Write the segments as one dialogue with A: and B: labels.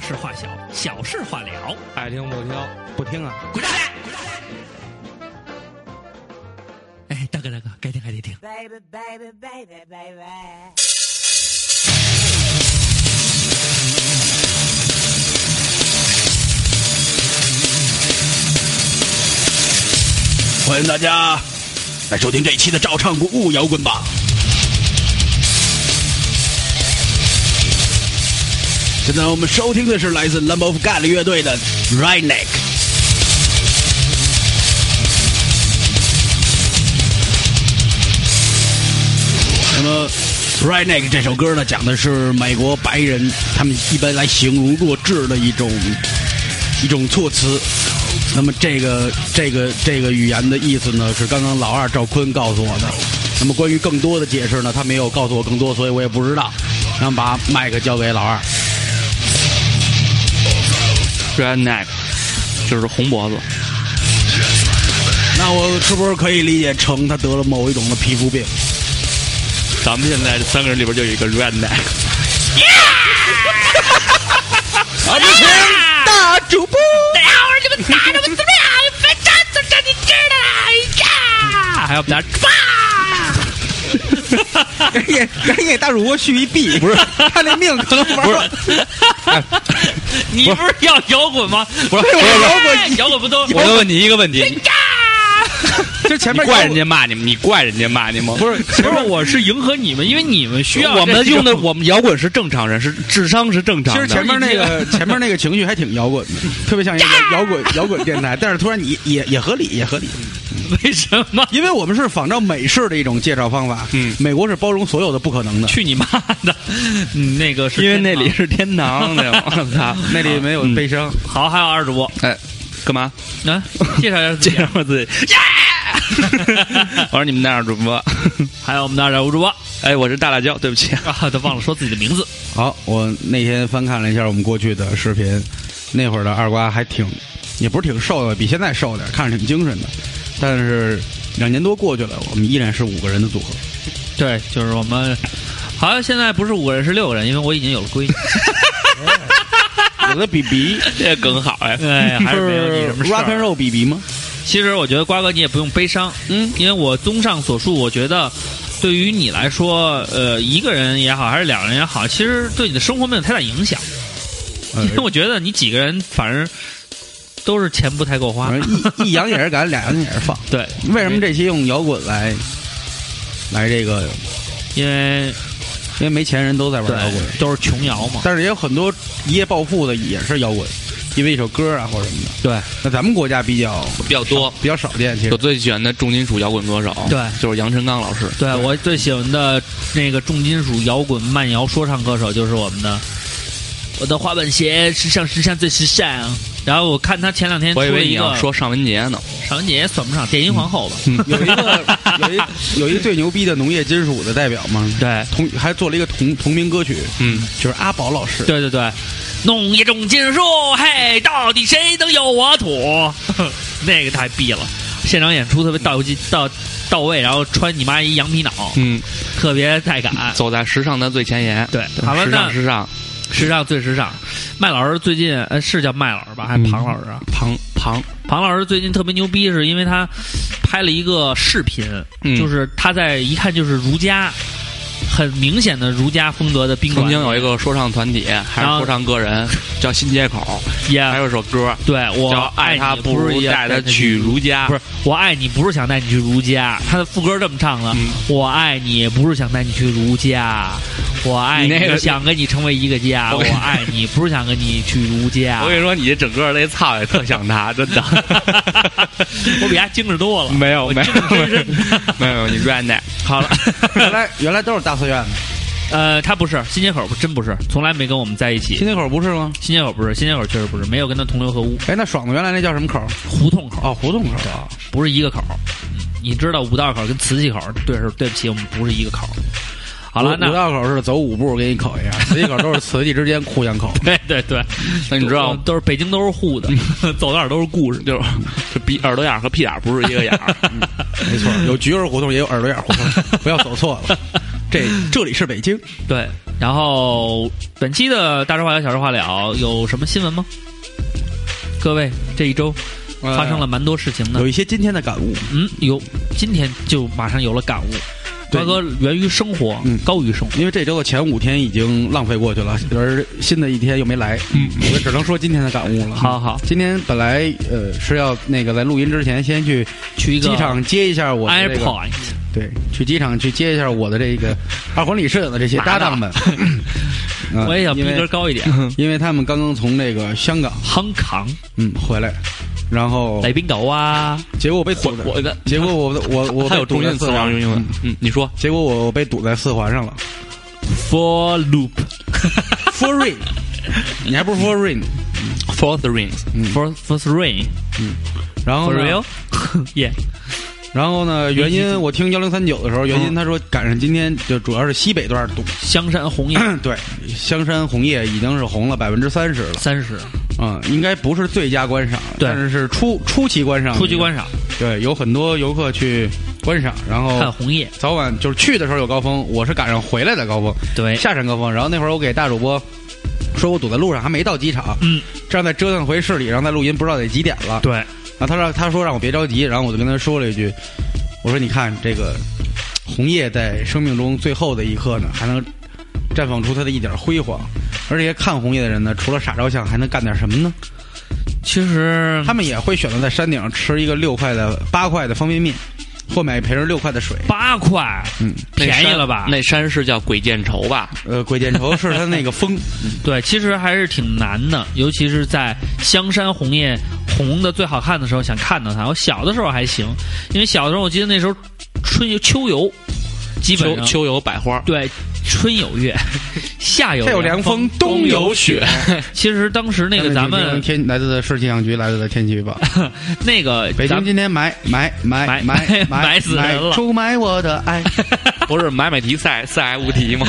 A: 事化小，小事化了。
B: 爱听不听，不听啊！
A: 滚蛋！哎，大哥大哥，该听还得听。
C: Baby, baby, baby, baby.
D: 欢迎大家来收听这一期的照唱不误摇滚榜。现在我们收听的是来自 Lamb of God 乐队的《Right Neck》。那么，《Right Neck》这首歌呢，讲的是美国白人他们一般来形容弱智的一种一种措辞。那么这个这个这个语言的意思呢，是刚刚老二赵坤告诉我的。那么关于更多的解释呢，他没有告诉我更多，所以我也不知道。然后把麦克交给老二。
B: Redneck 就是红脖子，
D: 那我是不是可以理解成他得了某一种的皮肤病？
B: 咱们现在这三个人里边就有一 个 Redneck。
D: 啊，有请大主播。
A: 哎哎
B: 还要不咱
E: 赶紧赶紧给大主播续一 B，不是他那命可能玩儿
A: 你不是要摇滚吗？
B: 不是不是
A: 摇滚，摇滚不都？
B: 我就问你一个 问题，
E: 就前
B: 你
E: 面
B: 怪人家骂你吗？你怪人家骂你吗？
E: 不是前
A: 不是
E: 面，。
A: 我是迎合你们，因为你们需要
B: 我
A: 这
B: 们
A: 种
B: 用的我们摇滚是正常人，是智商是正常
E: 其
B: 的。啊
E: 实前面那个前面那个情绪还挺摇滚的，特别像一个摇滚摇滚电台，但是突然你也也合理也合理，
A: 为什么？
E: 因为我们是仿照美式的一种介绍方法，
B: 嗯
E: 美国是包容所有的不可能的，
A: 去你妈的！嗯那个是
B: 因为那里
A: 天
B: 是天堂，对 吧？我操，
E: 那里没有
B: 嗯
E: 悲伤，
A: 堂好，还有二主播，
B: 哎，干嘛？
A: 啊，介绍一下自
B: 介
A: 己啊
B: 绍，我自己。我说你们那儿主播，
A: 还有我们的二主播
B: 哎，我是大辣椒，对不起。
A: 啊，都忘了说自己的名字。
E: 好，我那天翻看了一下我们过去的视频，那会儿的二瓜还挺，也不是挺瘦的，比现在瘦点儿，看着挺精神的。但是两年多过去了，我们依然是五个人的组合。
A: 对，就是我们，好像现在不是五个人，是六个人，因为我已经有了 闺女。
E: 有的比比呃
B: 这梗好哎，
A: 哎，还是没有你
E: 是
A: 什么事
E: rock and
A: 儿。
E: roll 比比吗？
A: 其实我觉得瓜哥你也不用悲伤，
E: 嗯，
A: 因为我综上所述，我觉得对于你来说，呃，一个人也好，还是两个人也好，其实对你的生活没有太大影响，
E: 呃
A: 因为我觉得你几个人反正都是钱不太够花
E: 反。正一一扬也是赶，俩扬也是放。
A: 哎对，
E: 为什么这期用摇滚来来这个？
A: 因为
E: 因为没钱人都在玩摇滚，
A: 对都是琼瑶嘛。
E: 但是也有很多一夜暴富的也是摇滚，因为一首歌啊或者什么的。
A: 对，
E: 那咱们国家比较
B: 比较多。
E: 比较少见，其实
B: 我最喜欢的重金属摇滚歌手，
A: 对
B: 就是杨臣刚老师。
A: 对我最喜欢的那个重金属摇滚慢摇说唱歌手就是我们的，我的滑板鞋时尚时尚最时尚。然后我看他前两天出
B: 我以
A: 了
B: 为你
A: 一
B: 要
A: 个，
B: 说嗯尚雯婕呢，
A: 尚雯婕算不上，电音皇后吧。
E: 有一个有一有一最牛逼的农业金属的代表嘛，
A: 对
E: 同还做了一个同同名歌曲，
B: 嗯，
E: 就是阿宝老师。
A: 对对对，弄一种金属，嘿，到底谁能有我土？ 那个太逼了，现场演出特别到位到到位，然后穿你妈一羊皮袄，
B: 嗯，
A: 特别带感。
B: 走在时尚的最前沿。
A: 对好了
B: 时
A: 那
B: 尚时尚，
A: 时尚最时尚，麦老师最近呃是叫麦老师吧，
B: 嗯
A: 还是庞老师啊？
B: 庞庞，
A: 庞老师最近特别牛逼，是因为他拍了一个视频，
B: 嗯
A: 就是他在一看就是儒家，很明显的儒家风格的宾
B: 曾
A: 馆，
B: 经有一个说唱团体，还是
A: 然后
B: 说唱个人，叫新街口，
A: 也、
B: 还有一首歌
A: 对我
B: 叫《哎爱他
A: 你
B: 不如
A: 也
B: 带他去儒家》。
A: 不是，我爱你，不是想带你去儒家。他的副歌这么唱的：
B: 嗯
A: 我爱你，不是想带你去儒家，我爱
B: 你那个
A: 想跟你成为一个家。
B: 我
A: 我
B: 跟你
A: 爱你，不是想跟你去儒家
B: 我。跟你说，你这整个那操也特像他，真的。
A: 我比他精致多了。
B: 没有没有
A: 精致真是
B: 没有，你 redneck
A: 好了，
E: 原来原来都是大寺院的，
A: 呃，他不是新街口，真不是，从来没跟我们在一起
E: 新。街口不是吗？
A: 新街口不是，新街口确实不是，没有跟他同流合污。
E: 哎，那爽子原来那叫什么口？
A: 胡同口
E: 哦，胡同口。
A: 不是一个口，嗯你知道五道口跟瓷器口，对是对不起，我们不是一个口。好了，
E: 五
A: 那
E: 五道口是走五步给你口 一下，十一口都是瓷器之间互相口。
A: 对对对，
B: 那你知道
A: 都是北京都是户 的，走哪儿都是故事。
B: 就是这鼻耳朵眼儿和屁 眼儿不是一个眼儿。
E: 没错，有橘儿胡同，也有耳朵眼胡同，不要走错了。这这里是北京，
A: 对，然后本期的大事化了，小事化了，有什么新闻吗？各位，这一周
E: 哎
A: 发生了蛮多事情的
E: 呃有。一些今天的感悟。
A: 嗯，有，今天就马上有了感悟。
E: 对
A: 瓜哥源于生活，
E: 嗯
A: 高于生活。
E: 因为这周的前五天已经浪费过去了，而新的一天又没来，嗯，我只能说今天的感悟了。
A: 好好，
E: 今天本来呃是要那个在录音之前先去
A: 去一个
E: 机场接一下我的这个
A: AirPod，
E: 对，去机场去接一下我的这个二环里摄影的这些 搭档们。嗯
A: 我也想逼
E: 因
A: 格
E: 为
A: 高一点。
E: 因为他们刚刚从那个香港
A: 香港、
E: 嗯回来，然后
A: 来冰岛啊，
E: 结果我被堵在，
B: 我的
E: 结果我我我
B: 还
E: 被
B: 有
E: 堵
B: 中
E: 在
B: 间
E: 四
B: 词，然后
E: 环
B: 用英文。嗯，你说
E: 结果我我被堵在四环上了
A: for loop
E: ，for rain，你还不是
A: 嗯
E: for rain，
B: for the rings，
A: for for rain
E: 然后
A: 嗯 for
E: 呢
A: real，yeah，
E: 然后呢，原因我听幺零三九的时候，原
A: 嗯
E: 因他说赶上今天就主要是西北段堵，
A: 香山红叶
E: 对，香山红叶已经是红了百分之三十 了，
A: 三十，
E: 啊、应该不是最佳观赏，
A: 对
E: 但是是初初期观赏，
A: 出去观赏哦
E: 对，有很多游客去观赏，然
A: 看
E: 后
A: 红叶，
E: 早晚就是去的时候有高峰，我是赶上回来的高峰，
A: 对，
E: 下山高峰。然后那会儿我给大主播说，我堵在路上还没到机场，
A: 嗯，
E: 这样再折腾回市里，然后再录音，不知道得几点了。
A: 对，
E: 然后他让他说让我别着急，然后我就跟他说了一句，我说你看这个红叶在生命中最后的一刻呢，还能绽放出它的一点辉煌。而这些看红叶的人呢，除了傻照相，还能干点什么呢？
A: 其实
E: 他们也会选择在山顶上吃一个六块的、八块的方便面，或买一瓶六块的水。
A: 八块
E: 嗯，
B: 那山
A: 便宜了吧？
B: 那山是叫鬼见愁吧？
E: 呃，鬼见愁是他那个风，
A: 对，其实还是挺难的，尤其是在香山红叶红的最好看的时候想看到它。我小的时候还行，因为小的时候我记得那时候春游秋游，基本
B: 秋
A: 上
B: 秋有百花，
A: 对春有月，夏有
E: 夏有凉
A: 风
E: 风，，冬有雪。
B: 雪。
A: 其实当时 那个咱们
E: 天来自的市气象局来自的天气预 报，
A: 那个
E: 北
A: 咱
E: 京
A: 们
E: 今天埋埋埋
A: 埋
E: 埋
A: 埋埋死人了
E: 出卖我的爱。
B: 不是买买题赛赛物题 吗？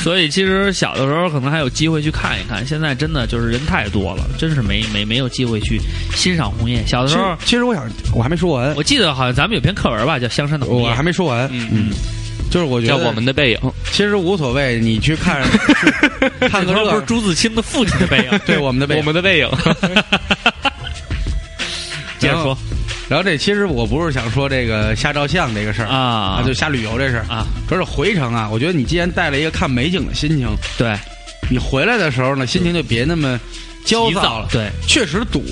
A: 所以其实小的时候可能还有机会去看一看，现在真的就是人太多了，真是没没没有机会去欣赏红叶。小的
E: 其
A: 时
E: 实
A: 候，
E: 其实我想，我还没说完，
A: 我记得好像咱们有篇课文吧，叫《香山的红叶
E: 我》还。没说完，
B: 嗯，
E: 就是我觉
B: 叫
E: 得
B: 我们的背影。
E: 其实无所谓，你去看看
A: 那
E: 个热
A: 不是
E: 闹，
A: 朱自清的父亲的背影。
E: 对 我们的背
B: 我
E: 影。
B: 们的背影，
A: 接着说
E: 然后这其实我不是想说这个瞎照相这个事儿
A: 啊，
E: 就瞎旅游这事儿
A: 啊，
E: 主要是回程啊。我觉得你既然带了一个看美景的心情，
A: 对，
E: 你回来的时候呢，心情就别那么焦躁了。
A: 对，
E: 确实堵，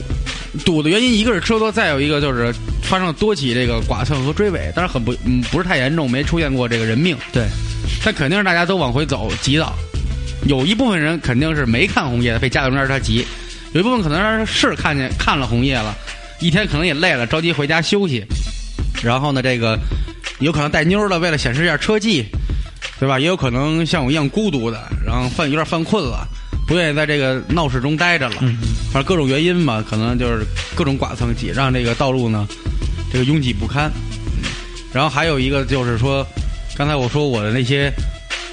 E: 堵的原因一个是车多，再有一个就是发生了多起这个剐蹭和追尾，但是很不嗯不是太严重，没出现过这个人命。
A: 对，
E: 但肯定是大家都往回走，急到，有一部分人肯定是没看红叶的，被夹在中间儿他急，有一部分可能是看见看了红叶了，一天可能也累了，着急回家休息，然后呢这个有可能带妞儿的，为了显示一下车技，对吧？也有可能像我一样孤独的，然后犯有点犯困了，不愿意在这个闹市中待着了，反正各种原因吧，可能就是各种剐蹭挤，让这个道路呢这个拥挤不堪。然后还有一个就是说，刚才我说我的那些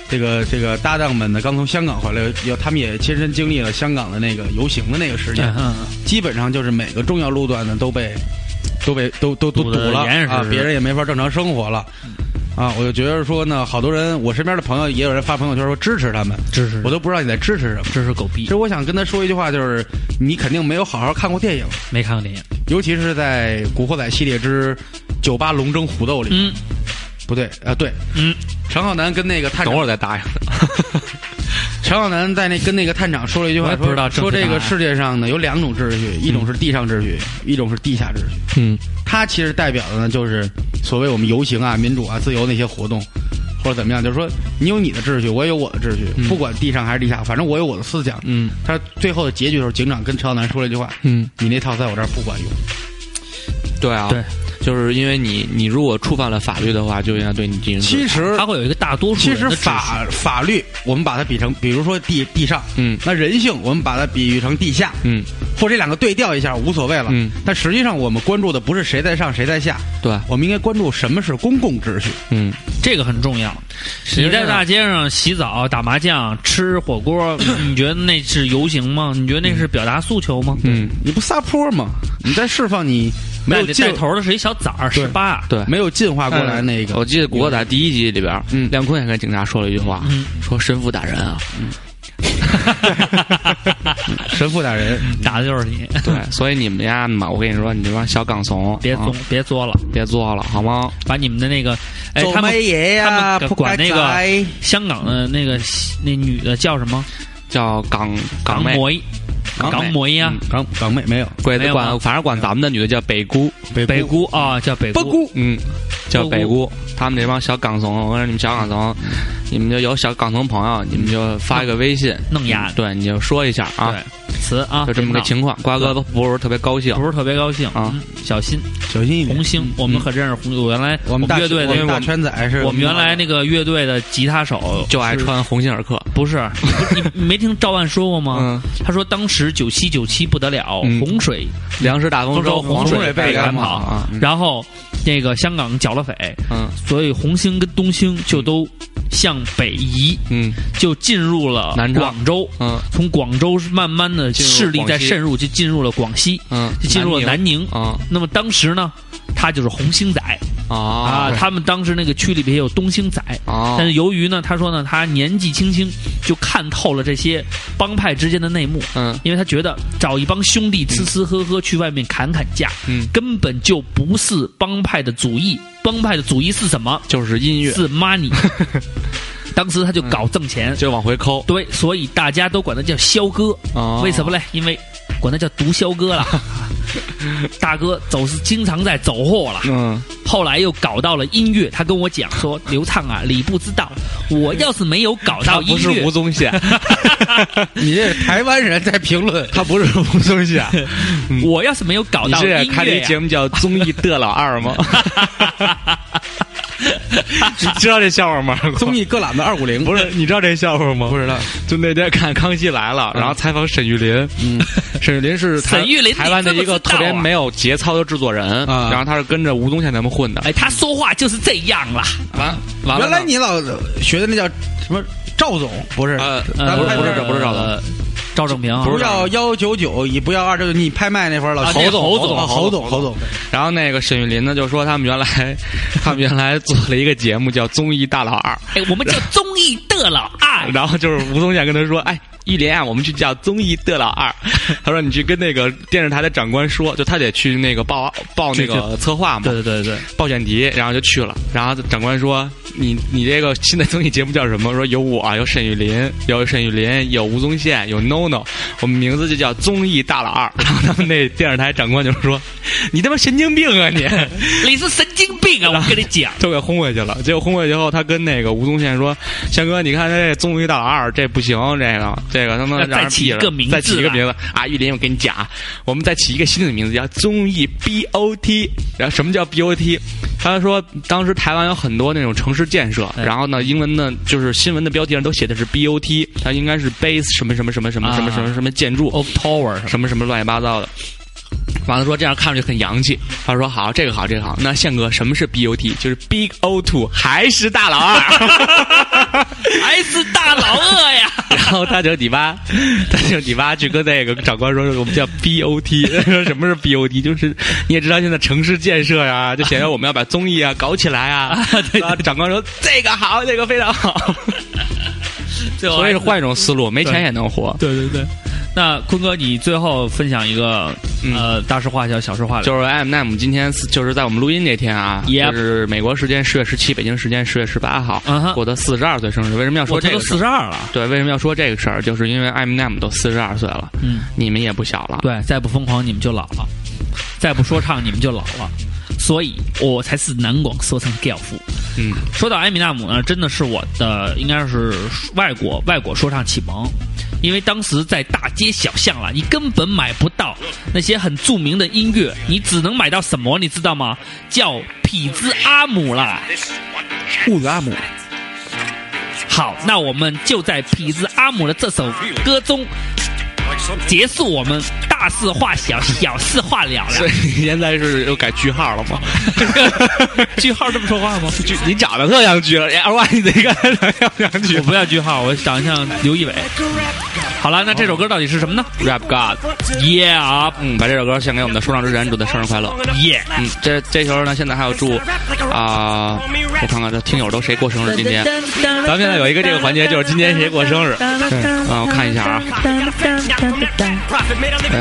E: 这个这个搭档们呢，刚从香港回来，有他们也亲身经历了香港的那个游行的那个事件，
A: 嗯，
E: 基本上就是每个重要路段呢都被都被都都都
A: 堵
E: 堵
A: 得
E: 了
A: 严实嗯
E: 啊
A: 实，
E: 别人也没法正常生活了。啊，我就觉得说呢，好多人，我身边的朋友也有人发朋友圈说支持他们，
A: 支持
E: 我都不知道你在支持什么。
A: 支持狗
E: 其
A: 逼
E: 实，我想跟他说一句话，就是你肯定没有好好看过电影，
A: 没看过电影。
E: 尤其是在《古惑仔》系列之《酒吧龙争虎斗》里。
A: 嗯
E: 不对啊，对，
A: 嗯，
E: 陈浩南跟那个探
B: 等会
E: 长，
B: 儿再答应。
E: 陈浩南在那跟那个探长说了一句
A: 我
E: 话，
A: 也不知道
E: 说说
A: 正确
E: 这
A: 答
E: 个
A: 案
E: 世界上呢有两种秩序，一种是地上秩序，一种是地下秩序。
B: 嗯，
E: 它其实代表的呢，就是所谓我们游行啊、民主啊、自由那些活动，或者怎么样，就是说你有你的秩序，我也有我的秩序，
B: 嗯
E: 不管地上还是地下，反正我有我的思想。
B: 嗯
E: 他最后的结局的时候，警长跟陈浩南说了一句话
B: 嗯，：“
E: 你那套在我这儿不管用。
B: 对啊，
A: 对，
B: 就是因为你你如果触犯了法律的话，就应该对你进”行。
E: 其实
A: 它，会有一个大多数
E: 其
A: 人的
E: 实
A: 秩序
E: 法法律，我们把它比成，比如说地地上，
B: 嗯
E: 那人性，我们把它比喻成地下，
B: 嗯，
E: 或者这两个对调一下无所谓了。
B: 嗯
E: 但实际上，我们关注的不是谁在上谁在下，
B: 对，
E: 我们应该关注什么是公共秩序。
B: 嗯，
A: 这个很重要。你在大街上洗澡、打麻将、吃火锅，你觉得那是游行吗？你觉得那是表达诉求吗？
B: 嗯，
E: 你不撒泼吗？你在释放你没
A: 带
E: 有进
A: 带头的是一小崽儿，
E: 对
A: 十八，
B: 对，
E: 没有进
A: 嗯
E: 化过来那个，
B: 我记得古惑仔第一集里边，
E: 嗯
B: 亮坤也跟警察说了一句话，
A: 嗯
B: 说神父打人啊，
E: 神父打人，
A: 打的就是你，
B: 对，所以你们家嘛，我跟你说，你这帮小港怂，
A: 嗯别
B: 啊
A: 作别作了，
B: 别作了，好吗？
A: 把你们的那个，哎，他们
E: 爷
A: 他们管那个香港的那个那女的叫什么？
B: 叫港
A: 港
B: 妹，
A: 模一，港模一啊
B: 嗯，
E: 港港妹没有
B: 鬼子
A: 没有啊吗
B: 管，反正管咱们的女的叫北姑，
A: 北姑啊，叫北姑，
E: 姑，
B: 嗯，叫
A: 北
B: 北
A: 姑嗯
B: 姑。他们这帮小港怂，我跟你说，你们小港怂，你们就有小港怂朋友，你们就发一个微信，嗯
A: 弄牙
B: 对，你就说一下
A: 嗯
B: 啊，
A: 对，词啊，
B: 就这么个
A: 别闹
B: 情况。瓜哥都不是特别高兴，
A: 不是特别高兴
B: 啊
A: 嗯小心
E: 小心一点
A: 红。星，我们可认识红，我原来
E: 我们大
A: 乐队
E: 我
A: 的，
E: 们大圈仔是
A: 我们原来那个乐队的吉他手
B: 就爱
A: 是
B: 穿鸿星尔克。
A: 不是，你你没听赵万说过吗
B: 嗯？
A: 他说当时九七九七不得了，
B: 嗯
A: 洪水，
B: 粮食大丰
A: 丰收
B: 收，
A: 洪
B: 黄
A: 水被
B: 被
A: 赶
B: 跑
A: 跑
B: 啊！嗯
A: 然后那个香港剿了匪，
B: 嗯
A: 所以红星跟东星就都向北移，
B: 嗯
A: 就进入了
B: 南昌
A: 广州。
B: 嗯
A: 从广州慢慢的
B: 进入
A: 势力在
B: 广西
A: 渗入，就进入了广西，
B: 嗯，
A: 就进入了南宁。
B: 啊
A: 那么当时呢，他就是红星仔啊，
B: 啊
A: 他们当时那个区里边有东星仔，
B: 啊！
A: 但是由于呢，他说呢，他年纪轻轻就看透了这些帮派之间的内幕，
B: 嗯
A: 因为他觉得找一帮兄弟吃吃喝喝去外面砍砍价，
B: 嗯，
A: 根本就不是帮派的主意，帮派的主意是什么？
B: 就是音乐
A: 是 money。当时他就搞挣钱，
B: 就往回抠
A: 对，所以大家都管他叫肖哥，
B: 啊
A: 为什么嘞？因为管他叫毒枭哥 了。大哥走是经常在走货了，
B: 嗯
A: 后来又搞到了音乐。他跟我讲说：“刘畅啊，你不知道，我要是没有搞到音
B: 不是
A: 乐
B: 吴，宗 宪，
E: 你这是台湾人在评论，他不是吴宗宪，
A: 我嗯要是没有搞
B: 你
A: 到
B: 这
A: 音乐、
B: 也
A: 呀
B: 看了一节目叫《综艺的老二》 吗？你知道这笑话吗？
E: 综艺歌揽的二五零
B: 不是，你知道这笑话 吗？
E: 不知道，
B: 就那天看《康熙来了》，然后采访沈玉琳，
E: 嗯，
B: 沈玉琳是台
A: 嗯沈玉琳
B: 台湾的
A: 你这
B: 一
A: 么
B: 个
A: 知道
B: 特别
A: 啊
B: 没有节操的制作人，
E: 啊
B: 然后他是跟着吴宗宪他们混的。
A: 哎，他说话就是这样啦。
B: 完完了呢，
E: 原来你老学的那叫什么赵总，不是
B: 呃
E: 咱们
B: 不是
E: 拍
B: 不是
E: 卖
B: 不是赵总
A: 呃，赵正平啊，
E: 不要幺九九，也不要二九九，你拍卖那会儿老
A: 啊那个侯总
E: 啊侯总侯总，
B: 然后那个沈玉琳呢，就说他们原来， 他们原来做了一个节目叫《综艺大老二
A: 哎，我们叫综艺啊的老二》，。
B: 然后就是吴宗宪跟他说：“哎，玉琳啊，我们去叫《综艺的老二》。” 他说：“你去跟那个电视台的长官说，就他得去那个报报那个策划嘛，
A: 对对对对，
B: 报选题。”然后就去了。然后长官说：“你你这个新的综艺节目叫什么？”说：“有我，有沈玉琳，有沈玉琳，有吴宗宪，有 NONO，我们名字就叫《综艺大老二》。”然后他们那电视台长官就说：“你他妈神经病啊你！”
A: 你是神经病 啊！我跟你讲，
B: 就给轰回去了。结果轰回去后，他跟那个吴宗宪说：“宪哥，你看他这综艺大老二，这不行，这个这个他妈
A: 要
B: 让人
A: 再起一个
B: 毙了
A: 名字
B: 再起一个
A: 啊
B: 名字啊！玉林，我跟你讲啊，我们再起一个新的名字，叫综艺 BOT。然后什么叫 BOT？他说，当时台湾有很多那种城市建设，
A: 哎
B: 然后呢，英文呢就是新闻的标题上都写的是 BOT，它应该是 base 什么什么什么什么什
A: 啊
B: 么什么什么建筑
A: Oak Tower
B: 什么什么乱七八糟的。完了说这样看上去很洋气，他说好，这个好，这个好。那宪哥，什么是 BOT？就是 Big O Two，还是大老二？
A: 还是大老二 呀？
B: 然后他就你妈，他就你妈去跟那个长官说，我们叫 BOT，说 什么是 BOT？就是你也知道现在城市建设呀、就显得我们要把综艺啊搞起来啊。然后长官说这个好，这个非常好，
A: 最后
B: 所
A: 还
B: 以
A: 是
B: 是换一种思路，没钱也能活。
A: 对对对。那坤哥，你最后分享一个
B: 嗯
A: 呃大事化小，小事化了。
B: 就是 M n m 今天四就是在我们录音那天啊
A: Yep
B: 就是美国时间十月十七，北京时间十月十八号
A: 嗯哼
B: 过的四十二岁生日。为什么要说
A: 我这
B: 这
A: 都
B: 个
A: 四
B: 事
A: 十
B: 儿？
A: 二了，
B: 对，为什么要说这个事儿？就是因为 M n m 都四十二岁了，
A: 嗯，
B: 你们也不小了。
A: 对，再不疯狂你们就老了，再不说唱你们就老了，所以我才是南广说唱教父。
B: 嗯，
A: 说到艾米纳姆呢，真的是我的应该是外国外国说唱启蒙，因为当时在大街小巷了，你根本买不到那些很著名的音乐，你只能买到什么，你知道吗？叫痞子阿姆啦。
E: 布子阿姆，
A: 好，那我们就在痞子阿姆的这首歌中结束我们大事化小，小事化了了。
B: 所以你现在是又改句号了吗？
A: 句号这么说话吗？
B: 句你长得特像句了，哎二万你得看像不像句？
A: 我不要句号，我长得像刘仪伟。好了，那这首歌到底是什么呢
B: Rap God，
A: ？Yeah，
B: 嗯，把这首歌献给我们的说唱之神，祝他生日快乐。
A: 耶、
B: 嗯，这这时候呢，现在还要祝啊、我看看这听友都谁过生日今天。咱们现在有一个这个环节，就是今天谁过生日。啊，我看一下啊，大家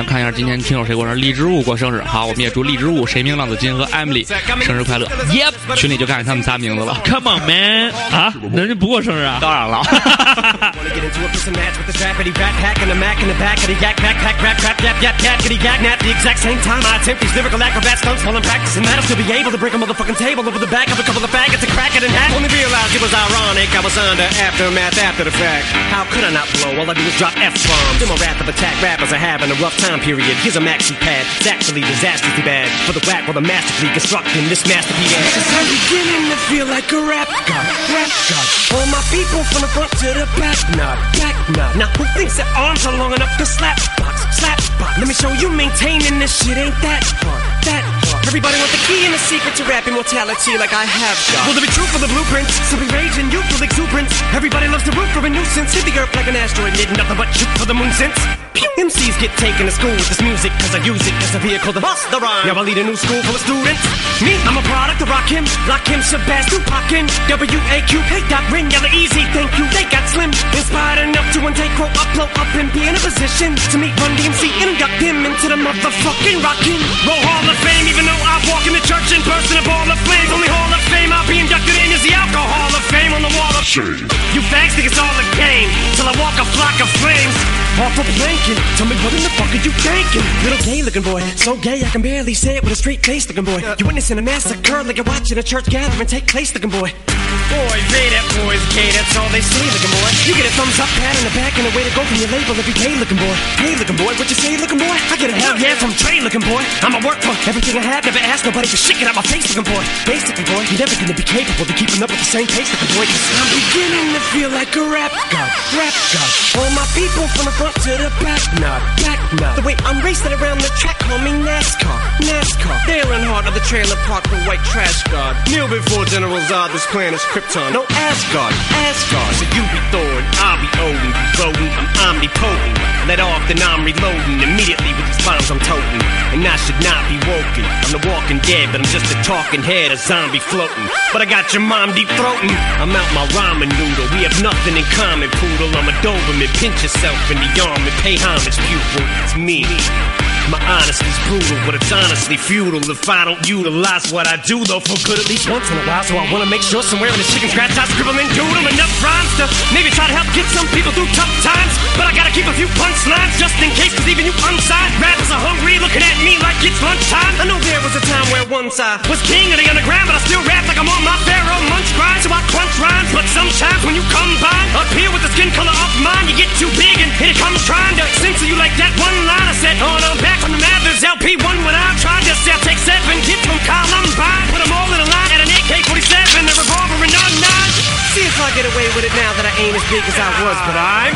B: 看一下今天听友谁过生日，荔枝物过生日。好，我们也祝荔枝物、谁明、浪子金和 Emily 生日快乐。Yep，群里就看见他们仨名字了。
A: c o m e on man 啊，人家不过生日啊？
B: 当然了，
F: Wanna get into a piece of match with the trappity backpack and the mac in the back of the yak backpack rap rap yap yap yap kitty yak nap the exact same time I attempt these lyrical acrobat stunts while I'm practicing that I'll still be able to break a motherfucking table over the back of a couple of faggots and crack it in half only realized it was ironic I was under aftermath after the fact how could I not blow all I do is drop F-bombs in my wrath of attack rappers are having a rough time period here's a maxi pad it's actually disastrously bad for the whack while the masterfully constructing this masterpiece because I'm beginning to feel like a rap god rap god all my people from the front to the back nut, back nut. Now who thinks their arms are long enough to slap box, slap box? Let me show you maintaining this shit ain't that hard, that hard. Everybody want the key and the secret to rap immortality like I have got. Will there be truth for the blueprints? So be raging, youthful exuberance. Everybody loves to root for a nuisance. Hit the earth like an asteroid, did nothing but shoot for the moon since. Pew! MCs get taken to school with this music, cause I use it as a vehicle to bust the rhyme. Now I lead a new school full of students. Me, I'm a product of Rakim, Lakim, Shabazz, Tupac, and W-A-Q-K dot ring, yellow easy, thank you, they got slim. Inspired enough to one day grow up, blow up, and be in a position to meet Run DMC and induct him into the motherfucking rockin' roll hall of fame. Even though I walk in the church and burst in a ball of flames, only hall of fame I'll be inducted in is the alcohol of fame on the wall of shame. You fags think it's all a game till I walk a flock of flames. Off of blanket, tell me what in the fuck are you thinking? Little gay looking boy, so gay I can barely say it with a straight face looking boy. You witnessing a massacre like you're watching a church gathering take place looking boy. Boy, they that boy's gay, that's all they see looking boy. You get a thumbs up, pat on the back, and a way to go from your label every day looking boy. Hey looking boy, what you say looking boy? I get a hell yeah from Trey looking boy. I'm a work for everything I have, never ask nobody for shit, get out my face looking boy. Basic looking boy, you're never gonna be capable of keeping up with the same pace looking boy. Cause I'm beginning to feel like a rap god, rap god. All my people from the front to the back, nah, back, nah. The way I'm racing around the track, call me NASCAR, NASCAR. They're in heart of the trailer park, the white trash god. Kneel before General Zod, this plan is Krypton. No Asgard, Asgard. So you be Thor and I'll be Odin. Be rodent, I'm omnipotent. Let off, then I'm reloading. Immediately with these bombs I'm toting. And I should not be woken. I'm the walking dead, but I'm just a talking head, a zombie floating. But I got your mom deep throating. I'm out my ramen noodle. We have nothing in common, poodle. I'm a Doberman. Pinch yourself in the arm and pay homage, pupil. It's me. My honesty's brutal, but it's honestly futile if I don't utilize what I do, though, for good at least once in a while. So I wanna make sure somewhere in the chicken scratch I scribble and doodle enough rhymes to maybe try to help get some people through tough times. But I gotta keep a few punchlines just in case, cause even you unsigned rappers are hungry looking at me like it's lunchtime. I know there was a time where once I was king of the underground, but I still rap like I'm on my pharaoh munch grind. So I crunch rhymes, but sometimes when you combine up here with the skin color of mine, you get too big and here it comes trying to censor you like that one line I said on a back from the Mathers LP1 when I'm trying to sell. Take seven, get from Columbine. Put 'em all in a line at an AK 47, a revolver, and a nine. See if I get away with it now that I ain't as big as I was, but I'm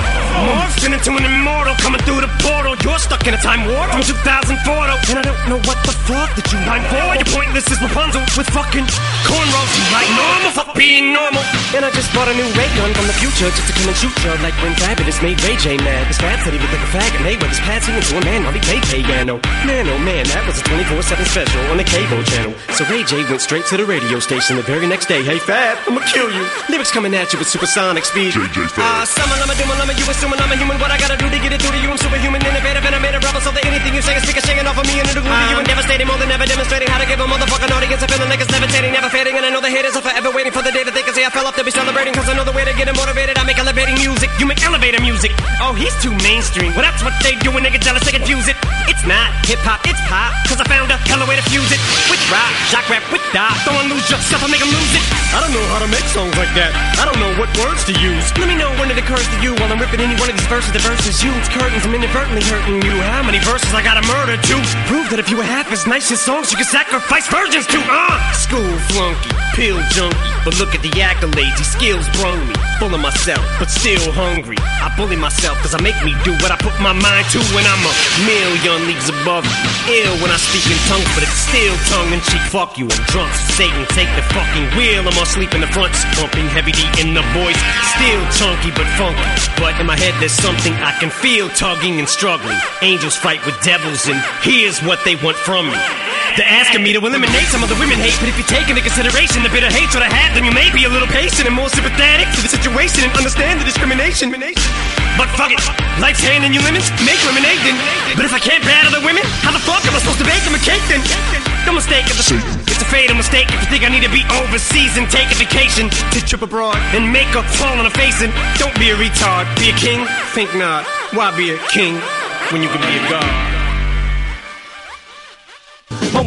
F: morphing into an immortal coming through the portal. You're stuck in a time warp from 2004, though, and I don't know what the fuck that you mind for. You're pointless as Rapunzel with fucking cornrows. You like normal, fuck being normal. And I just bought a new ray gun from the future just to come and shoot you like when Fabulous made Ray J mad. This fat said he would look a fag, and they were just passing into a man while he played Hey Yano. Man, oh man, that was a 24 7 special on the cable channel. So Ray J went straight to the radio station the very next day. Hey Fab, I'ma kill you. Lyrics coming at you with supersonic speed. JJ Fab. Ah, summer, I'm a doom, I'm a you assuming I'm a human. What I gotta do to get it through to you? I'm superhuman, innovative, and I made a rubber so that anything you say is speaking, shaking off of me and it'll glue to you and devastating. More than ever demonstrating how to give a motherfucking audience a feeling like it's levitating, never fading. And I know the haters are forever waiting for the day that they can say I fell off to be celebrating. Cause I know the way to get 'em motivated. I make elevating music, you make elevator music. Oh, he's too mainstream. Well, that's what they do when they get jealous, they confuse it. It's not hip hop, it's pop. Cause I found a hella way to fuse it with rock, shock rap, with die. Don't wanna lose yourself, I make 'em lose it. I don't know how to make songs like that. I don't know what words to use. Let me know when it occurs to you while I'm ripping any one of these verses. The verses you, it's curtains, I'm inadvertently hurting you. How many verses I gotta murder to prove that if you were half as nice as songs, you could sacrifice virgins to? Ah, uh! school flunky, pill junkie. But look at the accolades, these skills brung me. full of myself, but still hungry. I bully myself because I make me do what I put my mind to when I'm a million leagues above you. Ill when I speak in tongues, but it's still tongue and cheek. Fuck you and drunks. Satan, take the fucking wheel. I'm all sleep in the fronts, bumping heavy D in the voice. Still chunky but funky. But in my head there's something I can feel tugging and struggling. Angels fight with devils, and here's what they want from me. They're asking me to eliminate some of the women hate, but if you take into consideration the bit of hatred I have, then you may be a little patient and more sympathetic to the situation and understand the discrimination. But fuck it, life's handing you lemons, make lemonade then. But if I can't battle the women, how the fuck am I supposed to bake them a cake then? No mistake, if the, it's a fatal mistake if you think I need to be overseas and take a vacation to trip abroad and make a fall on a face and don't be a retard, be a king, think not. Why be a king when you can be a god?
G: 蹦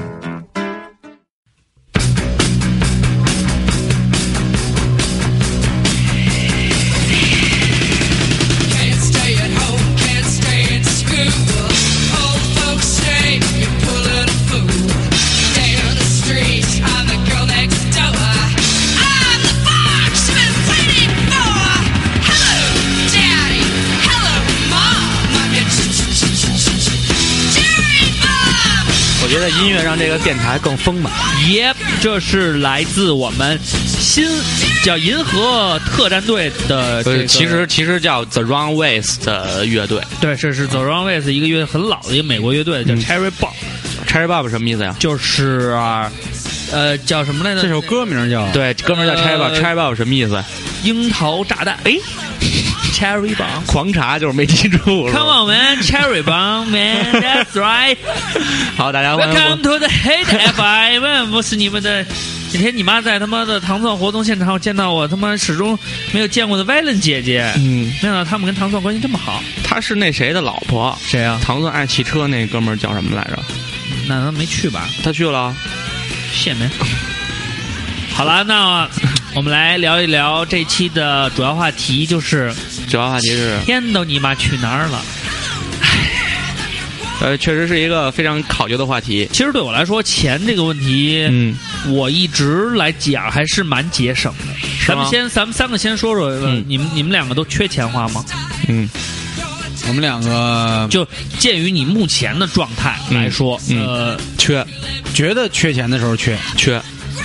H: Can't stay at home, can't stay at school. Old folks say you're pulling a fool. Stay on the street, I'm the girl next door. I'm the fox you've been waiting for. Hello, daddy. Hello, mom. I'm your cherry bomb.
B: 我觉得音乐让这个电台更丰满。
A: Yep，这是来自我们新叫银河特战队的这
B: 呃，
A: 个，
B: 其实其实叫 The Runways 的乐队
A: 对，这是 The Runaways 一个乐很老的一个美国乐队，
B: 嗯
A: 叫 Cherry Bomb，
B: ，Cherry Bob 什么意思呀？
A: 就是呃叫什么来着？
E: 这首歌名叫《
B: 对，哥们儿叫 Cherry
A: 呃
B: Bob，Cherry Bob 什么意思？
A: 樱桃炸弹，哎，Cherry Bomb。
B: 狂查就是没记住。是吧
A: Come on, man! Cherry bomb, man! That's right.
B: 好，大家欢迎哎我
A: Welcome to the Hit FM，我是 你们的。那天你妈在他妈的糖蒜活动现场见到我他妈始终没有见过的 Valen 姐姐，
B: 嗯，
A: 没想到他们跟糖蒜关系这么好。
B: 他是那谁的老婆？
A: 谁啊？
B: 唐钻爱汽车那哥们儿叫什么来着？
A: 那他没去吧？
B: 他去了。
A: 谢没。好了， 那我们来聊一聊这期的主要话题，就是
B: 主要话题是，
A: 天都你妈去哪儿了？
B: 呃，确实是一个非常考究的话题。
A: 其实对我来说，钱这个问题，
B: 嗯，
A: 我一直来讲还是蛮节省的。咱们
B: 吗
A: 先，咱们三个先说说，呃
B: 嗯
A: 你们你们两个都缺钱花吗？
B: 嗯，
E: 我们两个
A: 就鉴于你目前的状态来说，
B: 嗯
A: 呃，
B: 缺
E: 觉得缺钱的时候缺，
B: 缺，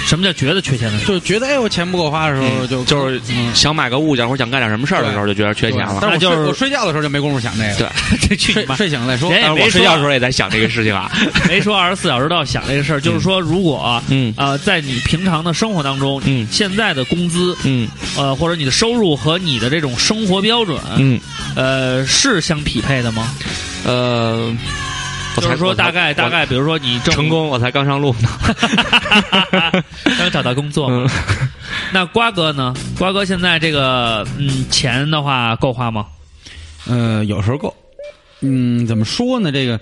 A: 什么叫觉得缺钱的时候？
E: 就觉得哎我钱不够花的时候就
B: 就是
E: 嗯
B: 想买个物件或者想干点什么事儿的时候，就觉得缺钱了。
E: 但我
A: 那就是
E: 睡我睡觉的时候就没工夫想这个，
B: 对
A: 这去你
E: 睡
A: 妈！
E: 睡醒了再说。哎
A: 人也
B: 但
A: 没
B: 是我睡
A: 说
B: 觉的时候也在想这个事 情啊。
A: 没说二十四小时都要想这个事儿，就是说，如果
B: 嗯
A: 呃，在你平常的生活当中，
B: 嗯
A: 现在的工资，
B: 嗯
A: 呃，或者你的收入和你的这种生活标准，
B: 嗯，
A: 呃，是相匹配的吗？
B: 呃，我
A: 就
B: 才
A: 是说，
B: 我才
A: 大概
B: 我
A: 大概，比如说你挣
B: 成，功，我才刚上路呢。
A: 刚找到工作嘛。
B: 嗯，
A: 那瓜哥呢？瓜哥现在这个嗯钱的话够花吗？
E: 呃，有时候够。嗯，怎么说呢？这个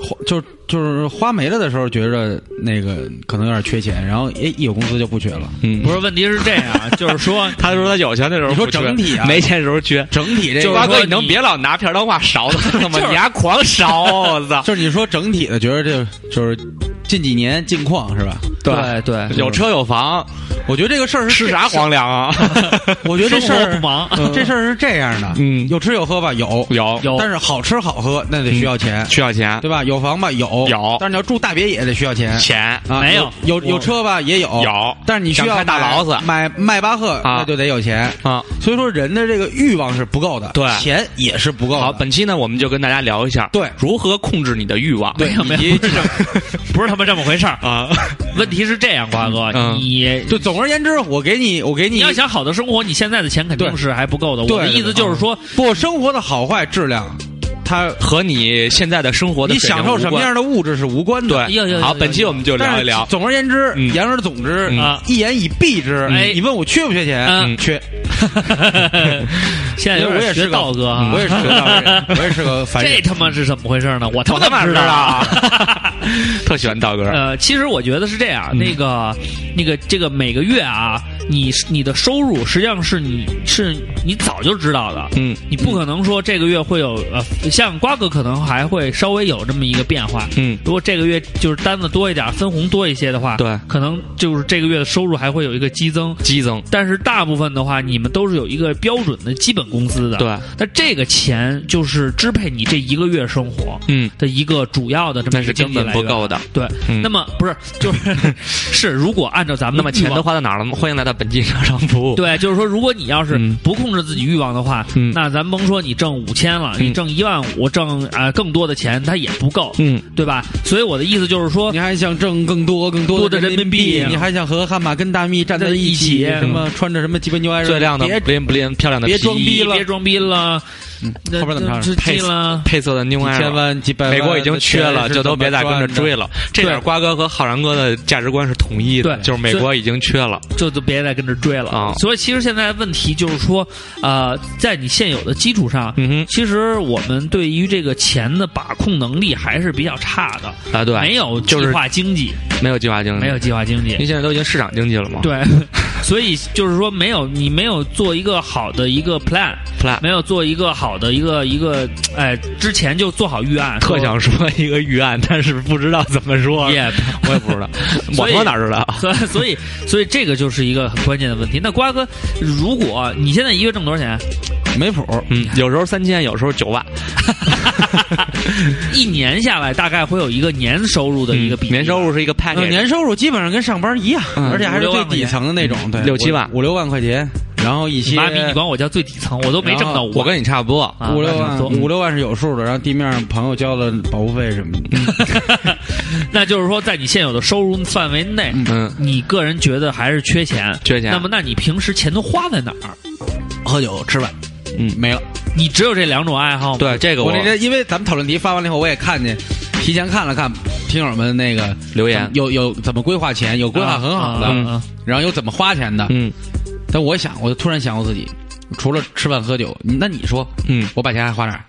E: 花就就是花没了的时候，觉着那个可能有点缺钱，然后哎一有工资就不缺了。
B: 嗯
A: 不是，问题是这 样啊，就是说，
B: 他说他有钱的时候
E: 你说
B: 不缺
E: 整体啊
B: 没钱的时候缺。
E: 整体这
A: 就
E: 个
A: 是
B: 哎瓜
A: 说
B: 哥，你能
A: 你
B: 别老拿片儿当话勺子了吗？
A: 就是
B: 你还狂勺，我操！
E: 就是你说整体的，觉得这就是近几年近况是吧？
A: 对对，
B: 有车有房，
E: 我觉得这个事儿是
B: 吃啥皇粮啊？
E: 我觉得这事
A: 生活
E: 儿
A: 不忙
E: 嗯这事儿是这样的，
B: 嗯
E: 有吃有喝吧，有
B: 有
A: 有
E: 但是好吃好喝那得需要钱，
B: 需要钱
E: 对吧？有房吧，有
B: 有
E: 但是你要住大别野得需要钱。
B: 钱
E: 啊，
A: 没
E: 有
A: 有
E: 有有
A: 我
E: 车吧也有
B: 有
E: 但是你需
B: 想
E: 要
B: 开大
E: 买
B: 劳斯
E: 买迈巴赫
B: 啊
E: 那就得有钱。
B: 啊。
E: 所以说人的这个欲望是不够的，
B: 对
E: 钱也是不够的。
B: 好，本期呢，我们就跟大家聊一下，
E: 对
B: 如何控制你的欲望。
E: 对
A: 没有没有
E: 以及这种
A: 不是他妈这么回事儿。
B: 啊，
A: 问题是这样，瓜哥，
B: 嗯
A: 你
E: 就总而言之，我给你我给你
A: 你要想好的生活，你现在的钱肯定
E: 对
A: 是还不够的。
E: 对嗯
A: 我的意思就是 说，
E: 不生活的好坏质量，它
B: 和你现在的生活的
E: 你
B: 水平
E: 享受什么
B: 无关
E: 样的物质是无关的。
A: 要要
B: 对，
A: 要
B: 好，
A: 要
B: 本期我们就
E: 但
B: 聊
E: 是
B: 一聊。
E: 总而言之，
B: 嗯
E: 言而总之
B: 嗯
A: 啊
E: 一言以蔽之，
A: 哎
E: 你问我缺不缺钱？
A: 嗯哎
E: 缺。
A: 现在有
E: 我也
A: 点
E: 是
A: 学
E: 个嗯
A: 道哥啊，
E: 我也 是个道人，我也是个凡
A: 这
E: 人。
A: 他妈是怎么回事呢？我他
B: 我他
A: 妈
B: 妈
A: 怎么知道呃
B: 知
A: 啊？
B: 特喜欢道哥，
E: 嗯
A: 呃，其实我觉得是这样，那个那个这个每个月啊，你你的收入实际上是你是你早就知道的，
B: 嗯
A: 你不可能说这个月会有呃，像瓜哥可能还会稍微有这么一个变化。
B: 嗯
A: 如果这个月就是单子多一点，分红多一些的话，
B: 对
A: 可能就是这个月的收入还会有一个激增。
B: 激增，
A: 但是大部分的话，你们都是有一个标准的基本工资的。
B: 对，
A: 那这个钱就是支配你这一个月生活
B: 嗯，
A: 的一个主要的这么
B: 那
A: 一
B: 是
A: 个啊
B: 根
A: 经济
B: 本
A: 来
B: 不
A: 源。
B: 够的。
A: 对，
B: 嗯
A: 那么不是就是是，如果按照咱们
B: 那么钱
A: 欲望
B: 都花到哪儿了吗？欢迎来到本季厂商服务。
A: 对，就是说，如果你要是
B: 嗯
A: 不控制自己欲望的话，
B: 嗯
A: 那咱甭说你挣五千了，
B: 嗯
A: 你挣一万五，挣啊、呃更多的钱，它也不够，
B: 嗯，
A: 对吧？所以我的意思就是说
E: 你，还想挣更多更多
A: 多的人民币
E: 你还想和悍马跟大蜜站在一起，
A: 站在一起
E: 什么穿着什么鸡巴牛仔
B: 最亮的
E: 别
B: bling bling 漂亮的
E: 别
B: 皮
E: 装逼了
A: 别装逼了，那
B: 嗯
E: 后边怎么唱
A: 这
B: 配
A: 这了，
B: 配色的 New
E: 几
B: Era
E: 千万几百万，
B: 美国已经缺了，就都别再跟着追。了。这点
A: 对
B: 瓜哥和浩然哥的价值观是统一的，
A: 对
B: 就是美国已经缺了。
A: 就就别再跟着追了。
B: 啊
A: 所以其实现在问题就是说，呃，在你现有的基础上。
B: 嗯
A: 其实我们对于这个钱的把控能力还是比较差的，
B: 哼，啊对，
A: 没有计
B: 就是嗯
A: 划经济，
B: 没有计划经济，
A: 没有计划经济
B: 因。为现在都已经市场经济了嘛。
A: 对， 所以就是说，没有你没有做一个好的一个 plan，
B: ，plan。
A: 没有做一个好的一个一个，哎，之前就做好预案，
B: 特想说一个预案，但是不知道怎么说。
A: 也。Yep
B: 我也不知道，我
A: 所以
B: 他妈哪知道？啊
A: 所以所以所以这个就是一个很关键的问题。那瓜哥，如果啊你现在一个月挣多少钱？
E: 没谱，
B: 嗯，有时候三千，有时候九万，
A: 一年下来大概会有一个年收入 的一个比例。嗯
B: 嗯年收入是一个 package，
E: 呃年收入基本上跟上班一样，
B: 哎嗯
E: 而且还是
A: 五六
E: 最
A: 万块钱
E: 底层的那种，对，
B: 六七万
E: 五五六万块钱，然后一
A: 你
E: 些
A: 妈逼，你管我叫最底层，我都没挣到五万。
B: 我跟你差不多。
A: 啊
E: 五六
A: 那差
E: 万
A: 不多
E: 五六万是有数的，然后地面上朋友交了保护费什么的，
A: 那就是说，在你现有的收入范围内，
B: 嗯，
A: 你个人觉得还是缺钱。
B: 缺钱。
A: 那么，那你平时钱都花在哪儿？
E: 喝酒吃饭，嗯，没了。
A: 你只有这两种爱好吗？
B: 对这个
E: 我那天因为咱们讨论题发完了以后，我也看见，提前看了看听友们那个
B: 留言
E: 怎么有有怎么规划钱，有规划很好的，嗯
A: 啊啊啊
E: 然后有怎么花钱的。
B: 嗯
E: 但我想，我就突然想我自己，除了吃饭喝酒，那你说
B: 嗯，
E: 我把钱还花哪儿？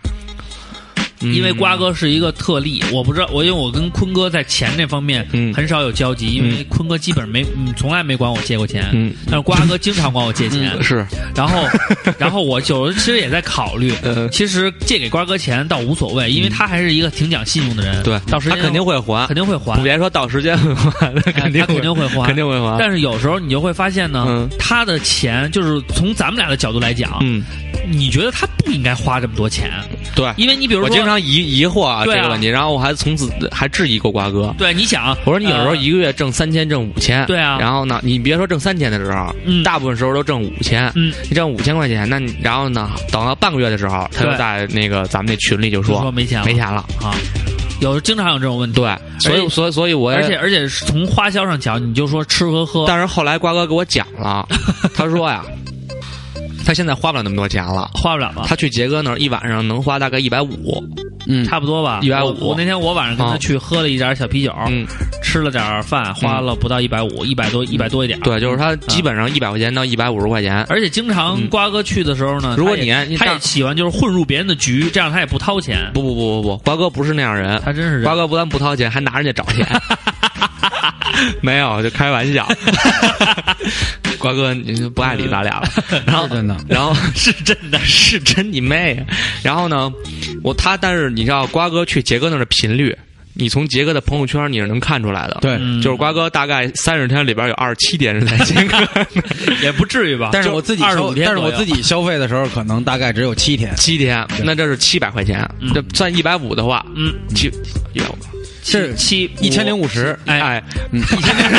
B: 嗯
A: 因为瓜哥是一个特例，我不知道，我因为我跟坤哥在钱这方面
B: 嗯
A: 很少有交集，因为坤哥基本没嗯从来没管我借过钱，
B: 嗯
A: 但是瓜哥经常管我借钱，
B: 是
A: 然后 然后我就其实也在考虑
B: 呃，
A: 其实借给瓜哥钱倒无所谓，因为他还是一个挺讲信用的人，
B: 嗯对，
A: 到时
B: 他
A: 间
B: 肯定会还，
A: 肯定会还
B: 你，别说到时间会还，他肯定
A: 他肯定会还
B: 肯定会还。
A: 但是有时候你就会发现呢，
B: 啊嗯
A: 他的钱就是从咱们俩的角度来讲，
B: 嗯，
A: 你觉得他不应该花这么多钱，
B: 对，
A: 因为你比如
B: 我
A: 说
B: 经常疑疑惑啊
A: 对啊
B: 这个问题，然后我还从此还质疑过瓜哥。
A: 对你想，
B: 我说你有时候
A: 呃
B: 一个月挣三千，挣五千，
A: 对啊
B: 然后呢，你别说挣三千的时候，
A: 嗯
B: 大部分时候都挣五千，
A: 嗯，
B: 你挣五千块钱，那你然后呢，等到半个月的时候，他就
A: 对
B: 在那个咱们那群里就
A: 就说
B: 说
A: 没钱了
B: 没钱了，
A: 啊，有经常有这种问题。
B: 对，所以
A: 且
B: 所以所以我也
A: 而且而且是从花销上讲，你就说吃和 喝，
B: 但是后来瓜哥给我讲 了，他说呀，他现在花不了那么多钱了，
A: 花不了吧？
B: 他去杰哥那儿一晚上能花大概一百五，
E: 嗯，
A: 差不多吧，
B: 150
A: 我我那天我晚上跟
B: 啊
A: 他去喝了一点小啤酒，
B: 嗯，
A: 吃了点饭，花了不到一百五，一百多一百多一点。
B: 对，就是他基本上一百块钱到一百五十块钱，
A: 而且经常
B: 嗯
A: 瓜哥去的时候呢，
B: 如果
A: 他也
B: 你
A: 他
B: 但
A: 也喜欢就是混入别人的局，这样他也不掏钱。
B: 不不不不不，瓜哥不是那样人，
A: 他真是这
B: 瓜
A: 样
B: 哥不但不掏钱，还拿人家找钱。 没有，就开玩笑。瓜哥，你就不爱理咱俩了。然后
E: 是真的
B: 然后 是真的，是真你妹呀。然后呢，我他但是你知道，瓜哥去杰哥那儿的频率，你从杰哥的朋友圈你是能看出来的。
E: 对，
A: 嗯
B: 就是瓜哥大概三十天里边有二十七天是在杰哥 那儿，
A: 也不至于吧？
E: 但是我自己
A: 二十
E: 消
A: 五，天
E: 但是我
A: 左右
E: 自 己消费的时候，可能大概只有七天。
B: 七天，那这是七百块钱，
A: 嗯
B: 这算一百五的话，
A: 嗯，
B: 七有
E: 是
A: 七
E: 一千零
A: 五，
E: 五十，
A: 哎，
B: 哎，
E: 嗯，一千零，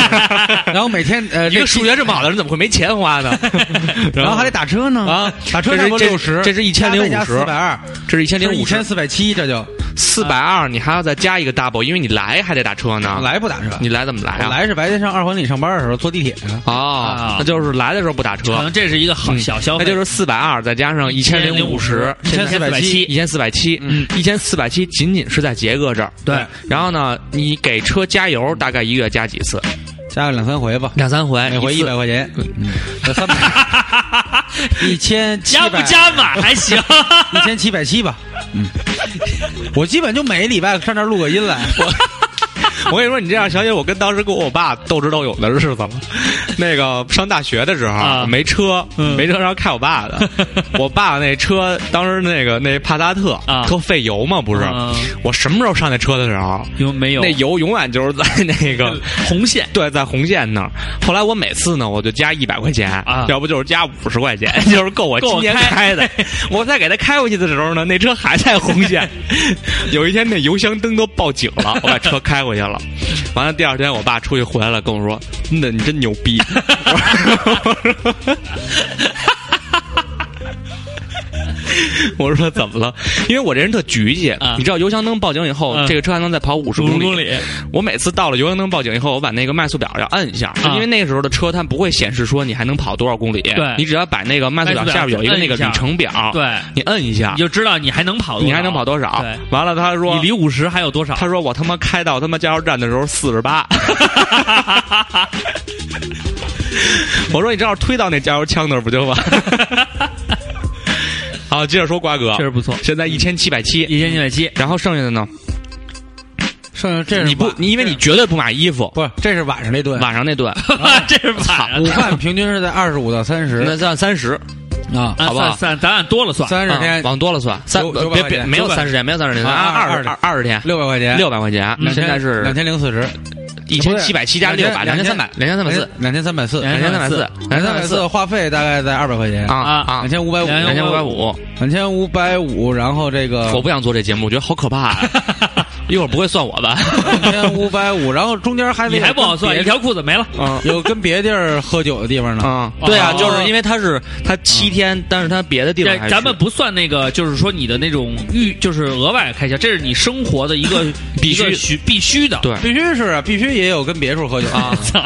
E: 然后每天 呃，
B: 一个
E: 这
B: 数学这么好的人怎么会没钱花呢？
E: 然后还得打车呢
B: 啊
E: 打车
B: 这是
E: 差不多
B: 这
E: 六十，
B: 这是1050
E: 四百二，
B: 这是一千零
E: 一
B: 五
E: 千
B: 十，
E: 四百七，这就
B: 四百二，你还要再加一个 double，因为你来还得打车呢。，
E: 来不打车，
B: 你来怎么来
E: 我
B: 啊？
E: 来是白天上二环里上班的时候坐地铁啊，
B: 哦
A: 啊，
B: 那就是来的时候不打车
A: 可，能这是一个好
B: 嗯
A: 小消
B: 那
A: 费，
B: 就是四百二再加上一千零五十，
A: 一千四百七
B: 一千四百七，
A: 嗯
B: 一千四百七仅仅是在杰哥这儿。嗯
A: 对，
B: 然后呢，你给车加油大概一个月加几次？
E: 加个两三回吧，
B: 两三回，
E: 每回一
B: 次
E: 百。块钱， 三百，一千七
A: 加不
E: 百，
A: 加满还行。
E: 一千 七百七吧，嗯，我基本就每礼拜上这儿录个音来，
B: 我跟你说，你这样想起我跟当时跟我爸斗智斗勇的日子 了。那个上大学的时候、
A: 啊
B: 没车，
A: 嗯
B: 没车，然后开我爸 的。我爸那车当时那个那帕萨特、
A: 啊
B: 特费油嘛，不是？
A: 嗯
B: 我什么时候上那车的时候，
A: 有没有
B: 那油永远就是在那 个
A: 红线
B: 对，在红线那儿。后来我每次呢，我就加一百块钱，
A: 啊
B: 要不就是加五 十块钱，就是够我
A: 够我
B: 今年
A: 开
B: 开的。我再给他开回去的时候呢，那车还在红线。 有一天那油箱灯都报警了，我把车开回 去了。完了第二天，我爸出去回来了，跟我说：“真的，你真牛 逼。我说”我说怎么了？因为我这人特局气，
A: 啊
B: 你知道油箱灯报警以后，
A: 嗯
B: 这个车还能再跑五十
A: 五
B: 公
A: 公里，
B: 我每次到了油箱灯报警以后，我把那个迈速表要摁一下，是因为那个时候的车它不会显示说你还能跑多少公里，
A: 对
B: 你只要把那个迈速表
A: 迈速表
B: 下边有一个那个
A: 摁一下
B: 里程表，
A: 对
B: 你摁一下
A: 你，就知道你还能跑多少，
B: 你还能跑多少
A: 对？
B: 完了，他说
A: 你离五十还有多少？
B: 他说我他妈开到他妈加油站的时候四十八。我说你正好推到那加油枪那儿不就完？好，接着说瓜哥
A: 确，实不错，
B: 现在一千七百七，
A: 一千七百七，
B: 然后剩下的呢？
E: 剩下这是
B: 你不，
E: 晚
B: 你因为你绝对不买衣服，
E: 不是这是晚上那顿，
B: 晚上那顿
A: 这是啊晚
E: 午
A: 上
E: 饭平均是在二十五到三
B: 那
E: 十
B: 算三十，
E: 啊，
A: 啊
B: 好不好
A: 算算咱按多了算，
E: 三十天
B: 啊往多了算，三
E: 九九百
B: 别
E: 块
B: 别
E: 钱
B: 没有
E: 九百
B: 三十天，没有三十天，
E: 啊
B: 按
E: 二
B: 二二二十天，
E: 六百块钱，
B: 六百块钱，那
E: 两千
B: 现在是
E: 两千零四十，
B: 一千七百七加六百，
E: 两千
B: 千三百，两千三百四，
E: 两千三百四，
B: 两千三百四，两
E: 两千
B: 千三
E: 三
B: 百
E: 百
B: 四
E: 四，话费大概在二百块钱
B: 啊，
A: 啊
B: 啊
E: 两，千五百五，
A: 两
B: 两千五百五，
E: 两千五百五，然后这个
B: 我不想做这节目，我觉得好可怕 啊，一会儿不会算我吧？
E: 两千五百五，然后中间还得
A: 你还不好
E: 有
A: 算，一
E: 跟别
A: 条裤子没了，
B: 嗯
E: 有跟别地儿喝酒的地方呢，
B: 嗯，对啊，
A: 哦
B: 就是因为他是他七天，但是他别的地方
A: 这
B: 还
A: 咱们
B: 是
A: 不算那个，就是说你的那种预，就是额外开销，这是你生活的一个
B: 必须
A: 一个需必须的。
B: 对
E: 必须是啊，必须也有跟别处喝酒啊，
A: 操，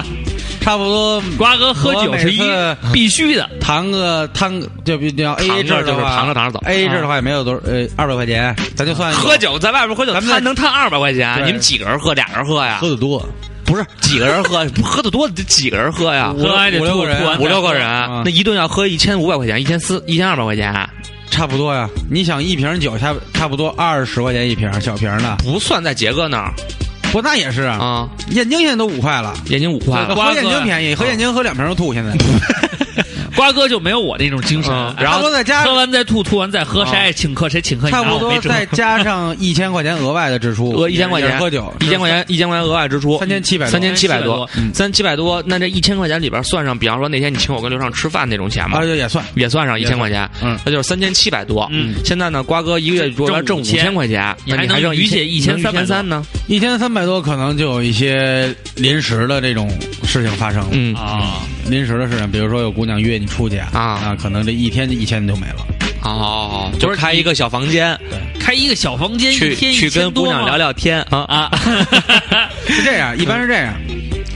E: 差不多
A: 瓜哥喝
E: 我
A: 酒
E: 每
A: 是一
E: 次
A: 必须的，
E: 谈个摊个，就比较 A A 制
B: 着
E: 的
B: 就是
E: 话，
B: 躺着躺着走啊
E: A A 制的话也没有多呃二百块钱，咱就算
B: 喝酒，在外边喝酒，
E: 咱们
B: 他
E: 在
B: 能探二百块钱，啊
E: 对
B: 你们几个人喝，俩人喝呀？
E: 喝的多，
B: 不是几个人喝，喝的多，几个人喝呀？
A: 喝完还得
E: 五六
A: 吐
E: 个人
A: 吐完
B: 五六
A: 再
B: 个
A: 喝
B: 人，
E: 嗯
B: 那一顿要喝一千五百块钱，一千四、一千二百块钱，啊
E: 差不多呀。你想一瓶酒差差不多二十块钱一瓶，小瓶的，
B: 不算在杰哥那儿
E: 不那也是啊。
B: 啊，
E: 燕京现在都五块了，
B: 眼睛五块了。
A: 瓜
E: 喝
A: 哥
E: 燕京便宜，喝燕京喝两瓶就吐现在。
A: 瓜哥就没有我那种精神
B: 嗯，
A: 哎
E: 差
B: 然后
E: 不多再加
A: 喝完再吐，吐完再喝，
B: 啊
A: 谁爱请客谁请客，你
E: 差
A: 拿
E: 不
A: 我没
E: 多
A: 辙。
E: 再加上一千块钱额外的支出，
B: 额一千块
E: 也
B: 钱
E: 是喝酒，
B: 一千块钱，一千块钱额外支
E: 3700
B: 出，
E: 多
B: 三千七百
A: 3700多，
B: 三七百多。嗯那这一千块钱里边算上，比方说那天你请我跟刘畅吃饭那种钱嘛
E: 啊，，就也算
B: 也算上一
E: 也
B: 千
E: 算
B: 块钱，
E: 嗯
B: 那就是三千七百多。
A: 嗯，
B: 现在呢，瓜哥一个月如果要挣
A: 挣
B: 五
A: 5000
B: 千块钱，
A: 你
B: 那
A: 还
B: 你还
A: 能
B: 剩
A: 余下
B: 一千
A: 1300
B: 千三呢？
E: 一千三百多，可能就有一些临时的这种事情发生了。
B: 嗯
A: 啊，
E: 临时的事情，比如说有姑娘约你出去
B: 啊
E: 啊，可能这一天就一千就没了。
B: 哦，
A: 不
B: 就是开一个小房间，
A: 开一个小房间，
B: 去
A: 一天
B: 去跟姑娘聊
A: 聊
B: 聊天啊
A: 啊。
E: 是这样，一般是这样。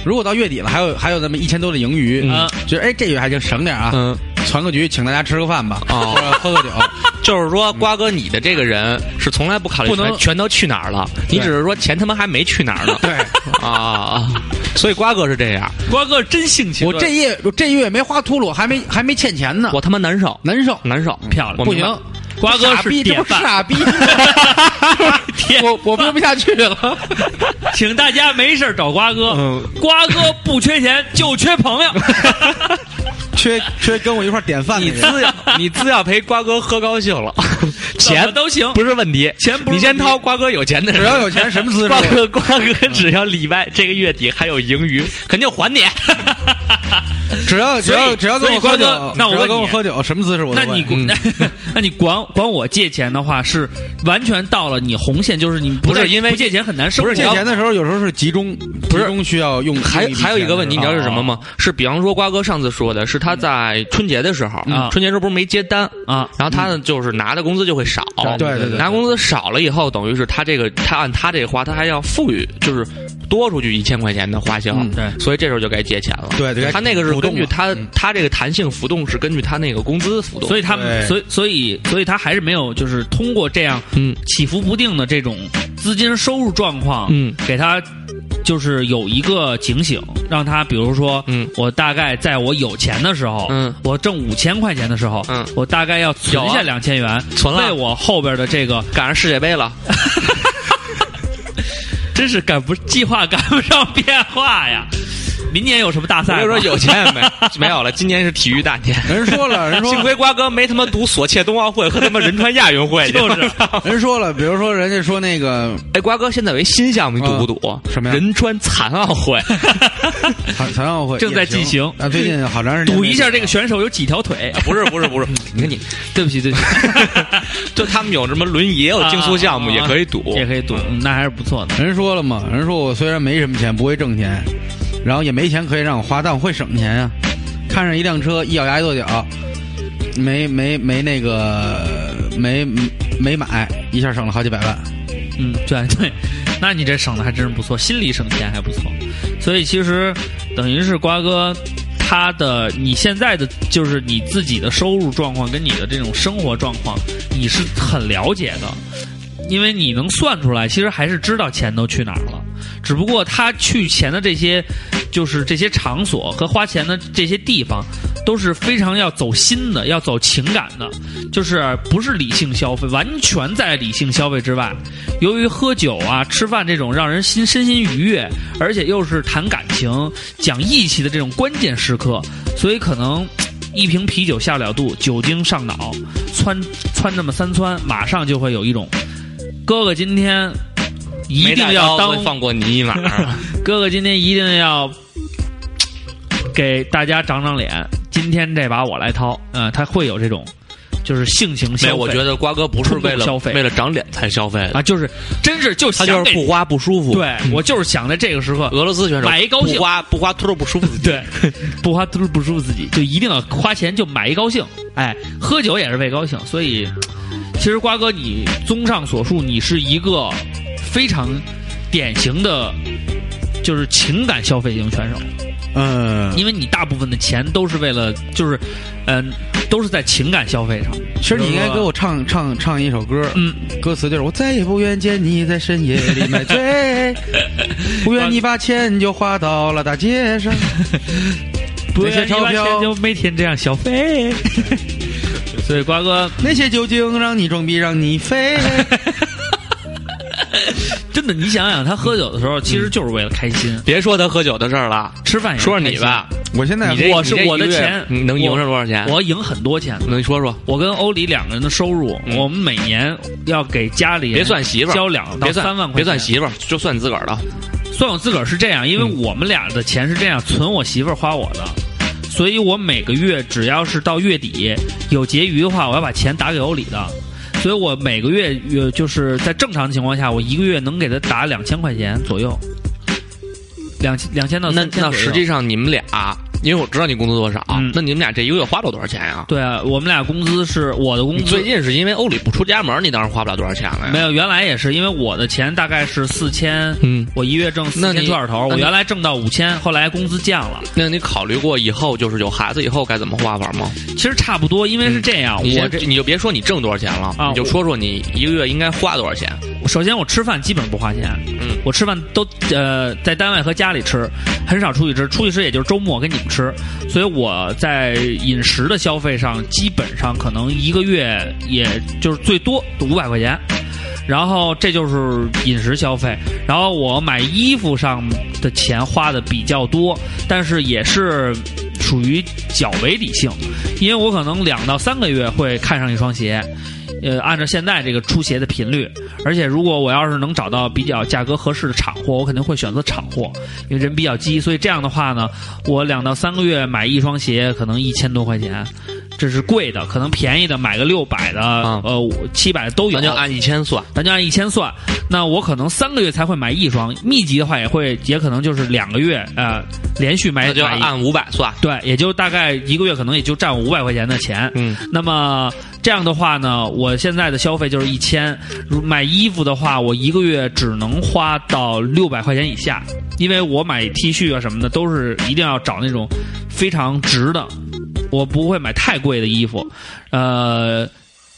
E: 如果到月底了，还有还有那么一千多的盈余，
A: 嗯
E: 觉得哎这月还行，省点啊，
B: 嗯，
E: 攒个局，请大家吃个饭吧，
B: 哦
E: 或者喝 个酒。
B: 就是说，瓜哥，你的这个人是从来不考虑
E: 不能
B: 全全都去哪儿了，你只是说钱他妈还没去哪儿呢。
E: 对，
B: 啊，所以瓜哥是这样，
A: 瓜哥真性情，
E: 我这月我这月没花秃噜，还没还没欠钱呢，
B: 我他妈难受，
E: 难受，嗯
B: 难受，
A: 漂亮
B: 我
E: 不
B: 明白
E: 行。
A: 瓜哥
E: 傻
A: 是
E: 逼，这
A: 典
E: 不是
A: 范。
E: 傻逼，
A: 典
E: 我我编不下去了。
A: 请大家没事儿找瓜哥，
B: 嗯
A: 瓜哥不缺钱，就缺朋友。
E: 缺缺跟我一块儿点饭的
B: 你
E: 人，
B: 自要你自要陪瓜哥喝高兴了，
A: 怎
B: 钱
A: 么都行，
B: 不是问题，
A: 钱不是
B: 你先
A: 问题
B: 掏瓜哥有钱的，
E: 只要有钱什么姿势
B: 瓜哥瓜哥只要礼拜这个月底还有盈余，肯定还你。
E: 只要只
A: 所
E: 要
A: 以
E: 只要跟我
A: 所以瓜
E: 喝酒
A: 哥，那我
E: 只
A: 问
E: 要跟
A: 你啊
E: 我喝酒，什么姿势我
A: 那
E: 都
A: 你
E: 会。嗯
A: 管、
B: 嗯
A: 那你管管我借钱的话，是完全到了你红线，就是你
B: 不是
A: 再
B: 因为
A: 不借钱很难受。
B: 不是
E: 借钱的时候，有时候是集中，
B: 不是
E: 集中需要用。
B: 还
E: 用笔
B: 还有一个问题，你
E: 钱
B: 知道是什么吗
A: 哦？
E: 啊
B: 是比方说瓜哥上次说的，是他在春节的时候
A: 嗯，
B: 春节时候不是没接单
A: 啊
B: 然后他呢就是拿的工资就会少，
E: 嗯对对对对
B: 拿工资少了以后，等于是他这个他按他这个花，他还要富裕，就是多出去一千块钱的花销，
E: 嗯
A: 对
B: 所以这时候就该借钱了。
E: 对就该
B: 他那个是
E: 浮动
B: 根据
E: 了嗯
B: 他他这个弹性浮动是根据他那个工资浮动，
A: 所以他们，
E: 对
A: 所以所以所以他还是没有，就是通过这样
B: 嗯
A: 起伏不定的这种资金收入状况，
B: 嗯，
A: 给他就是有一个警醒，让他比如说，
B: 嗯
A: 我大概在我有钱的时候，
B: 嗯
A: 我挣五千块钱的时候，
B: 嗯
A: 我大概要存
B: 有啊
A: 下两千元，
B: 存了
A: 为我后边的这个
B: 赶上世界杯了，
A: 真是赶不计划赶不上变化呀。明年有什么大
B: 我
A: 赛吗？
B: 就说 有钱也没没有了，今年是体育大年。
E: 人说了，人
B: 幸
E: 说
B: 亏瓜哥没他妈读索契冬奥会和他妈仁川亚运 会去，
A: 就是
E: 人说了，比如说人家说那个
B: 哎，瓜哥现在有一新项目，你赌不赌？
A: 嗯
E: 什么呀
B: 仁川残奥 会，
E: 残残奥会
A: 正在
E: 也行
A: 进行
E: 啊，最近好长时间
A: 赌
E: 没
A: 一下
E: 打
A: 这个选手有几条 腿。
B: 不是不是不是， 你看你，对不起 对不起，就他们有什么轮椅，也有竞速项目，
A: 啊
B: 也可以赌。
A: 也可以赌，嗯那还是不错的。
E: 人说了嘛，人说我虽然没什么钱，不会挣钱，然后也没钱可以让我花，但我会省钱呀、看上一辆车，一咬牙一跺脚，没没没那个没没买，一下省了好几百万。
A: 嗯，对对，那你这省的还真是不错，心里省钱还不错。所以其实等于是瓜哥，他的你现在的就是你自己的收入状况跟你的这种生活状况，你是很了解的。因为你能算出来，其实还是知道钱都去哪儿了，只不过他去钱的这些，就是这些场所和花钱的这些地方，都是非常要走心的，要走情感的，就是不是理性消费，完全在理性消费之外。由于喝酒啊、吃饭这种让人心身心愉悦，而且又是谈感情、讲义气的这种关键时刻，所以可能。一瓶啤酒下不了肚，酒精上脑，窜窜这么三窜，马上就会有一种哥哥今天一
B: 没大
A: 定要
B: 刀会
A: 当
B: 放过你 一马，
A: 哥哥今天一定要给大家长长脸，今天这把我来掏，嗯、他会有这种就是性情消
B: 没
A: 费，
B: 有，我觉得瓜哥不是
A: 冲
B: 为
A: 动
B: 了
A: 消费
B: 为了长脸才消费的，
A: 啊，就是真是就
B: 他
A: 想
B: 就
A: 给
B: 是不花不舒服。
A: 对、我就是想在这个时刻，
B: 俄罗斯选手
A: 买一高兴
B: 不花不花秃噜不舒服自己。
A: 对，不花都是不舒服自己，就一定要花钱就买一高兴，哎，喝酒也是为高兴，所以其实瓜哥你综上所述，你是一个非常典型的。就是情感消费型选手，
E: 嗯，
A: 因为你大部分的钱都是为了，就是，嗯、都是在情感消费上。
E: 其实你应该给我唱唱唱一首歌，
A: 嗯，
E: 歌词就是我再也不愿见你在深夜里买 醉，不愿你把钱就花到了大街 上。
A: 不
E: 那些
A: 然
E: 钞
A: 一般
E: 票
A: 钱就每天这样消费。 所以瓜哥
E: 那些酒精让你装逼，让你 飞。
A: 真的，你想想，他喝酒的时候其实就是为了开心，
B: 别说他喝酒的事儿了，
A: 吃饭也是
B: 说说
A: 哎开
B: 你
A: 心
B: 吧，，
E: 我现在
B: 你这
A: 我是
B: 你这
A: 我的
B: 一个月
A: 钱
B: 你能赢上多少钱？
A: 我赢很多钱。
B: 能说说，
A: 我跟欧里两个人的收入，
B: 嗯
A: 我们每年要给家里人
B: 别算媳妇儿，
A: 交两到
B: 别算
A: 三万块钱，
B: 别算媳妇儿，就算自个儿的。
A: 算我自个儿是这样，因为
B: 嗯
A: 我们俩的钱是这样，存我媳妇儿花我的，所以我每个月只要是到月底有结余的话，我要把钱打给欧里的，所以我每个月呃就是在正常情况下，我一个月能给他打两千块钱左右，两千两千到
B: 那
A: 三千
B: 那
A: 左右
B: 实际上你们俩，因为我知道你工资多少，
A: 嗯
B: 那你们俩这一个月花不了多少钱呀、
A: 对啊，我们俩工资是我的工
B: 你
A: 资
B: 最近是因为欧里不出家门，你当然花不了多少钱了呀。
A: 没有，原来也是因为我的钱大概是四千。
B: 嗯，
A: 我一月挣
B: 那
A: 四千
B: 你
A: 出点头，
B: 那
A: 我
B: 你
A: 原来挣到五千，后来工资降了，
B: 那你考虑过以后就是有孩子以后该怎么花法吗？
A: 其实差不多，因为是这样，
B: 嗯你
A: 我
B: 先
A: 这
B: 你就别说你挣多少钱了，
A: 啊
B: 你就说说你一个月应该花多少钱。
A: 首先我吃饭基本不花钱，
B: 嗯，
A: 我吃饭都呃在单位和家里吃，很少出去吃，出去吃也就是周末跟你们吃，所以我在饮食的消费上基本上可能一个月也就是最多五百块钱。然后这就是饮食消费，然后我买衣服上的钱花的比较多，但是也是属于较为理性，因为我可能两到三个月会看上一双鞋，呃，按照现在这个出鞋的频率，而且如果我要是能找到比较价格合适的厂货，我肯定会选择厂货，因为人比较急，所以这样的话呢，我两到三个月买一双鞋可能一千多块钱，这是贵的，可能便宜的买个六百的，
B: 啊
A: 呃，七百的都有。
B: 咱就按一千算，
A: 咱就按一千算，那我可能三个月才会买一双，密集的话也会，也可能就是两个月，呃，连续买
B: 那就
A: 买一
B: 按五百算。
A: 对，也就大概一个月可能也就占五百块钱的钱。
B: 嗯，
A: 那么这样的话呢，我现在的消费就是一千，如买衣服的话，我一个月只能花到六百块钱以下，因为我买 T 恤啊什么的都是一定要找那种非常值的，我不会买太贵的衣服，呃，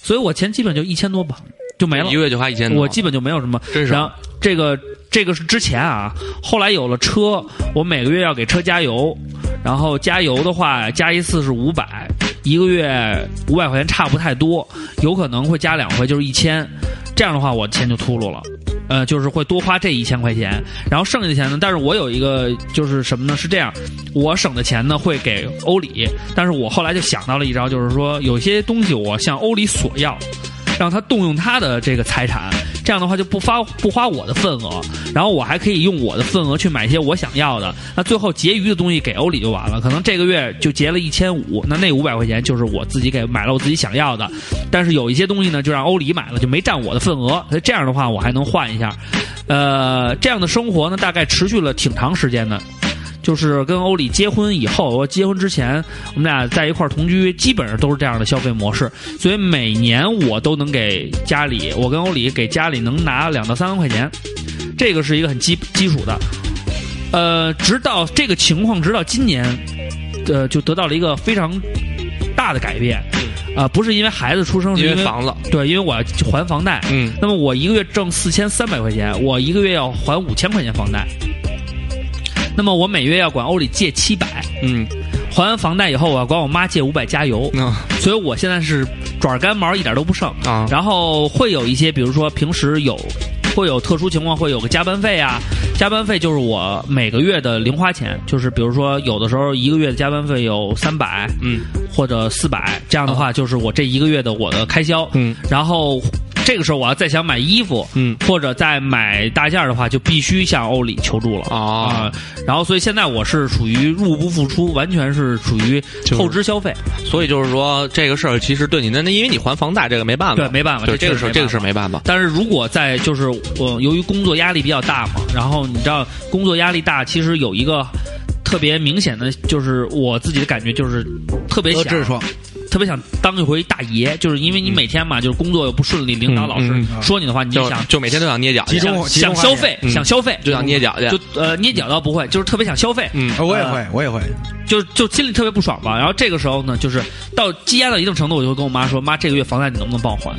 A: 所以我钱基本就一千多吧，就没了
B: 嗯一。个月就花一千多，
A: 哎我基本就没有什么。
B: 真是
A: 然后这个这个是之前啊，后来有了车，我每个月要给车加油，然后加油的话加一次是五百，一个月五百块钱差不太多，有可能会加两回就是一千，这样的话我的钱就秃噜了。呃，就是会多花这一千块钱，然后剩下的钱呢，但是我有一个就是什么呢？是这样，我省的钱呢会给欧里，但是我后来就想到了一招，就是说有些东西我向欧里索要。让他动用他的这个财产，这样的话就不发不花我的份额，然后我还可以用我的份额去买一些我想要的，那最后结余的东西给欧里就完了。可能这个月就结了一千五，那那五百块钱就是我自己给买了我自己想要的，但是有一些东西呢就让欧里买了，就没占我的份额，所以这样的话我还能换一下。呃，这样的生活呢大概持续了挺长时间的。就是跟欧里结婚以后，我结婚之前，我们俩在一块儿同居，基本上都是这样的消费模式。所以每年我都能给家里，我跟欧里给家里能拿两到三万块钱，这个是一个很基基础的。呃，直到这个情况，直到今年，呃，就得到了一个非常大的改变。啊、不是因为孩子出生，是
I: 因
A: 因
I: 为
A: 为
I: 房子，
A: 对，因为我要还房贷。
I: 嗯，
A: 那么我一个月挣四千三百块钱，我一个月要还五千块钱房贷。那么我每月要管欧里借七百，
I: 嗯，
A: 还完房贷以后，我要管我妈借五百加油，
I: 啊
A: 所以我现在是爪干毛一点都不剩。
I: 啊，
A: 然后会有一些，比如说平时有会有特殊情况，会有个加班费啊，加班费就是我每个月的零花钱，就是比如说有的时候一个月的加班费有三百，
I: 嗯啊
A: 或者四百，这样的话就是我这一个月的我的开销。
I: 嗯
A: 然后这个时候我要再想买衣服，
I: 嗯
A: 或者再买大件儿的话，就必须向欧里求助了
I: 啊，
A: 然后所以现在我是属于入不敷出，完全是属于
I: 就是
A: 透支消费。
B: 所以就是说这个事儿其实对你那那因为你还房贷这个没办法，
A: 对，没办法，
B: 对这个
A: 事
B: 事儿这个事儿没办法，
A: 但是如果在就是我由于工作压力比较大嘛，然后你知道工作压力大，其实有一个特别明显的，就是我自己的感觉就是特别
E: 得
A: 想
E: 痔疮，
A: 特别想当一回大爷，就是因为你每天嘛，就是工作又不顺利，领导
I: 嗯
A: 老是
I: 嗯
A: 说你的话，你就
B: 就
A: 想
B: 就每天都想捏脚
E: 集
B: 去，
E: 中
A: 想
E: 集
A: 想
E: 中化
A: 消
E: 解
A: 费，
B: 嗯
A: 想消费，
B: 就想捏脚
E: 啊
B: 去，
A: 就呃捏脚倒不会，就是特别想消费，
I: 嗯，
E: 我也会，我也会。
A: 就就心里特别不爽吧。然后这个时候呢，就是到积压到一定程度，我就会跟我妈说：“妈，这个月房贷你能不能帮我还？”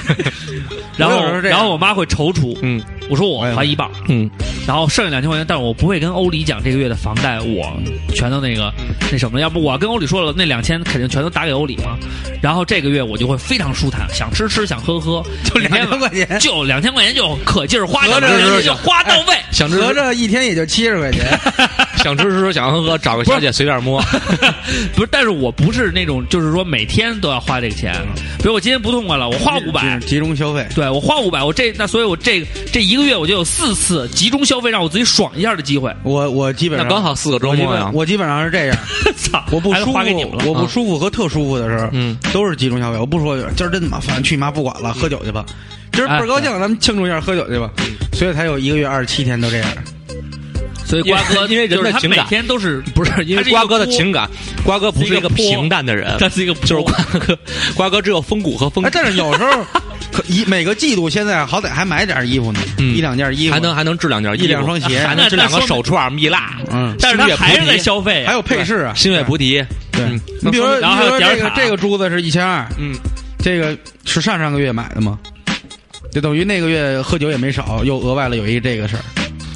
A: 然
E: 我有
A: 后
E: 时候这样
A: 然后我妈会踌躇，
I: 嗯，
A: 我说我还一半，
I: 嗯，
A: 然后剩下两千块钱，但是我不会跟欧里讲这个月的房贷我全都那个
E: 嗯
A: 那什么了，要不我跟欧里说了，那两千肯定全都打给欧里嘛。然后这个月我就会非常舒坦，想吃吃，想喝喝，就两
E: 2000块钱
A: 就两千块钱就可劲儿花到位，
E: 合着
A: 两千
E: 是
A: 块钱就花到 位。
B: 想吃
E: 合着一天也就七十块钱，
B: 想吃吃想喝喝，找个小姐随便摸，
A: 不是，但是我不是那种，就是说每天都要花这个钱。比如我今天不痛快了，我花五百，
E: 集中消费。
A: 对我花五百，我这那所以我这这一个月我就有四次集中消费让我自己爽一下的机会。
E: 我我基本
B: 那
E: 上
B: 刚好四个周
E: 我基
B: 末呀
E: 本，我基本上是这样，
A: 操，
E: 我不
A: 还
E: 舒
A: 是
E: 服，
A: 花给你们了。
E: 我不舒服和特舒服的时候，
B: 嗯，
E: 都是集中消费。我不说今儿真他妈烦，去你妈不管了，喝酒去吧。今儿倍儿高兴，咱们庆祝一下，喝酒去吧。所以才有一个月二十七天都这样。
A: 所以瓜哥
B: 因为因为人的
A: 就是他
B: 情
A: 每
B: 感
A: 天都是
B: 不是因为
A: 它是一个
B: 瓜哥的
A: 坡
B: 情感，瓜哥不
A: 是一
B: 是一
A: 个
B: 个
A: 坡
B: 平淡的人，
A: 他是一个
B: 就是瓜哥，瓜哥只有风骨和风
E: 哎，，但是有时候，可一每个季度现在好歹还买点衣服呢，
B: 嗯
E: 一两件衣服，
B: 还能还能治两件衣服
E: 一两双鞋
B: 还能治两个手串、蜜蜡，
E: 嗯，
A: 但是他
B: 星月
A: 还是
B: 菩提
A: 在消费啊，
E: 还有配饰啊，
B: 心悦菩提，
E: 对。
B: 嗯
E: 你比如说，
A: 然后
E: 你比如说
A: 还有
E: 这
A: 点
E: 个
A: 儿卡
E: 这个珠子是一千二，
B: 嗯，
E: 这个是上上个月买的吗？就等于那个月喝酒也没少，又额外了有一个这个事儿，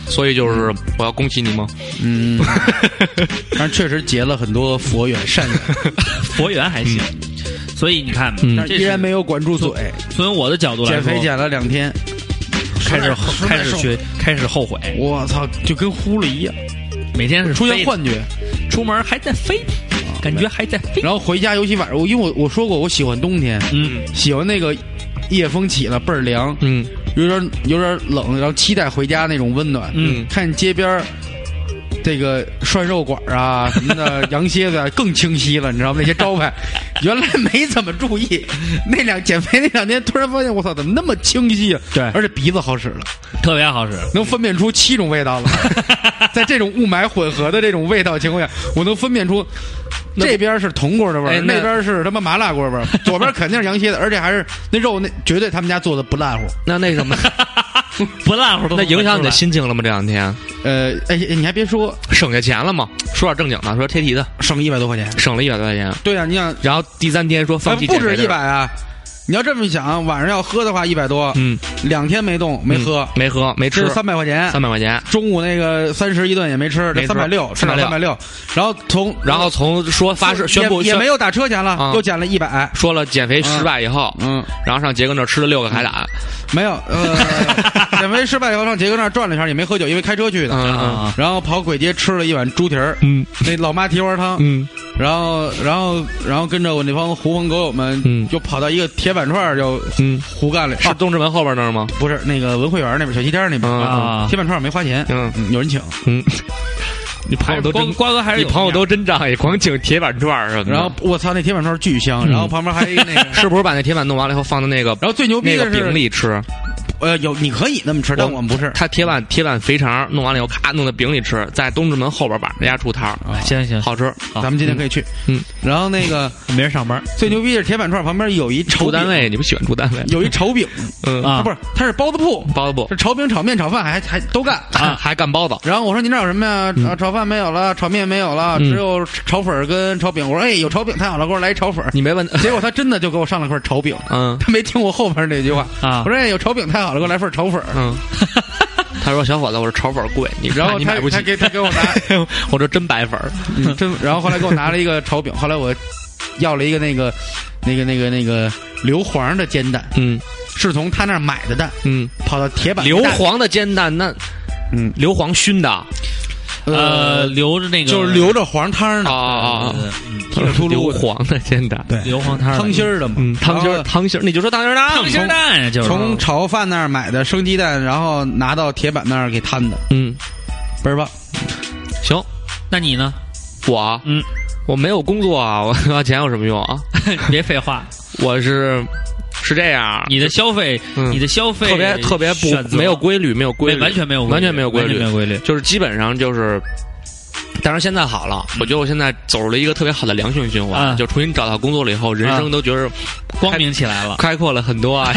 B: 所以就是我要恭喜你吗？
E: 嗯，但是确实结了很多佛缘善缘，
A: 佛缘还行。所以你看，
B: 嗯
E: 但
A: 这
E: 是
A: 是
E: 依然没有管住嘴，
A: 从我的角度来
E: 减
A: 说，
E: 肥减了两天，
A: 开始
E: 实在
A: 开始，
E: 实在
A: 学开始后悔，
E: 受我操，就跟呼了一样，
A: 每天是
E: 出
A: 飞
E: 现
A: 的
E: 幻觉，
A: 出门还在飞，感觉还在飞。
E: 然后回家，尤其晚上，我因为我我说过我喜欢冬天，
A: 嗯，
E: 喜欢那个夜风起了倍儿凉，
B: 嗯，
E: 有点有点冷，然后期待回家那种温暖。
A: 嗯，
E: 看街边儿这个涮肉馆啊 什么的，羊蝎子啊更清晰了，你知道吗？那些招 牌原来没怎么注意，那两减肥那两天突然发现，我操，怎么那么清晰啊？
A: 对
E: 而且鼻子好使了，
A: 特别好使。
E: 能分辨出七种味道 了。在这种雾霾混合的这种味道情况下，我能分辨出。这边是铜锅的味儿，
B: 哎那
E: 那边是他妈麻辣锅 味儿，左边肯定是羊蝎子，而且还是那肉，那绝对他们家做的不烂乎。
B: 那那什么，
A: 不烂乎都
B: 那影响你的
A: 心。
B: 心情了吗？这两天
E: 呃，哎，你还别说，
B: 省下钱了吗？说点正经的，说贴题的，
E: 省一百多块钱。
B: 省了一百多块钱。
E: 对啊，你想，
B: 然后第三天说
E: 哎
B: 放弃
E: 不
B: 减肥
E: 止
B: 的
E: 一
B: 事
E: 百
B: 儿，
E: 啊，你要这么一想，晚上要喝的话一百多，
B: 嗯，
E: 两天没动没喝，
B: 嗯没喝，没
E: 这
B: 吃
E: 是，三百块钱。
B: 三百块钱。
E: 中午那个三十一顿也没吃，这
B: 没吃
E: 三百六，至少三百
B: 360
E: 六。然后从
B: 然后从说发誓宣布
E: 也也
B: 宣
E: 没有打车钱了，
B: 啊
E: 又减了一百。
B: 说了减肥失败以后，
E: 嗯，
B: 然后上杰哥那儿吃了六个海胆，
E: 没有，呃， 减肥失败以后上杰哥那儿转了一圈，也没喝酒，因为开车去的。
B: 嗯
A: 啊，
E: 然后跑鬼街吃了一碗猪蹄儿，
B: 嗯
E: 那老妈蹄花汤，
B: 嗯
E: 然后，然后，然后跟着我那帮狐朋狗友们，
B: 嗯
E: 就跑到一个铁板串儿就
B: 嗯，
E: 胡干了。
B: 是
E: 啊
B: 东直门后边那儿吗？
E: 不是那个文汇园那边小西天那边
B: 嗯
A: 啊
E: 铁板串儿没花钱，
B: 嗯
E: 嗯有人请。
B: 嗯，你朋友都
A: 光
B: 真，
A: 瓜哥还是
B: 你
A: 有
B: 朋友都真仗义，光请铁板串儿什么的。。
E: 然后我操，那铁板串儿巨香，然后旁边还有一个那个
B: 是不是把那铁板弄完了以后放到那个
E: 然后最牛逼的
B: 那个饼
E: 是，
B: 里吃？
E: 呃，有你可以那么吃，但我们不是。
B: 他铁板铁板肥肠弄完了以后，咔弄到饼里吃，在东直门后边把人家出摊儿，
A: 有行行，
B: 好吃。
A: 啊
E: 咱们今天可以去。
B: 嗯，
E: 然后那个
A: 明儿上班
E: 最牛逼的是铁板串儿旁边有一
B: 住
E: 炒
B: 单
E: 饼，
B: 位你不喜欢住单位？
E: 有一炒饼，
B: 嗯
A: 啊
E: 啊不是，它是包子铺，
B: 包子不
E: 是炒饼、炒面、炒饭，还还都干。
B: 啊，还干包子。
E: 然后我说您这儿有什么呀？啊，炒饭没有了，炒面没有了，
B: 嗯
E: 只有炒粉儿跟炒饼。我说哎，有炒饼太好了，给我来一炒粉儿。
B: 你没问？
E: 结果他真的就给我上了份炒饼，
B: 嗯
E: 他没听我后边那句话。
A: 啊
E: 我，说哎，有炒饼太好了，给我来份炒粉儿。
B: 嗯。他说：“小伙子，我这炒粉儿贵，你
E: 然后
B: 你
E: 他
B: 买不起
E: 他。给他给我 拿
B: 我这真白粉儿，
E: 嗯真，然后后来给我拿了一个炒饼，后来我要了一个那个那个那个那个硫磺的煎蛋，
B: 嗯
E: 是从他那儿买的蛋，
B: 嗯，
E: 跑到铁板
B: 硫
E: 蛋
B: 磺的煎蛋，那
E: 嗯
B: 硫磺熏的啊
A: 呃，留着那个
E: 就是留着黄汤儿
B: 啊
E: 呢，
B: 啊，
E: 铁秃
B: 硫
E: 噜的
B: 磺的煎蛋，
E: 对
A: 硫磺摊儿
E: 汤心儿的嘛，
B: 嗯，汤心
E: 然
B: 儿
E: 后
B: 汤心儿，你就说汤心儿汤
A: 烫心儿啊蛋呀，就是
E: 从炒饭那儿买的生鸡蛋，然后拿到铁板那儿给摊的，
B: 嗯，
E: 倍儿棒。
B: 行，
A: 那你呢？
B: 我啊
A: 嗯，
B: 我没有工作啊， 我要钱有什么用 啊？
A: 别废话，
B: 我是是这样，
A: 你的消费，
B: 嗯
A: 你的消费
B: 特别特别
A: 选
B: 不
A: 择
B: 没有规律，没有规
A: 没
B: 律，
A: 完全没有
B: 完全没有规
A: 完全
B: 律
A: 没，有规律。
B: 就是基本上就是。但是现在好了，
A: 嗯
B: 我觉得我现在走入了一个特别好的良性循环，
A: 啊
B: 就重新找到工作了以后，人
A: 嗯
B: 生都觉得
A: 光明起 来了。
B: 开阔了很多啊。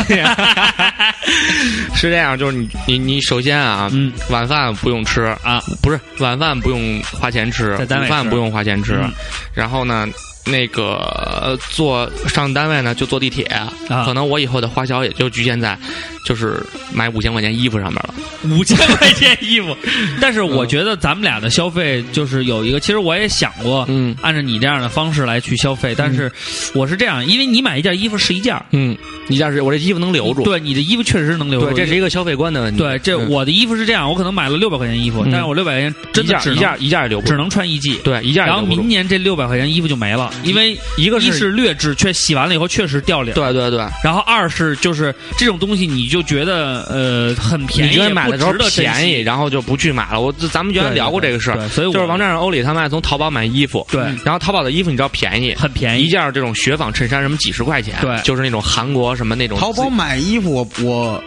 B: 是这样，就是你你你首先啊，
A: 嗯
B: 晚饭不用吃，
A: 啊，
B: 不是晚饭不用花钱吃，
A: 在单位
B: 午饭
A: 吃
B: 不用花钱吃，
A: 嗯
B: 然后呢。那个呃坐上单位呢，就坐地铁、
A: 啊
B: 可能我以后的花销也就局限在，就是买五千块钱衣服上面了。
A: 五千块钱衣 服，但是我觉得咱们俩的消费就是有一个，其实我也想过，
B: 嗯
A: 按照你这样的方式来去消费，但是我是这样，因为你买一件衣服是一件儿，
B: 嗯，你要是我这衣服能留住，
A: 对，你的衣服确实能留
B: 对，
A: 住。
B: 这是一个消费观的问题。
A: 对，这
B: 嗯
A: 我的衣服是这样，我可能买了六百块钱衣服，
B: 嗯
A: 但是我六百块钱真
B: 一
A: 的
B: 件
A: 只
B: 一
A: 能
B: 件一件也留不
A: 只
B: 住，
A: 能穿一季。
B: 对一件也
A: 然后
B: 留不住嗯
A: 明年这六百块钱衣服就没了，因为
B: 一个
A: 一是劣质，却洗完了以后确实掉脸。
B: 对对对，
A: 然后二是就是这种东西，你就觉得呃很便宜，
B: 你觉得买的时候
A: 不值得珍惜
B: 便宜，然后就不去买了。我咱们原来
A: 对
B: 聊过这个事儿
A: 对，所以我
B: 就是王站上欧里他们爱从淘宝买衣服，
A: 对
B: 然后淘宝的衣服你知道便宜，
A: 很
E: 哎
A: 便宜
B: 一件儿这种雪纺衬衫什么几十块钱，
A: 对
B: 就是那种韩国什么那种
E: 淘宝
B: 自
E: 买衣服，我我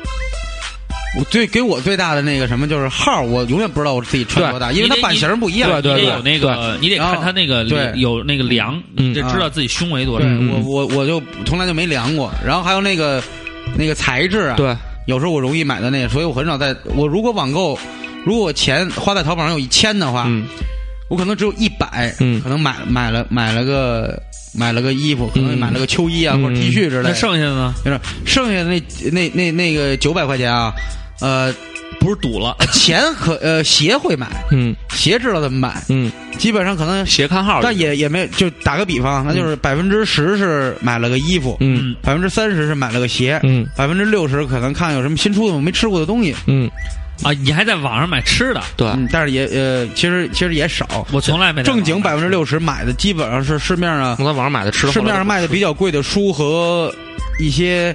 E: 我最给我最大的那个什么就是号儿，我永远不知道我自己穿多大，
A: 对
E: 因为它版型儿不一样。
B: 对对
A: 你
B: 对
A: 得有那个，你得看它那个
E: 对
A: 有那个量，
B: 嗯
A: 你得知道自己胸围多
E: 对
A: 少。
B: 嗯
E: 我我我就从来就没量过。然后还有那个那个材质啊，
B: 对，
E: 有时候我容易买的那个，所以我很少在我如果网购，如果我钱花在淘宝上有一千的话，
B: 嗯
E: 我可能只有一百，
B: 嗯
E: 可能买买了买了个买了个衣服，可能
B: 嗯
E: 买了个秋衣啊、
B: 嗯
E: 或者 T 恤之类
A: 那
E: 的。
A: 剩下的呢？
E: 就是剩下的那那那那个九百块钱啊，呃，
A: 不是赌 了，
E: 钱可呃鞋会买，
B: 嗯
E: 鞋知道怎么买，
B: 嗯，
E: 基本上可能，
B: 鞋看号，
E: 但也也没就打个比方，那就是百分之十是买了个衣服，
B: 嗯
E: 百分之三十是买了个鞋，
B: 嗯
E: 百分之六十可能看有什么新出的我没吃过的东西，
B: 嗯，
A: 啊，你还在网上买吃的，
B: 对，
E: 嗯，但是也呃，其实其实也少，
A: 我从来没在网
E: 正
A: 上
E: 经
A: 买
E: 百分之六十买的基本上是市面上
B: 我在网上买的吃的，
E: 市面上卖的比较贵的书和一些，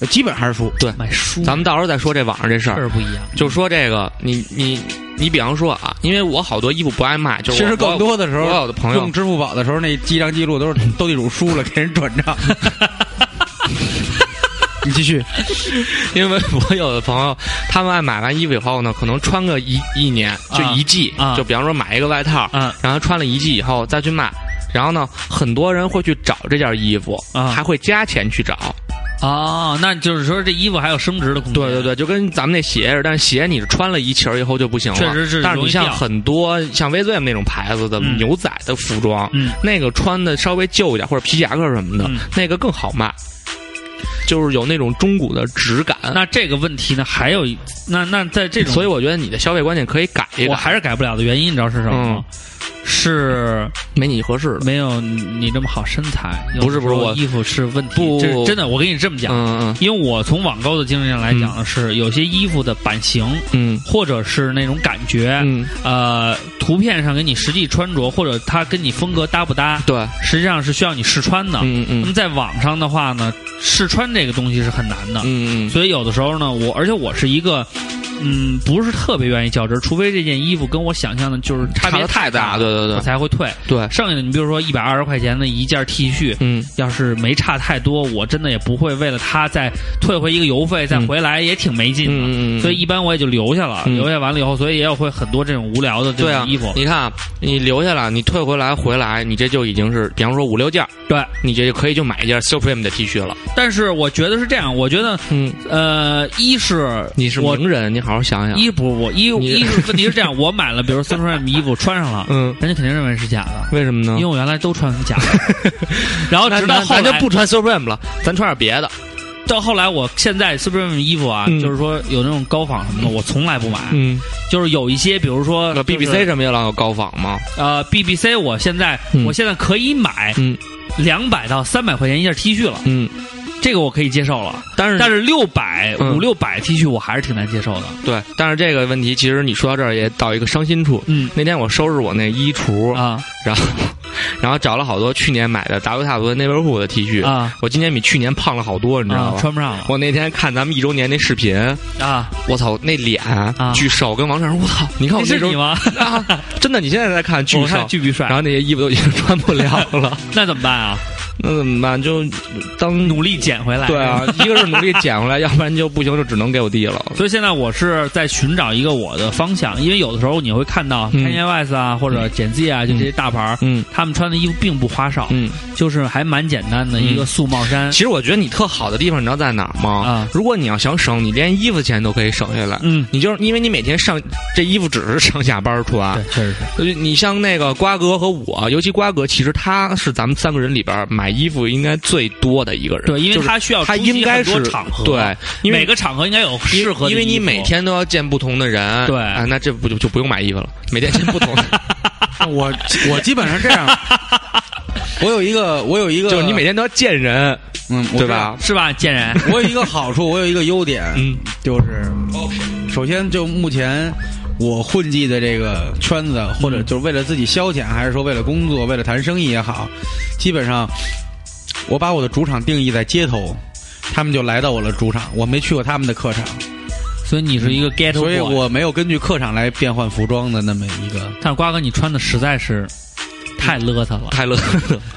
E: 呃基本还是书，
B: 对。
A: 买书，
B: 咱们到时候再说这网上这事
A: 事
B: 儿，
A: 儿不一样。
B: 就说这个，你你你，比方说啊，因为我好多衣服不爱卖，就是
E: 其
B: 我
E: 实更多的时候，
B: 我有的朋友
E: 用支付宝的时候，那记账记录都是斗地主输了给人转 账。你继续，
B: 因为我有的朋友，他们爱买完衣服以后呢，可能穿个一一年就一季，
A: 啊
B: 就比方说买一个外套，
A: 啊
B: 然后穿了一季以后再去卖，然后呢，很多人会去找这件衣服，
A: 啊
B: 还会加钱去找。
A: 哦，那就是说这衣服还有升值的空间。
B: 对对对，就跟咱们那鞋似的，但是鞋你是穿了一截儿以后就不行了，
A: 确实是
B: 但是
A: 容
B: 你
A: 易
B: 像
A: 掉
B: 很多像 VZM 那种牌子的
A: 嗯
B: 牛仔的服装，
A: 嗯
B: 那个穿的稍微旧一点或者皮夹克什么的，
A: 嗯
B: 那个更好卖。就是有那种中古的质感。
A: 那这个问题呢，还有一那那在这种，
B: 所以我觉得你的消费观念可以改一
A: 我
B: 改，嗯
A: 还是改不了的原因，你知道是什么吗？是
B: 没你合适的。
A: 没有你这么好身材，
B: 不是不是
A: 有时候
B: 我
A: 衣服是问题，
B: 不
A: 这是真的。我跟你这么讲，
B: 嗯
A: 因为我从网购的经历上来讲呢，是有些衣服的版型
B: 嗯
A: 或者是那种感觉，
B: 嗯嗯，
A: 呃，图片上跟你实际穿着或者它跟你风格搭不搭，
B: 对，
A: 实际上是需要你试穿的。
B: 嗯
A: 那
B: 嗯
A: 么在网上的话呢，试穿这个东西是很难的，
B: 嗯嗯
A: 所以有的时候呢，我而且我是一个，嗯，不是特别愿意较真儿，除非这件衣服跟我想象的就是差别
B: 差别太大，
A: 了，
B: 对
A: 我
B: 对对
A: 才会退。
B: 对，
A: 剩下的你比如说一百二十块钱的一件 T 恤，
B: 嗯
A: 要是没差太多，我真的也不会为了它再退回一个邮费再回来，也挺没劲的。
B: 嗯嗯嗯，
A: 所以一般我也就留下了，
B: 嗯
A: 留下完了以后，所以也有会很多这种无聊的这
B: 对啊
A: 种衣服，。
B: 你看啊，你留下了，你退回来回来，你这就已经是，比方说五六件儿，
A: 对，
B: 你这就可以就买一件 Supreme 的 T 恤了。
A: 但是我觉得是这样，我觉得
B: 嗯，
A: 呃，一是
B: 你是
A: 我
B: 名人，你好好想想。
A: 一不我一
B: 你
A: 一 是问题是这样，我买了比如 Supreme 衣服穿上了，
B: 嗯，
A: 人家肯定认为是假的，
B: 为什么呢
A: 因为我原来都穿假 的，然后
B: 那
A: 直到
B: 咱
A: 后
B: 咱就
A: 来
B: 不穿 Supreme 了，咱穿点别的。
A: 到后来，我现在 Supreme 衣服啊，
B: 嗯
A: 就是说有那种高仿什么的，我从来不买，
B: 嗯，
A: 就是有一些比如说
B: 那 BBC 什么也老有高仿嘛。
A: 呃 BBC，我现在
B: 嗯
A: 我现在可以买
B: 嗯
A: 两百到三百块钱一件 T 恤了，
B: 嗯，
A: 这个我可以接受了。
B: 但是
A: 但是六百
B: 嗯
A: 五六百 T 恤我还是挺难接受的。
B: 对，但是这个问题其实你说到这儿也到一个伤心处。
A: 嗯
B: 那天我收拾我那衣橱，
A: 啊
B: 然后 然后找了好多去年买的达维塔和内维虎的 T 恤，
A: 啊
B: 我今年比去年胖了好多，你知道
A: 啊，
B: 吗？
A: 穿不上了
B: 我那天看咱们一周年那视频，
A: 啊！
B: 我操，那脸巨瘦，跟王晨说，我操，你看我
A: 那
B: 那
A: 是
B: 时候
A: 你吗？
B: 啊， 真的，你现在再看巨
A: 我看
B: 瘦，
A: 巨比帅
B: 然，后那些衣服都已经穿不了 了，
A: 那怎么办啊？
B: 那怎么办？就当
A: 努力捡回来。
B: 对啊，一个是努力捡回来，要不然就不行，就只能给我弟 了。
A: 所以现在我是在寻找一个我的方向，因为有的时候你会看到
B: 嗯
A: Kanye West 啊，或者 Gen Z 啊，就这些大牌儿，
B: 嗯
A: 他们穿的衣服并不花哨，
B: 嗯，
A: 就是还蛮简单的
B: 嗯
A: 一个素帽衫
B: 其。实我觉得你特好的地方，你知道在哪儿吗？
A: 啊
B: 如果你要想省，你连衣服钱都可以省下来。
A: 嗯，
B: 你就是因为你每天上这衣服只是上下班穿
A: 嗯对，，确实是。
B: 呃你像那个瓜哥和我，尤其瓜哥，其实他是咱们三个人里边儿买衣服应该最多的一个人。
A: 对，因
B: 就
A: 为
B: 是
A: 他需要
B: 他
A: 出席
B: 应该
A: 很多
B: 是
A: 场合，
B: 对，因为
A: 每个场合应该有
B: 因
A: 适合的
B: 因为你
A: 衣服
B: 每天都要见不同的人，
A: 对
B: 啊，那这不就就不用买衣服了，每天见 不同的，
E: 我我基本上这样，我有一个我有一个
B: 就是你每天都要见人，
E: 嗯
B: 对？吧？
A: 是吧，贱人？
E: 我知道我有一个好处，我有一个优点，
B: 嗯，
E: 就是首先就目前我混迹的这个圈子，或
A: 嗯
E: 者就是为了自己消遣，还是说为了工作、为了谈生意也好，基本上我把我的主场定义在街头，他们就来到我的主场，我没去过他们的客场，
A: 所以你是一 个 get，
E: 所以我没有根据客场来变换服装的那么一个。
A: 但是瓜哥你穿的实在是太邋遢了。
B: 泰勒，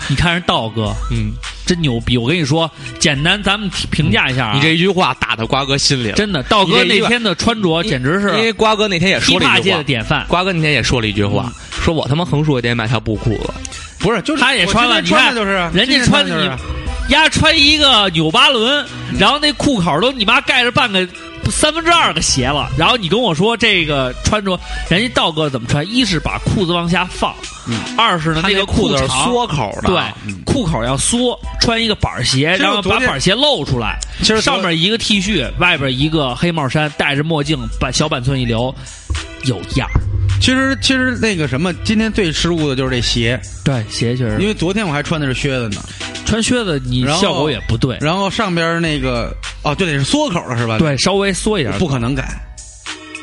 A: 你看人道哥
B: 嗯，
A: 真牛逼，我跟你说，简单咱们评价一下啊，
B: 你这一句话打到瓜哥心里了，
A: 真的道哥
B: 你这一
A: 那天的穿着简直
B: 因为
A: 是
B: 瓜哥那天也
A: 琵
B: 说了
A: 琶
B: 一句
A: 界的嗯
B: 话。
A: 典范。
B: 瓜哥那天也说了一句话，说我他妈横竖也得买条布裤子。
E: 不是，就是
A: 他也
E: 我
A: 穿了
E: 今天穿的
A: 你看
E: 就是啊
A: 人
E: 今
A: 家
E: 天
A: 穿
E: 的
A: 你
E: 就是啊，嗯
A: 丫穿一个纽巴伦，然后那裤口都你妈盖着半个三分之二个鞋了。然后你跟我说这个穿着，人家道哥怎么穿？一是把裤子往下放，
E: 嗯
A: 二是呢
B: 他
A: 那个
B: 裤子是
A: 长
B: 缩口的，
A: 对，裤口要缩，穿一个板儿鞋，
E: 实
A: 然
E: 我
A: 后
E: 昨
A: 把
E: 天
A: 板儿鞋露出来，
E: 其实昨
A: 上面一个 T 恤，外边一个黑帽衫，戴着墨镜，板小板寸一留，有样儿。
E: 其实其实那个什么，今天最失误的就是这鞋，
A: 对，鞋确
E: 因
A: 实，
E: 为昨天我还穿的是靴子呢，
A: 穿靴子你
E: 然后
A: 效果也不对，
E: 然后上边那个哦，对，得是缩口了是吧？，
B: 嗯
A: 对，稍微缩一点儿
E: 不可能改，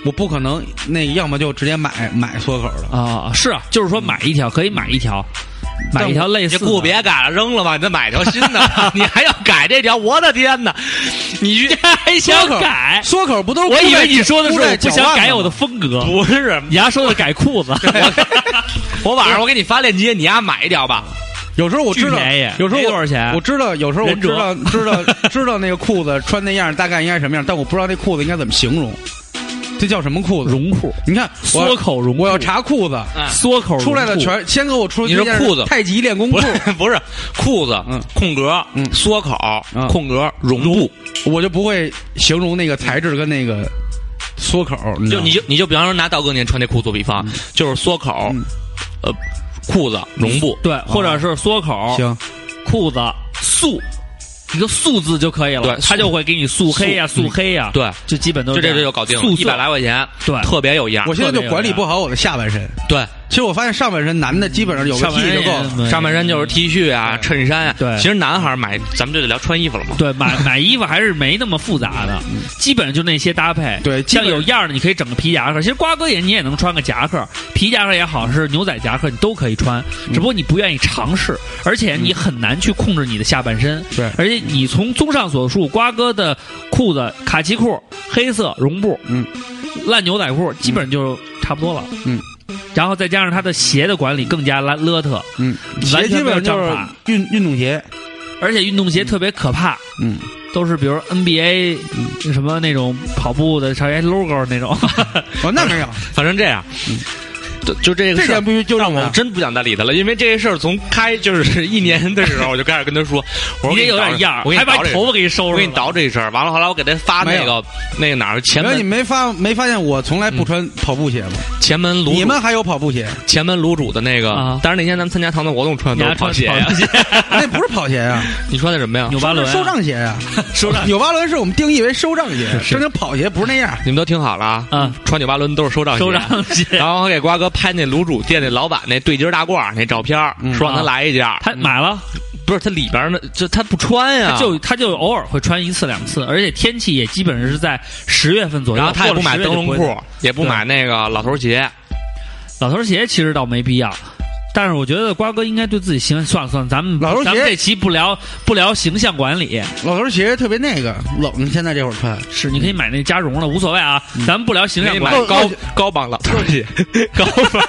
E: 我不可能那个要么就直接买买缩口的，
A: 啊，是啊，就是说买一条可以买一条，买一条类似
B: 嗯你
A: 的，
B: 裤别改了，扔了吧，你再买条新 的。你还要改这条，我的天哪！你去还
A: 想改。
E: 缩口不都是
A: 我以
E: 箍在
A: 为你说的是
E: 箍在
A: 我不
E: 脚
A: 想
E: 腕
A: 改
E: 子
A: 我的
E: 吗
A: 风格，
B: 不是，
A: 你丫说的改裤子，
B: 我晚上我给你发链接，你丫买一条吧。
E: 有时候我
A: 巨
E: 知道
A: 便宜，
E: 有时候
A: 没
E: 我
A: 多少钱
E: 我知道有时候我
A: 忍
E: 知
A: 者
E: 道知道知道那个裤子穿那样大概应该什么样，但我不知道那裤子应该怎么形容，这叫什么裤子？
A: 绒裤，
E: 你看我
A: 缩口绒裤，
E: 我要查裤子。
B: 嗯
A: 缩口绒
E: 出来的
A: 裤
E: 全先给我出
B: 你说
E: 这件
B: 裤子
E: 太极练
A: 嗯
E: 功裤
B: 不，是不是，裤子
E: 嗯
B: 空格
E: 嗯
B: 缩口
E: 嗯
B: 空格绒布，
E: 我就不会形容那个材质跟那个缩口，你知
B: 就
E: 道吗
B: 你
A: 嗯
B: 就你就比方说拿道哥年穿那裤子比方，就是缩口
E: 嗯，
B: 呃，裤子绒布，
A: 对，或者是缩口、
E: 行
A: 裤子素一个素字就可以了，
B: 对嗯
A: 他就会给你素黑呀、素黑呀、
B: 对，
A: 就基本都
B: 就这
A: 样
B: 就搞定了，
A: 素
B: 一
A: 色
B: 百来块钱，
A: 对
B: 特别有样儿。
E: 我现在就管理不好我的下半身。
B: 对，
E: 其实我发现上半身男的基本上有个
A: 上
E: T
A: 半
E: 就
A: 身
E: 够了。
A: 也
B: 上半身就是 T 恤啊、衬衫啊。
A: 嗯对
B: 其实男孩儿买，咱们就得聊穿衣服了嘛。
A: 对，买买衣服还是没那么复杂的，基本上就那些搭配。
E: 嗯对基
A: 像
E: 本
A: 有样儿的，你可以整个皮夹克。其实瓜哥也你也能穿个夹克，皮夹克也好，是牛仔夹克，你都可以穿。
E: 嗯
A: 只不过你不愿意尝试，而且你很难去控制你的下半身。
E: 对
A: 而且你从综上所述，瓜哥的裤子卡其裤、黑色绒布，
E: 嗯，
A: 烂牛仔裤，基本上就差不多了。
E: 嗯。
A: 然后再加上他的鞋的管理更加邋邋遢，
E: 嗯，
A: 完全
E: 鞋基
A: 没有
E: 本上就
A: 章
E: 是
A: 法，
E: 运运动鞋。
A: 而且运动鞋特别可怕。
E: 嗯，
A: 都是比如 NBA
B: 嗯
A: 什么那种跑步的，上面 logo 那种。
E: 哦，那没有，
B: 反正这样，就就这个
E: 这
B: 事儿
E: 点。必须纠
B: 让
A: 嗯
E: 正啊
B: 我
E: 他。
B: 真不想再理他了，因为这事儿从开就是 一年的时候，我就开始跟他说，我说我
A: 你
B: 给
A: 也
B: 你
A: 有
B: 捯
A: 点样儿
B: 我，给
A: 还
B: 你
A: 把
B: 捯饬
A: 你头发给你收
B: 我
A: 拾
B: 给你
A: 了。
B: 捯饬一身儿。完了，后来我给他发
E: 没有
B: 那个那个哪儿前
E: 然后你
B: 门
E: 没发没发现我从来不穿跑步鞋吗？
B: 前门卤
E: 你
B: 煮
E: 们还有跑步鞋？
B: 前门卤煮的那个
A: 啊，
B: 但是那天咱们参加堂的活动穿的
A: 你
B: 都是
A: 还
B: 跑
A: 穿
B: 鞋呀，
A: 跑鞋
E: 那不是跑鞋呀，
B: 你穿的什么呀？
A: 纽巴伦啊
E: 是收账鞋呀。
A: 收 账
E: 纽巴伦是我们定义为收账鞋，真正跑鞋不是那样。
B: 你们都听好了啊！
A: 啊，
B: 穿纽巴伦都是收账鞋
A: 收账鞋
B: 然后我给瓜哥拍那卤煮店那老板那对襟大褂儿那照片儿，
E: 嗯
B: 说让他
A: 啊
B: 来一件儿。
A: 他买了，
B: 嗯不是他里边儿啊呢，就他不穿呀，
A: 就他就偶尔会穿一次两次，而且天气也基本上是在十月份左右。
B: 然后他也不买
A: 过了
B: 灯
A: 10月就
B: 笼
A: 不会
B: 裤，也不
A: 对
B: 买那个老头鞋。
A: 老头鞋其实倒没必要。但是我觉得瓜哥应该对自己形象算了算了，咱们
E: 老头鞋
A: 咱们这期不聊不聊形象管理，
E: 老头鞋特别那个冷，现在这会儿穿。
A: 是你可以买那加绒的无所谓啊，
B: 嗯
A: 咱们不聊形
B: 可
A: 象
B: 以
A: 管
B: 买
A: 理。
B: 高高帮老头鞋，
A: 高 帮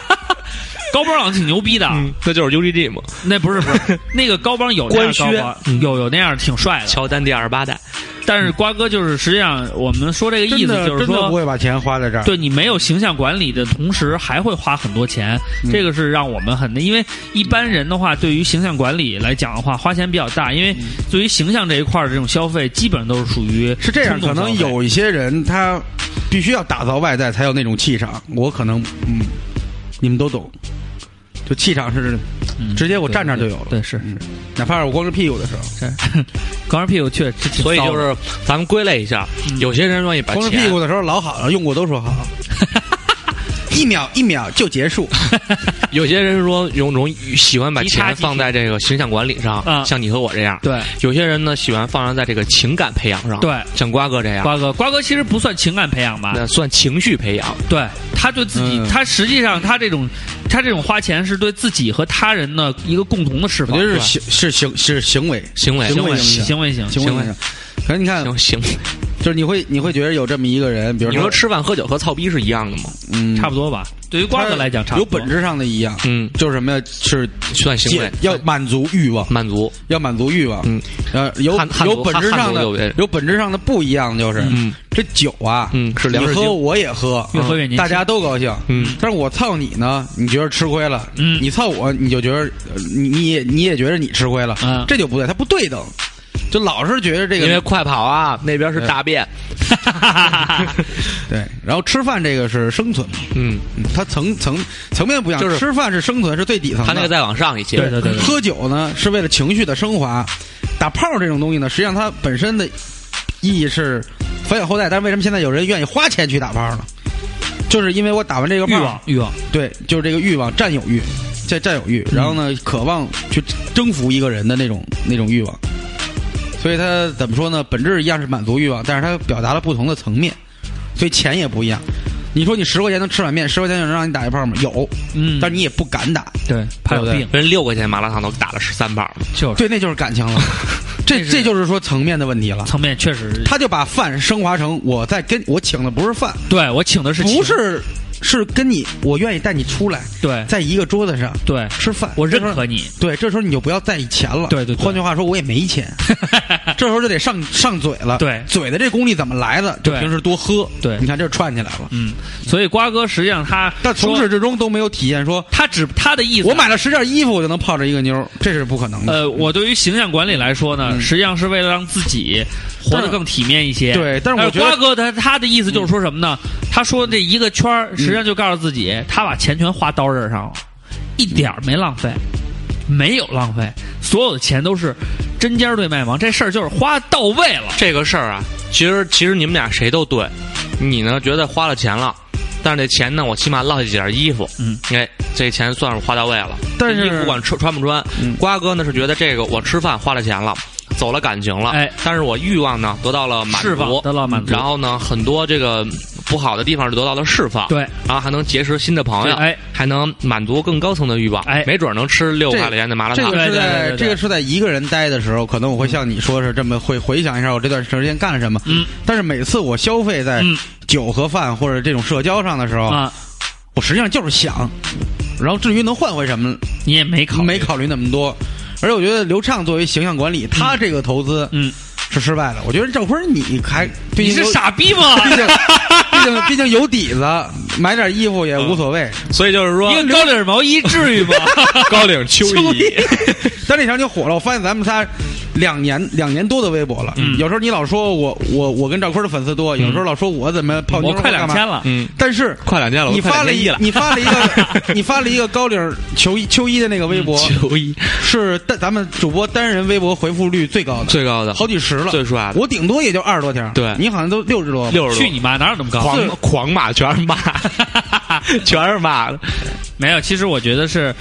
A: 高帮朗挺牛逼的，
E: 嗯
B: 那就是 UGG 嘛，
A: 那不是不 是，那个高帮有那样高帮，
E: 嗯
A: 有有那样挺帅的。
B: 乔丹第二十八代。
A: 但是瓜哥就是实际上我们说这个意
E: 真
A: 思
E: 的
A: 就是
E: 真的不
A: 说，
E: 会把钱花在这儿。
A: 对你没有形象管理的同时，还会花很多钱，
E: 嗯
A: 这个是让我们很因为一般人的话，对于形象管理来讲的话，花钱比较大，因为
E: 嗯
A: 对于形象这一块儿的这种消费，基本上都是属于
E: 是这样，
A: 冲
E: 可
A: 动消
E: 能
A: 费
E: 有一些人他必须要打造外在才有那种气场。我可能嗯，你们都懂，就气场是
A: 嗯
E: 直接我站那儿就有了
A: 对，对是，
E: 嗯哪怕是我光着屁股的时候，
A: 光着屁股去，这挺
B: 所以
A: 骚嗯
B: 就
A: 的
B: 是咱们归类一下，有些人愿意把
E: 光着屁
B: 钱
E: 股的时候老好了，用过 都说好，一秒一秒就结束。
B: 有些人说容容易喜欢把
A: 即插
B: 钱
A: 即
B: 放在这个形象管理上，
A: 啊
B: 像你和我这样；
A: 对
B: 有些人呢喜欢放在这个情感培养上，
A: 对
B: 像瓜哥这样，
A: 瓜哥，瓜哥其实不算情感培养吧，
B: 那算情绪培养。
A: 对他对自己，
E: 嗯
A: 他实际上他这种他这种花钱是对自己和他人的一个共同的释
E: 我
A: 放。
E: 觉得是行是行是行为
B: 行为
E: 行
A: 行为
E: 影响
A: 行为行
E: 行为上。可是你看，
B: 行行，
E: 就是你会你会觉得有这么一个人，比如
B: 你说吃饭喝酒和操逼是一样的吗？
E: 嗯，
A: 差不多吧。对于瓜哥来讲，差
E: 有
A: 不多
E: 本质上的一样，
B: 嗯，
E: 就是什么呀？是
B: 算行为
E: 解，要满足欲望。
B: 满足。
E: 要满足欲望，
B: 嗯，
E: 呃，有
B: 汉汉族
E: 有本质
B: 汉
E: 上
B: 族
E: 的
B: 有别
E: 有本质上的不一样，就是，
B: 嗯
E: 这酒啊，
B: 嗯是粮食
E: 你
B: 精
E: 喝我也喝，
A: 越喝越年轻
E: 大家都高兴，
B: 嗯，
E: 但是我操你呢，你觉得吃亏了，
A: 嗯
E: 你操我，你就觉得呃你你也你也觉得你吃亏了，
A: 嗯
E: 这就不对，它不对等，就老是觉得这个
B: 因为快跑啊，那边是大便。
E: 对，然后吃饭这个是生存嘛，
B: 嗯，
E: 嗯它层层层面不一样，
B: 就是
E: 吃饭是生存，是最底层的，
B: 他那个再往上一些。
A: 对对对对
E: 喝酒呢是为了情绪的升华，打炮这种东西呢，实际上它本身的意义是繁衍后代，但是为什么现在有人愿意花钱去打炮呢？就是因为我打完这个
A: 欲
E: 炮，
A: 望欲望，
E: 对，就是这个欲望、占有欲，这占有欲，然后呢，
A: 嗯
E: 渴望去征服一个人的那种那种欲望。所以它怎么说呢？本质一样是满足欲望，但是它表达了不同的层面，所以钱也不一样。你说你十块钱能吃碗面，十块钱有人让你打一炮吗？有，
A: 嗯，
E: 但你也不敢打。
A: 对怕有
E: 对不对
A: 病
B: 人六块钱麻辣烫都打了十三包，
A: 就是
E: 对，那就是感情 了。这这就是说层面的问题了。
A: 层面确实，
E: 他就把饭升华成我在跟我请的不是饭，
A: 对我请的是
E: 不
A: 情
E: 是是跟你，我愿意带你出来，
A: 对
E: 在一个桌子上
A: 对，
E: 吃饭。
A: 我认
E: 这时候
A: 可你，
E: 对，这时候你就不要在意钱了。
A: 对对对
E: 换句话说，我也 没钱，这时候就得上上嘴了。
A: 对
E: 嘴的这功力怎么来的？就
A: 对
E: 平时多喝。
A: 对
E: 你看这就串起来了。
A: 嗯，所以瓜哥实际上他
E: 但从
A: 说
E: 始至终都没有体验说，
A: 他只他的意思，啊
E: 我买了十件衣服，我就能泡着一个妞儿，这是不可
B: 嗯
E: 能的。
A: 呃，我对于形象管理来说呢，实际上是为了让自己活得更体面一些。
E: 对但
A: 但
E: 是我觉得
A: 瓜哥他他的意思就是说什么呢？
B: 嗯
A: 他说这一个圈儿，实际上就告诉自己，他把钱全花刀刃上了，一点儿没浪费，没有浪费，所有的钱都是针尖儿对麦芒，这事儿就是花到位了。
J: 这个事儿啊，其实其实你们俩谁都对，你呢觉得花了钱了，但是这钱呢，我起码落下几件衣服，
A: 嗯，
J: 哎，这钱算是花到位了。
A: 但
J: 这衣服
A: 是
J: 不管穿穿不穿，
A: 嗯
J: 瓜哥呢是觉得这个我吃饭花了钱了，走了感情了，
A: 哎，
J: 但是我欲望呢得到了满
A: 释放
J: 足，
A: 得到满足
J: 然后呢很多这个不好的地方就得到了释放，，
A: 对，
J: 然后还能结识新的朋友，
A: 哎，
J: 还能满足更高层的欲望，
A: 哎
J: 没准能吃六
E: 这
J: 块钱的麻辣
E: 这
J: 烫。
E: 个
A: 啊
E: 是在
A: 对对对对对
E: 这个是在一个人待的时候，可能我会像你说是这么会回想一下我这段时间干了什么。
A: 嗯，
E: 但是每次我消费在
A: 嗯
E: 酒和饭或者这种社交上的时
B: 哦
E: 候，
A: 啊，
E: 我实际上就是想，然后至于能换回什么，
A: 你也没考虑
E: 没，考虑那么多。而且我觉得刘畅作为形象管理，他这个投资
A: 嗯，
E: 是失败的。我觉得赵坤你还
A: 你
E: 毕竟
A: 是
E: 有
A: 傻逼吗？
E: 毕竟毕竟毕竟有底子，买点衣服也无所
A: 嗯
E: 谓。
B: 所以就是说
A: 一，个高领毛衣至于吗？
B: 高领秋 衣，
E: 但这条就火了，我发现咱们仨两年两年多的微博了。
A: 嗯
E: 有时候你老说我我我跟赵坤的粉丝多，有时候老说我怎么泡妞
A: 我快两千
E: 了。
A: 了，
B: 嗯，
E: 但是
B: 快两件了，
E: 你
B: 我快
E: 发了
B: 两件
E: 一
B: 衣了，
E: 你发了一 个你发了一个高领秋衣秋衣的那个微博，
B: 秋嗯衣
E: 是单咱们主播单人微博回复率最高的，
B: 最高的，
E: 好几十了。
B: 最帅的，
E: 我顶多也就二十多条，
B: 对
E: 你好像都六十多。
B: 六十多
A: 去你妈，哪有那么高？
B: 狂狂骂 全是骂，全是骂的。
A: 没有，其实我觉得是。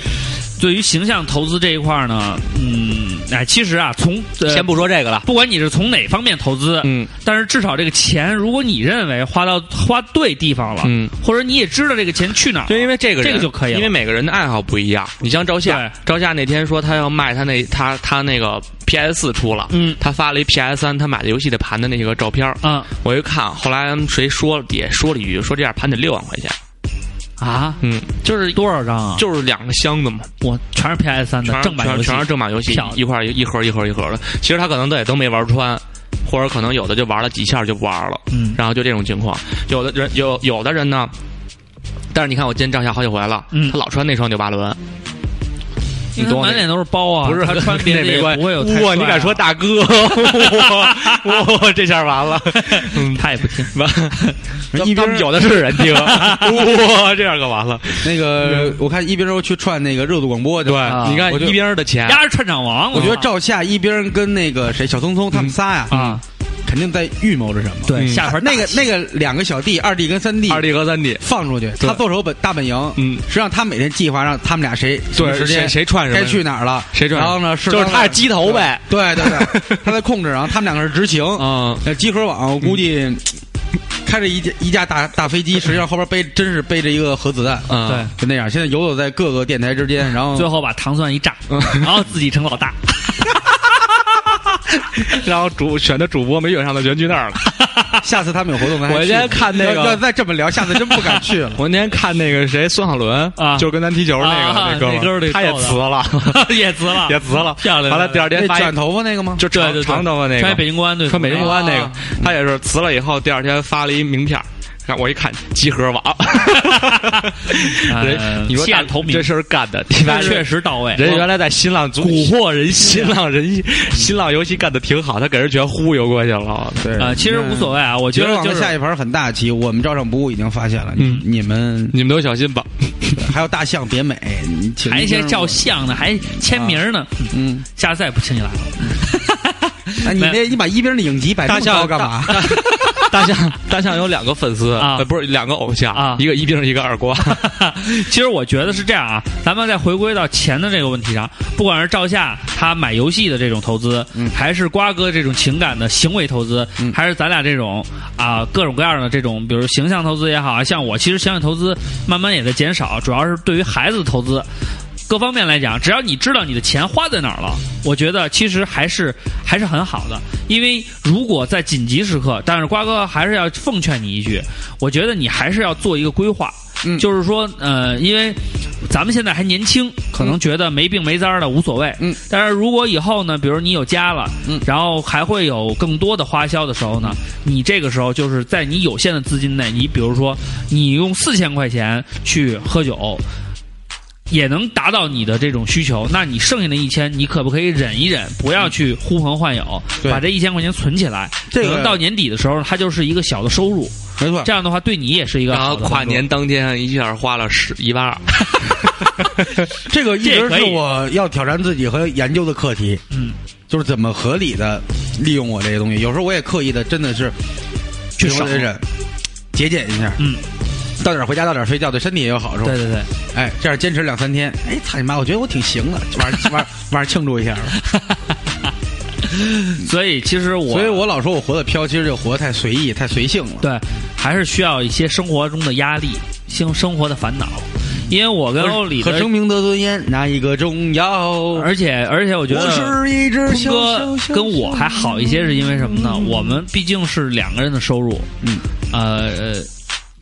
A: 对于形象投资这一块儿呢，嗯，哎，其实啊，从、呃、
J: 先不说这个了，
A: 不管你是从哪方面投资，
B: 嗯，
A: 但是至少这个钱，如果你认为花到花对地方了，
B: 嗯，
A: 或者你也知道这个钱去哪儿了，
J: 就因为这个人
A: 这个就可以了
J: 因为每个人的爱好不一样。你像赵夏
A: 对，
J: 赵夏那天说他要卖他那他他那个 PS 四出了，
A: 嗯
J: 他发了一 PS 三他买的游戏的盘的那个照片儿，
A: 啊
J: 我一看，后来谁说底下说了一句，说这样盘得六万块钱，
A: 啊，
J: 嗯，就是
A: 多少张啊？
J: 就是两个箱子嘛，
A: 我全是 PS 三的
J: 全
A: 正版游
J: 全
A: 戏，
J: 全是正版游戏
A: 漂，亮
J: 一块儿一盒一盒一盒的。其实他可能也都没玩穿，或者可能有的就玩了几下就不玩了，
A: 嗯
J: 然后就这种情况。有的人有有的人呢，但是你看我今天照相好几回了，
A: 嗯
J: 他老穿那双九八伦，你
A: 因为他
J: 懂我
A: 满
J: 那
A: 脸都是包啊，
J: 不是
A: 他穿别 的
J: 那没
A: 也
J: 关系
A: 不会有太帅啊
J: 哇，你敢说大 哥？我我这下完了，嗯，
A: 他也不听，
J: 完，
E: 一边
J: 他们有的是人听， 哇，这样可完了。
E: 那个，我看一边说去串那个热度广播去
J: 对
E: 了，，
A: 啊
J: 哎你看
E: 我就
J: 一边儿的钱，
A: 丫是串场王，啊
E: 我觉得
B: 啊
A: 操
E: 赵夏一边跟那个谁小聪聪
B: 嗯
E: 他们仨呀，
A: 啊，
E: 肯定在预谋着什么。
A: 对
J: 嗯
A: 下边
E: 那个那个两个小弟，二弟跟三弟
J: 二弟和三弟，
E: 放出去，他做手本大本营。
B: 嗯，
E: 实际上他每天计划让他们俩谁什么
B: 对，
E: 时
B: 谁
E: 间
B: 谁串什么
E: 该去哪儿了，
B: 谁赚
E: 然后呢是
J: 就是他是鸡头呗，
E: 对对 对，他在控制，然后他们两个是执行。
B: 啊
J: 嗯，
E: 呃，集合网我估计开着一架一架大大飞机，实际上后边背真是背着一个核子弹，
J: 嗯
A: 对，
E: 就那样。现在游走在各个电台之间，
B: 嗯
E: 然后
A: 最后把糖蒜 一炸，然后自己成老大，
B: 然后主选的主播没选上的全去那儿了。
E: 下次他们有活动，咱还
B: 我
E: 去
B: 先看那个。
E: 要要再这么聊，下次真不敢去了
B: 我那天看那个谁孙浩伦
A: 啊
B: 就是跟咱踢球那
A: 啊
B: 个那哥
A: 那哥们儿
B: 们
A: 挺
B: 儿，他也
A: 逗的
B: 辞了，
A: 也辞了，
B: 也辞了。
A: 漂亮，
B: 完了第二天
E: 那
B: 发
E: 卷
B: 现
E: 头发那个吗？
B: 就
A: 对对
B: 长
A: 对
B: 长头发那
A: 穿
B: 个
A: 北京国安队服，
B: 穿北京国安那个
E: 啊，
B: 他也是辞了以后，第二天发了一名片儿。看我一看，集合 网，
A: 呃
B: 人你说
A: 弃暗
B: 大
A: 投明
B: 这事儿干的，你妈
A: 确实到位，
B: 人原来在新浪蛊惑人，
A: 啊
B: 新浪人，新浪游戏干的挺好，他给人全忽悠过去了。对
A: 啊，其实无所谓啊，我觉
E: 觉得
A: 得
E: 网
A: 就
E: 的
A: 是
E: 下一盘很大棋，我们照上不误已经发现了。
B: 嗯
E: 你你们
B: 你们都小心吧。
E: 还有大象别美，你请
A: 还一些
E: 听
A: 照相呢，还签名呢，
E: 嗯，
A: 下次再也不请你来了。
E: 哎，你那你把一边的影集摆那
J: 大
E: 么
J: 象
E: 高干嘛？
B: 嗯
J: 大象，大象有两个粉丝
A: 啊
J: 呃不是两个偶像
A: 啊
J: 一个一冰一个二 瓜。
A: 其实我觉得是这样啊，咱们再回归到钱的这个问题上，不管是赵夏他买游戏的这种投资，还是瓜哥这种情感的行为投资，还是咱俩这种啊、各种各样的这种，比如形象投资也好啊，像我其实形象投资慢慢也在减少，主要是对于孩子的投资。各方面来讲，只要你知道你的钱花在哪儿了，我觉得其实还是还是很好的。因为如果在紧急时刻，但是瓜哥还是要奉劝你一句，我觉得你还是要做一个规划。
E: 嗯
A: 就是说，呃，因为咱们现在还年轻，可能觉得没病没灾儿的无所谓。
E: 嗯，
A: 但是如果以后呢，比如你有家了，
E: 嗯
A: 然后还会有更多的花销的时候呢，你这个时候就是在你有限的资金内，你比如说你用四千块钱去喝酒。也能达到你的这种需求，那你剩下的一千，你可不可以忍一忍，不要去呼朋唤友，
E: 对
A: 把这一千块钱存起来，
E: 这个啊
A: 可能到年底的时候，它就是一个小的收入，
E: 没错
A: 这，样的话对你也是一个
B: 然
A: 好
B: 后
A: 的帮助
B: 跨年当天一下花了十一万 二，
E: 这个一
A: 这
E: 直
A: 也可
E: 是
A: 以
E: 我要挑战自己和研究的课题，
A: 嗯，
E: 就是怎么合理的利用我这些东西。有时候我也刻意的，真的是
A: 去
E: 省
A: 省
E: 忍，节俭一下，
A: 嗯，
E: 到点儿回家，到点儿睡觉，对身体也有好处。
A: 对对对，
E: 哎，这样坚持两三天，哎，操你妈！我觉得我挺行的，晚上晚上晚上庆祝 一下吧。
A: 所以其实我，
E: 所以我老说我活得飘，其实就活得太随意、太随性了。
A: 对还是需要一些生活中的压力，生生活的烦恼，因为我跟欧里
E: 和
A: 的，
E: 生命的尊严哪一个重要？
A: 而且而且我觉得
E: 我是一只
A: 坤
E: 小
A: 哥
E: 小小
A: 跟我还好一些，是因为什么呢？我们毕竟是两个人的收入，
E: 嗯，
A: 呃，呃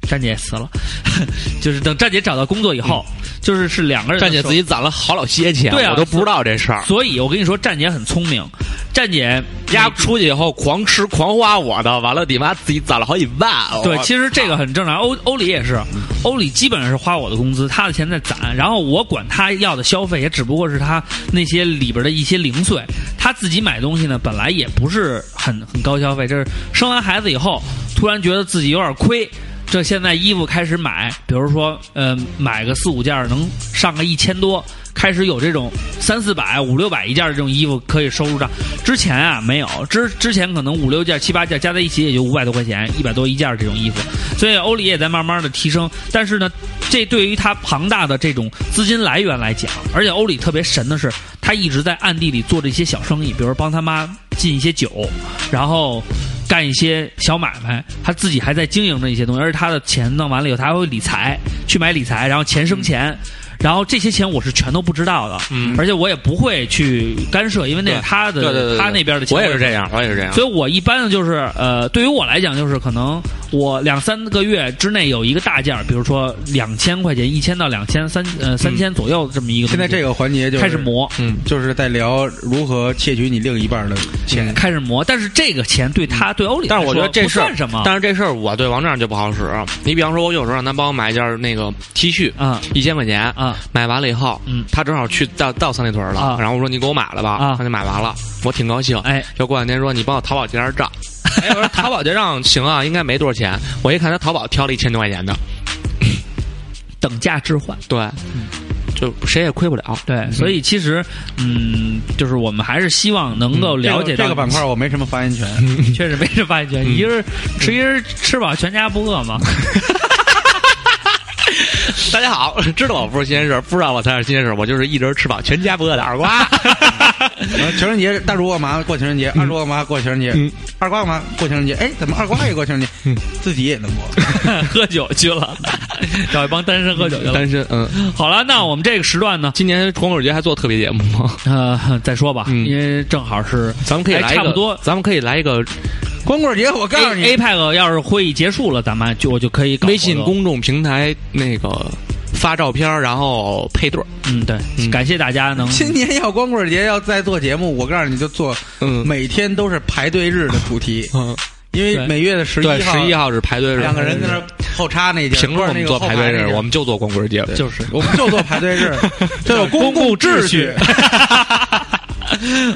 A: 站姐死了， 就是等站姐找到工作以后，
E: 嗯
A: 就是是两个人的
B: 站姐
A: 收
B: 自己攒了好老些钱，
A: 对啊
B: 我都不知道这事儿
A: 入。。所以我跟你说，站姐很聪明，站姐
E: 嗯
B: 丫出去以后狂吃狂花我的，完了你妈自己攒了好几万。我
A: 对，其实这个很正常。欧欧里也是，欧里基本上是花我的工资，他的钱在攒，然后我管他要的消费也只不过是他那些里边的一些零碎。他自己买东西呢，本来也不是很很高消费，这是生完孩子以后突然觉得自己有点亏。这现在衣服开始买，比如说，呃，买个四五件儿能上个一千多，开始有这种三四百、五六百一件儿的这种衣服可以收入账。之前啊没有，之之前可能五六件、七八件加在一起也就五百多块钱，一百多一件儿这种衣服。所以欧里也在慢慢的提升，但是呢，这对于他庞大的这种资金来源来讲，而且欧里特别神的是，他一直在暗地里做这些小生意，比如帮他妈进一些酒，然后干一些小买卖，他自己还在经营着一些东西，而且他的钱弄完了以后，他还会理财，去买理财，然后钱生钱。然后这些钱我是全都不知道的，
B: 嗯
A: 而且我也不会去干涉，因为那是
B: 对
A: 他的
B: 对对对，
A: 他那边的钱。
B: 我也是这样，我也是这样。
A: 所以我一般就是呃，对于我来讲，就是可能我两三个月之内有一个大件儿，比如说两千块钱，一千到两千三呃三千左右这么一个东西。
E: 现在这个环节就是
A: 开始磨，
B: 嗯，
E: 就是在聊如何窃取你另一半的钱。
A: 开始磨，但是这个钱对他对欧里来
B: 嗯但
A: 说
B: 是
A: 不
B: 我
A: 算什么，
B: 觉得这事儿，但是这事儿我对王丈就不好使。你比方说，我有时候让他帮我买一件那个 T 恤，
A: 啊
B: 一千块钱，
A: 啊
B: 买完了以后，
A: 嗯
B: 他正好去到到三里屯了，
A: 啊
B: 然后我说你给我买了吧，
A: 啊
B: 他就买完了，我挺高兴。
A: 哎，
B: 就过两天说你帮我淘宝结下账，哎，我说淘宝结账行啊，应该没多少钱。我一看他淘宝挑了一千多块钱的，
A: 等价置换。
B: 对，就谁也亏不了。
A: 对，所以其实，嗯，就是我们还是希望能够了解
E: 嗯这
A: 到
E: 个这个板块，我没什么发言权。
A: 确实没什么发言权，一个人吃一人吃饱，全家不饿嘛。
B: 大家好，知道我不是新鲜事儿，不知道我才是新鲜事儿，我就是一人吃饱全家不饿的二 瓜。
E: 呃情人节，大主干嘛过情人节？二主干嘛过情人节？二瓜干嘛过情人节？哎，怎么二瓜也过情人节？自己也能过。
A: 喝酒去了， 找一帮单身喝酒去了。
B: 单身，嗯，
A: 好了，那我们这个时段呢，
B: 今年光棍节还做特别节目吗？
A: 呃，再说吧，
B: 嗯
A: 因为正好是
B: 咱们可以
A: 哎
B: 来一个，
A: 差不多
B: 咱们可以来一个
E: 光棍节，我告诉
A: A
E: 你，
A: APEC 要是会议结束了，咱们就我就可以搞
B: 微信
A: 活动，
B: 公众平台那个发照片儿，然后配对儿。
A: 嗯，对，
B: 嗯
A: 感谢大家能
E: 今年要光棍节要再做节目，我告诉你就做
B: 嗯，
E: 每天都是排队日的主题，
B: 嗯
E: 因为
A: 对
E: 每月的十一
B: 对，
E: 号，
B: 十一号是排队日，
E: 两个人在那儿后插那劲儿
B: 凭什么我们做
E: 不是
B: 排
E: 那个后那
B: 队日？
E: 劲儿
B: 我们就做光棍节。
A: 就是
E: 我们 就做排队日，这有公
A: 共
E: 秩
A: 序。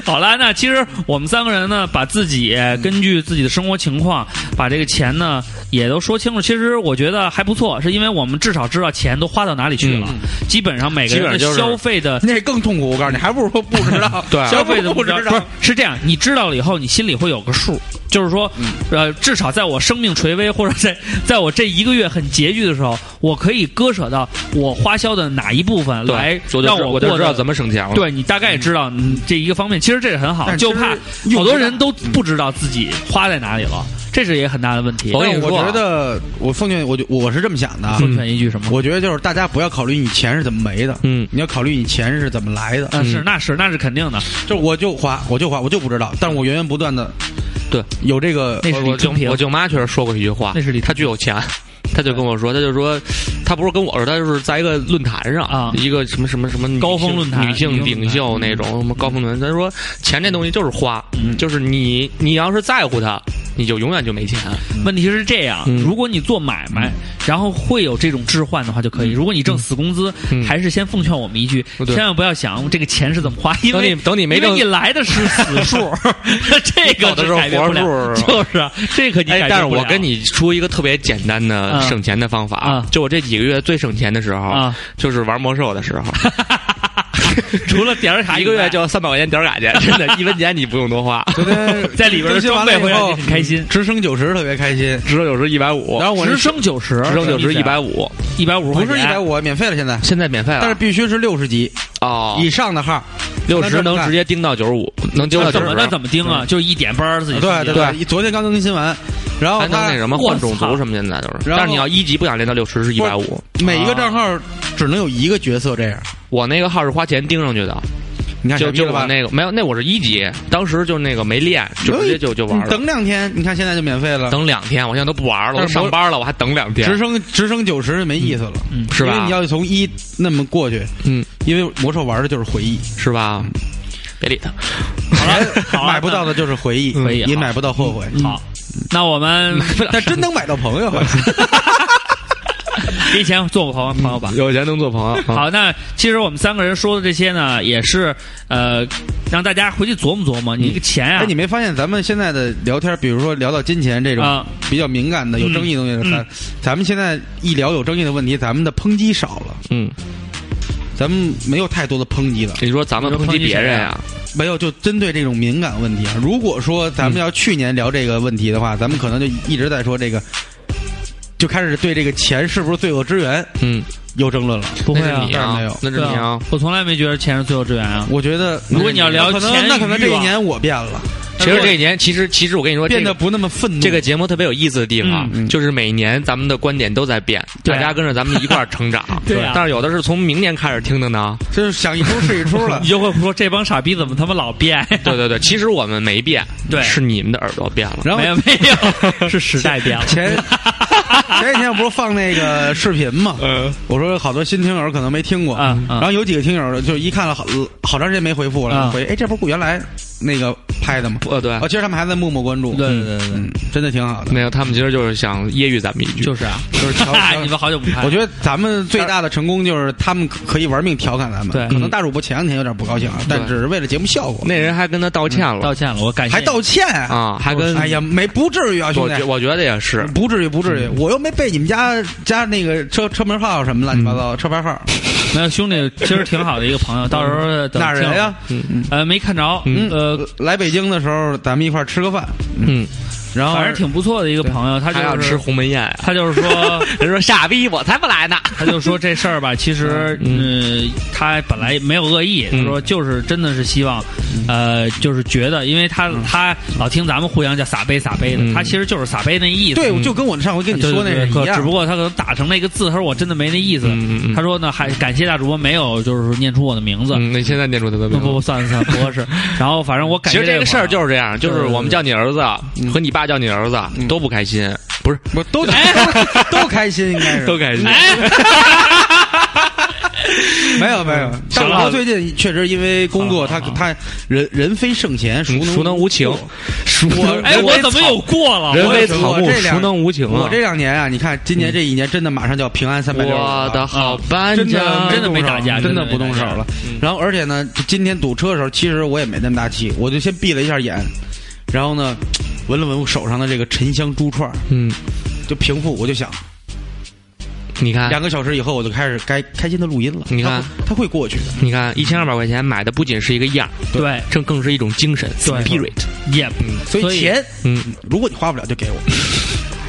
A: 好了，那其实我们三个人呢，把自己呃根据自己的生活情况，把这个钱呢也都说清楚。其实我觉得还不错，是因为我们至少知道钱都花到哪里去了，
B: 嗯
A: 基本上每个人的
B: 基本就是
A: 消费的呃
E: 那更痛苦。我告诉你，还不如说不知道，
B: 对
A: 消
E: 消
A: 费
E: 费
A: 的
E: 啊不知
A: 不是
E: 道。
A: 是这样，你知道了以后，你心里会有个数，就是说，
B: 嗯
A: 呃，至少在我生命垂危或者在在我这一个月很拮据的时候，我可以割舍到我花销的哪一部分
B: 对
A: 来
B: 我
A: 让
B: 就
A: 过
B: 我就知道
A: 得
B: 怎么省钱了。
A: 对你大概也知道嗯这一个方面，其实这是很好，
E: 但
A: 就
E: 其实
A: 怕
E: 用
A: 好多
E: 不
A: 人
E: 上
A: 都不知道自己花在哪里了，
B: 嗯
A: 这是也很大的问题。
B: 我跟
E: 但
B: 你
E: 我
B: 说啊
E: 觉得，我奉劝我就我是这么想的啊，
A: 奉劝一句什么？
E: 我觉得就是大家不要考虑你钱是怎么没的，
B: 嗯
E: 你要考虑你钱是怎么来的。
A: 啊，是那是那是肯定的，
E: 就是我就花，我就花，我就不知道，但是我源源不断的
B: 对，
E: 有这个
A: 那是
B: 我
A: 李
B: 我舅
A: 春平
B: 我舅妈确实说过一句话，
A: 那是李
B: 她巨有钱，她就跟我说，她就说，她不是跟我说，她就是在一个论坛上，
A: 啊
B: 一个什么什么什么女性
A: 高峰论坛嗯
B: 女性领袖那种什么高峰论坛，她说钱这东西就是花，就是你你要是在乎它，你就永远就没钱。
A: 问题是这样，
B: 嗯
A: 如果你做买卖，然后会有这种置换的话就可以。如果你挣死工资，
B: 嗯
A: 还是先奉劝我们一句，
B: 对
A: 千万不要想这个钱是怎么花，因
B: 等
A: 为
B: 你等你没
A: 因为
B: 挣
A: 你来的是死 数，这个
B: 走的
A: 是
B: 时候
A: 改变
B: 活
A: 不了，
B: 数是吧
A: 就是啊，这个你
B: 哎
A: 改变不了。，
B: 但是我跟你出一个特别简单的
A: 啊
B: 省钱的方法，
A: 啊
B: 就我这几个月最省钱的时候，
A: 啊，
B: 就是玩魔兽的时 候，
A: 除了点儿卡
B: 一
A: 以
B: 个
A: 外，
B: 月就三百块钱点儿卡去，真的，一分钱你不用多 花，
E: 昨天
A: 在里边的装备会让你很开心。
E: 直升九十特别开心。
B: 直升九十一百五
E: 然，后我那
A: 直升九十，
B: 直升九十一百五，
A: 一百五十块
E: 不是一
A: 钱
E: 百，五，免费了现在，
B: 现在免费了，
E: 但是啊必须是六十级
B: 哦，
E: 以上的号。
B: 六十
E: 那这么
B: 能
E: 干
B: 直接盯到九十五，能盯
A: 那
B: 到九
A: 怎么，
B: 十
A: 那怎么盯啊？就是一点班儿自己
E: 对对
A: 对，
E: 对，昨天刚更新完，然后
B: 还能
E: 他
B: 那什么
A: 我
B: 换种
A: 操
B: 族什么？现在都是，
E: 然后
B: 但是你要一级不想练到六十是一百五，
E: 每一个账号只能有一个角色这样。
B: 我那个号是花钱盯上去的，
E: 你看
B: 就
E: 傻逼
B: 就
E: 了
B: 我
E: 吧？
B: 那个没有，那我是一级，当时就那个没练，就直接就就玩
E: 你
B: 了。
E: 等两天，你看现在就免费了。
B: 等两天，我现在都不玩了，我
E: 但
B: 都
E: 是
B: 上班了，我还等两天
E: 直，升直升九十没意思了，
B: 是
E: 因为
B: 吧
E: 你？要从一那么过去，
B: 嗯，
E: 因为魔兽玩的就是回忆，
B: 是吧？别理他，
A: 好了，好
B: 啊
A: 了
E: 哎 买不到的就是回
B: 嗯
E: 忆，
A: 回忆
E: 也
A: 好
E: 买不到后悔。
A: 好，那我们
E: 但真能买到朋友，啊
A: 给钱做个朋朋友吧。
B: 有钱能做朋
E: 哎嗯
B: 友。
A: 好，那其实我们三个人说的这些呢，也是呃，让大家回去琢磨琢磨，你这个钱啊
E: 哎，，你没发现咱们现在的聊天，比如说聊到金钱这种
A: 啊
E: 比较敏感的、
B: 嗯
E: 有争议的东西，咱咱们现在一聊有争议的问题，咱们的抨击少了，
B: 嗯，
E: 咱们没有太多的抨击了，
B: 你说咱们
A: 你说
B: 抨
A: 抨
B: 击
A: 击
B: 别
A: 谁
B: 人
A: 啊
B: 呀？
E: 没有就针对这种敏感问题啊。如果说咱们要去年聊这个问题的话，咱们可能就一直在说这个，就开始对这个钱是不是罪恶之源
B: 嗯，
E: 有争论了。
A: 不会
B: 那是
A: 啊
B: 你，
E: 当然
B: 啊
E: 没有，
B: 那是
A: 对
B: 你
A: 啊
B: 啊。，
A: 我从来没觉得钱是罪恶之源啊。
E: 我觉得，
A: 如果你要聊
E: 可能
A: 钱
E: 那可能
A: 与
E: 这
A: 欲
E: 一
A: 望
E: 年我变了，
B: 其实这一年，其实其实我跟你说，
E: 变
B: 这
E: 得
B: 个
E: 不那么愤怒。
B: 这个节目特别有意思的地方，啊
E: 嗯
B: 就是每年咱们的观点都在变，
A: 对
B: 大家跟着咱们一块儿成长。
A: 对啊
B: 但是有的是从明年开始听的呢。
E: 就是想一出是一出 了
A: 你。就会说这帮傻逼怎么他妈老 变？
B: 对对对，其实我们没变，
A: 对
B: 是你们的耳朵变了。
E: 然后
A: 没有没 有，是时代变了。
E: 前前几天我不是放那个视频 嘛，我说好多新听友可能没听过，
A: 啊啊
E: 然后有几个听友就一看了好好长时间没回复了，
A: 啊
E: 回哎这不是原来那个拍的吗？
B: 呃，对
E: 哦，，其实他们还在默默关注，
A: 嗯对对对对
E: 嗯，真的挺好的。
B: 没有，他们其实就是想揶揄咱们一句，
A: 就是啊，
E: 就是调
A: 你们好久不拍，
E: 我觉得咱们最大的成功就是他们可以玩命调侃咱们，
A: 对嗯
E: 可能大主播前两天有点不高兴啊，但只是为了节目效果，
B: 那人还跟他道歉了
A: 道歉了，我感谢
E: 还
A: 你
E: 道歉啊！
B: 啊，还跟
E: 哎呀，没不至于啊，兄
B: 我
E: 弟
B: 觉，我觉得也是，
E: 不至于，不至于，
A: 嗯
E: 我又没背你们家家那个车车门号什么乱七八
A: 嗯
E: 糟车牌号，
A: 没有兄弟，其实挺好的一个朋友，到时候等
E: 嗯哪儿人呀？
A: 听我？呃，没看着，
B: 嗯
A: 呃，
E: 来北京的时候，咱们一块儿吃个饭，
B: 嗯，
E: 然后
A: 反正挺不错的一个朋友，他
B: 还想
A: 就
B: 吃
A: 是
B: 鸿门宴啊 呀。
A: 他就是说，
B: 人说傻逼，我才不来呢。
A: 他就说这事儿吧，其实嗯、呃他本来没有恶意，他
B: 嗯
A: 说就是真的是希望，呃，就是觉得，因为他、他老听咱们互相叫撒杯撒杯的，
B: 嗯
A: 他其实就是撒杯那意思。嗯
E: 对，就跟我上回跟你
A: 哎对
E: 说那
A: 对对
E: 是一
A: 可只不
E: 样。
A: 过他可能打成那个字，他说我真的没那意思。
B: 嗯嗯嗯
A: 他说呢，还感谢大主播没有就是说念出我的名字。
B: 嗯，那现在念出他的
A: 不
B: 名
A: 不
B: 字。
A: 不，算了算了，不 合适。然后反正我感
B: 其
A: 谢
B: 实这个事儿
A: 是
B: 就是这样，就是我们叫你儿子和你爸叫你儿子都不开心，不是
E: 不都都
A: 哎
E: 都开心，应该是
B: 都开心。
E: 没有没有。大
B: 行了
E: 主播最近确实因为工作，他他人人非圣贤，孰
B: 孰能无情？孰能啊
A: 哎，我怎么有过了？
B: 人
A: 我
B: 非草木，
E: 我这两
B: 孰能无情啊嗯
E: 我？这两年啊，你看今年这一年真的马上就要平安三百六十
B: 我啊的好搬
E: 真
B: 家
E: 的，
A: 真的没打
B: 啊
A: 架
E: 真
A: 真的
E: 的
A: 没
E: 不动
A: 打
E: 手
A: 架
E: 了。然后而且呢，今天堵车的时候，其实我也没那么大气，我就先闭了一下眼，然后呢，闻了闻我手上的这个沉香珠串儿，
B: 嗯，
E: 就平复，我就想
B: 你看，
E: 两个小时以后我就开始该开心的录音了。
B: 啊你看
E: 它会，他会过去的。
B: 你看，一千二百块钱买的不仅是一个样儿，
A: 对，
B: 这更是一种精神
A: 对
B: spirit。
A: 也
E: 所以钱，
B: 嗯，
E: 如果你花不了就给我。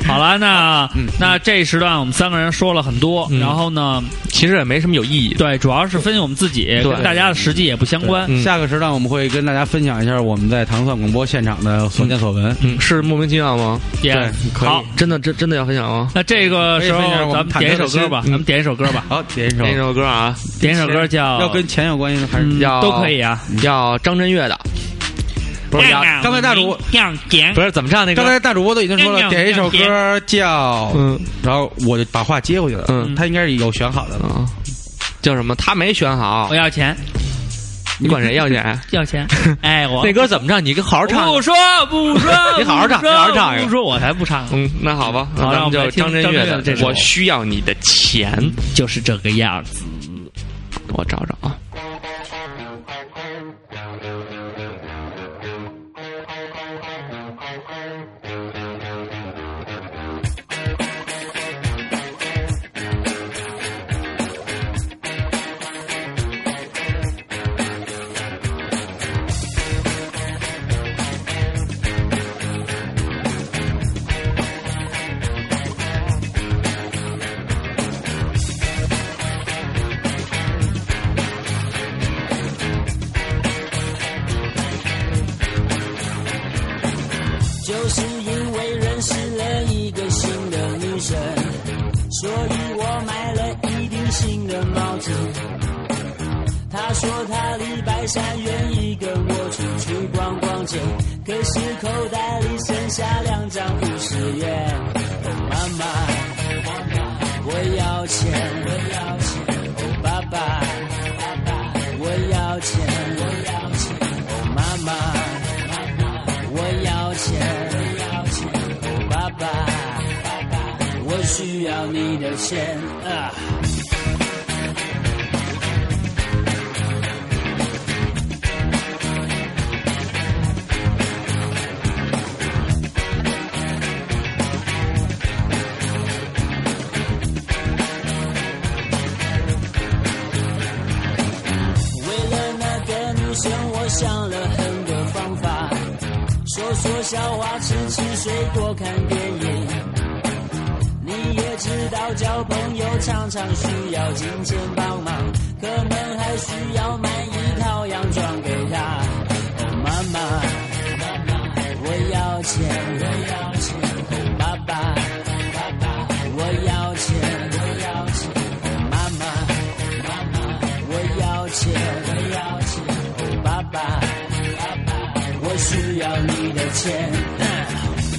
A: 好了，那
E: 嗯
A: 那这一时段我们三个人说了很多，
B: 嗯
A: 然后呢，
B: 其实也没什么有意义的。
A: 对，主要是分析我们自己，
B: 对
A: 跟大家的实际也不相关。
B: 嗯
E: 下个时段我们会跟大家分享一下我们在糖蒜广播现场的所见所闻。
B: 嗯，是莫名其妙吗？
A: 也
E: 对可以
A: 好，
B: 真的真真的要分享吗？
A: 那这个时候
E: 可以分享我
A: 咱
E: 们
A: 们点一首歌吧，
B: 忐
A: 咱
B: 忑的心
A: 们点一首歌吧，
E: 好，点一首
B: 那首歌啊，
A: 点一首歌叫
E: 要跟钱有关系的还是
A: 嗯
B: 要
A: 都可以啊。嗯
B: 叫张震岳的，不是叫
E: 刚才大主
A: 要点
B: 不是怎么唱那
E: 刚
B: 歌？
E: 才大主播都已经说了，点一首歌叫，
B: 嗯
E: 然后我就把话接回去了。
B: 嗯
E: 他应该是有选好的了。
A: 哎
B: 啊，叫什么？他没选好
A: 我，要钱，
J: 你管 谁要钱？
A: 要钱？哎，我
J: 那歌怎么唱？你给好好唱。
A: 不说不说，
J: 你好好唱
A: 不说
J: 你好好唱一个
A: 不说我才不唱，
J: 嗯，那好吧，那
A: 好
J: 咱
A: 让我
J: 们
A: 们
J: 就
A: 来听
J: 张震
A: 张
J: 岳
A: 震岳的这
J: 的《
A: 首
J: 我需要你的钱》，
A: 就是这个样子。
J: 我找找啊。
H: 就是因为认识了一个新的女生，所以我买了一顶新的帽子。她说她礼拜三愿意跟我出去逛逛街，可是口袋里剩下两张五十元。哦妈妈，我要钱，我要钱。哦爸爸，爸爸，我要钱，我要钱。哦妈妈。我要钱，我要钱，哦爸爸，爸爸，我需要你的钱啊。为了那个女生，我想了很多方法，说说笑话，吃吃水果，看电影。你也知道，交朋友常常需要金钱帮忙，可能还需要买一套洋装给她。哦，妈妈，我要钱，我要钱。哦，爸爸，爸爸，我要钱，我要钱。哦，妈妈。我要钱，我要钱，哦，爸爸，爸爸，我需要你的钱。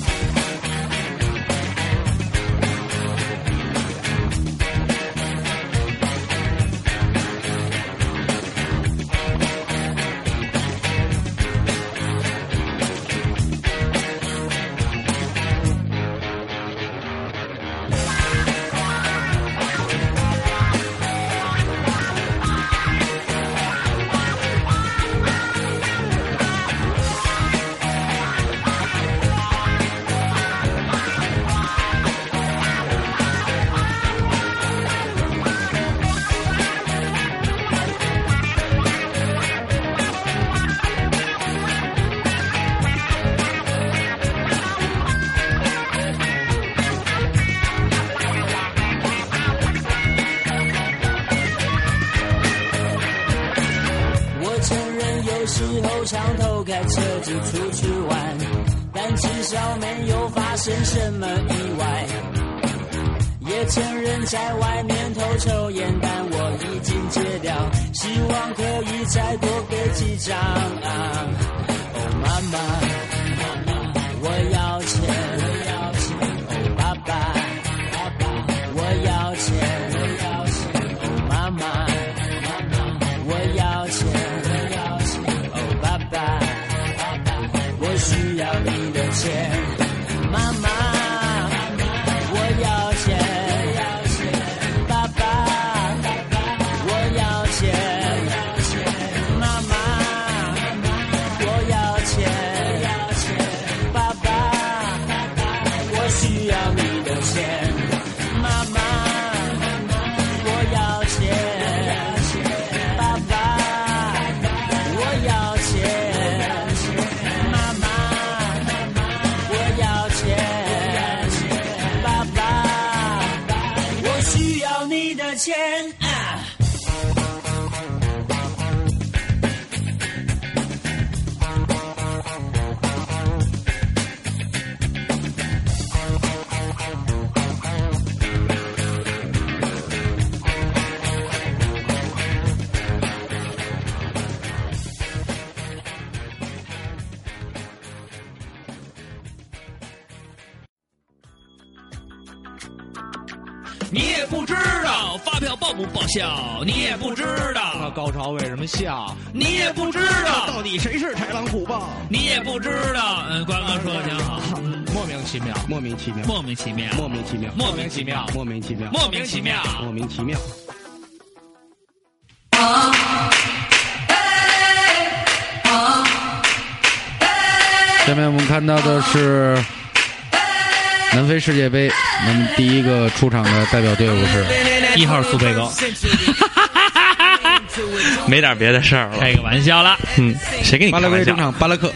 H: 我承认有时候常偷开车子出去玩，但至少没有发生什么意外。也承认在外面偷抽烟，但我已经戒掉，希望可以再多给几张。啊哦，妈妈，我要钱，我要钱。哦，爸爸，爸爸，我要钱，我要钱。哦，妈妈，我要钱，我要钱。哦，爸爸，爸爸，我需要你的钱，妈妈。我要钱，爸爸，我要钱，妈妈，我要钱，爸爸，我需要你的钱，妈妈，我要钱，爸爸，我要钱，妈妈，我
A: 你也不知道发票报不报销，你也不知道
J: 高潮为什么笑？
A: 你也不知道，
E: 底谁是豺狼虎豹？
A: 你也不知道。嗯，瓜哥说的挺好，
J: 莫名其妙，
E: 莫名其妙，
A: 莫名其妙，
E: 莫名其妙，
A: 莫名其妙，
E: 莫名其妙，
A: 莫名其妙。
E: 莫名其妙。下面我们看到的是南非世界杯，那么第一个出场的代表队伍是
A: 一号苏 贝高，
B: 没点别的事儿了。
A: 开个玩笑啦，
B: 嗯，谁跟你
E: 巴
B: 开
E: 拉
B: 玩
E: 圭
B: 笑
E: 中？场巴拉克，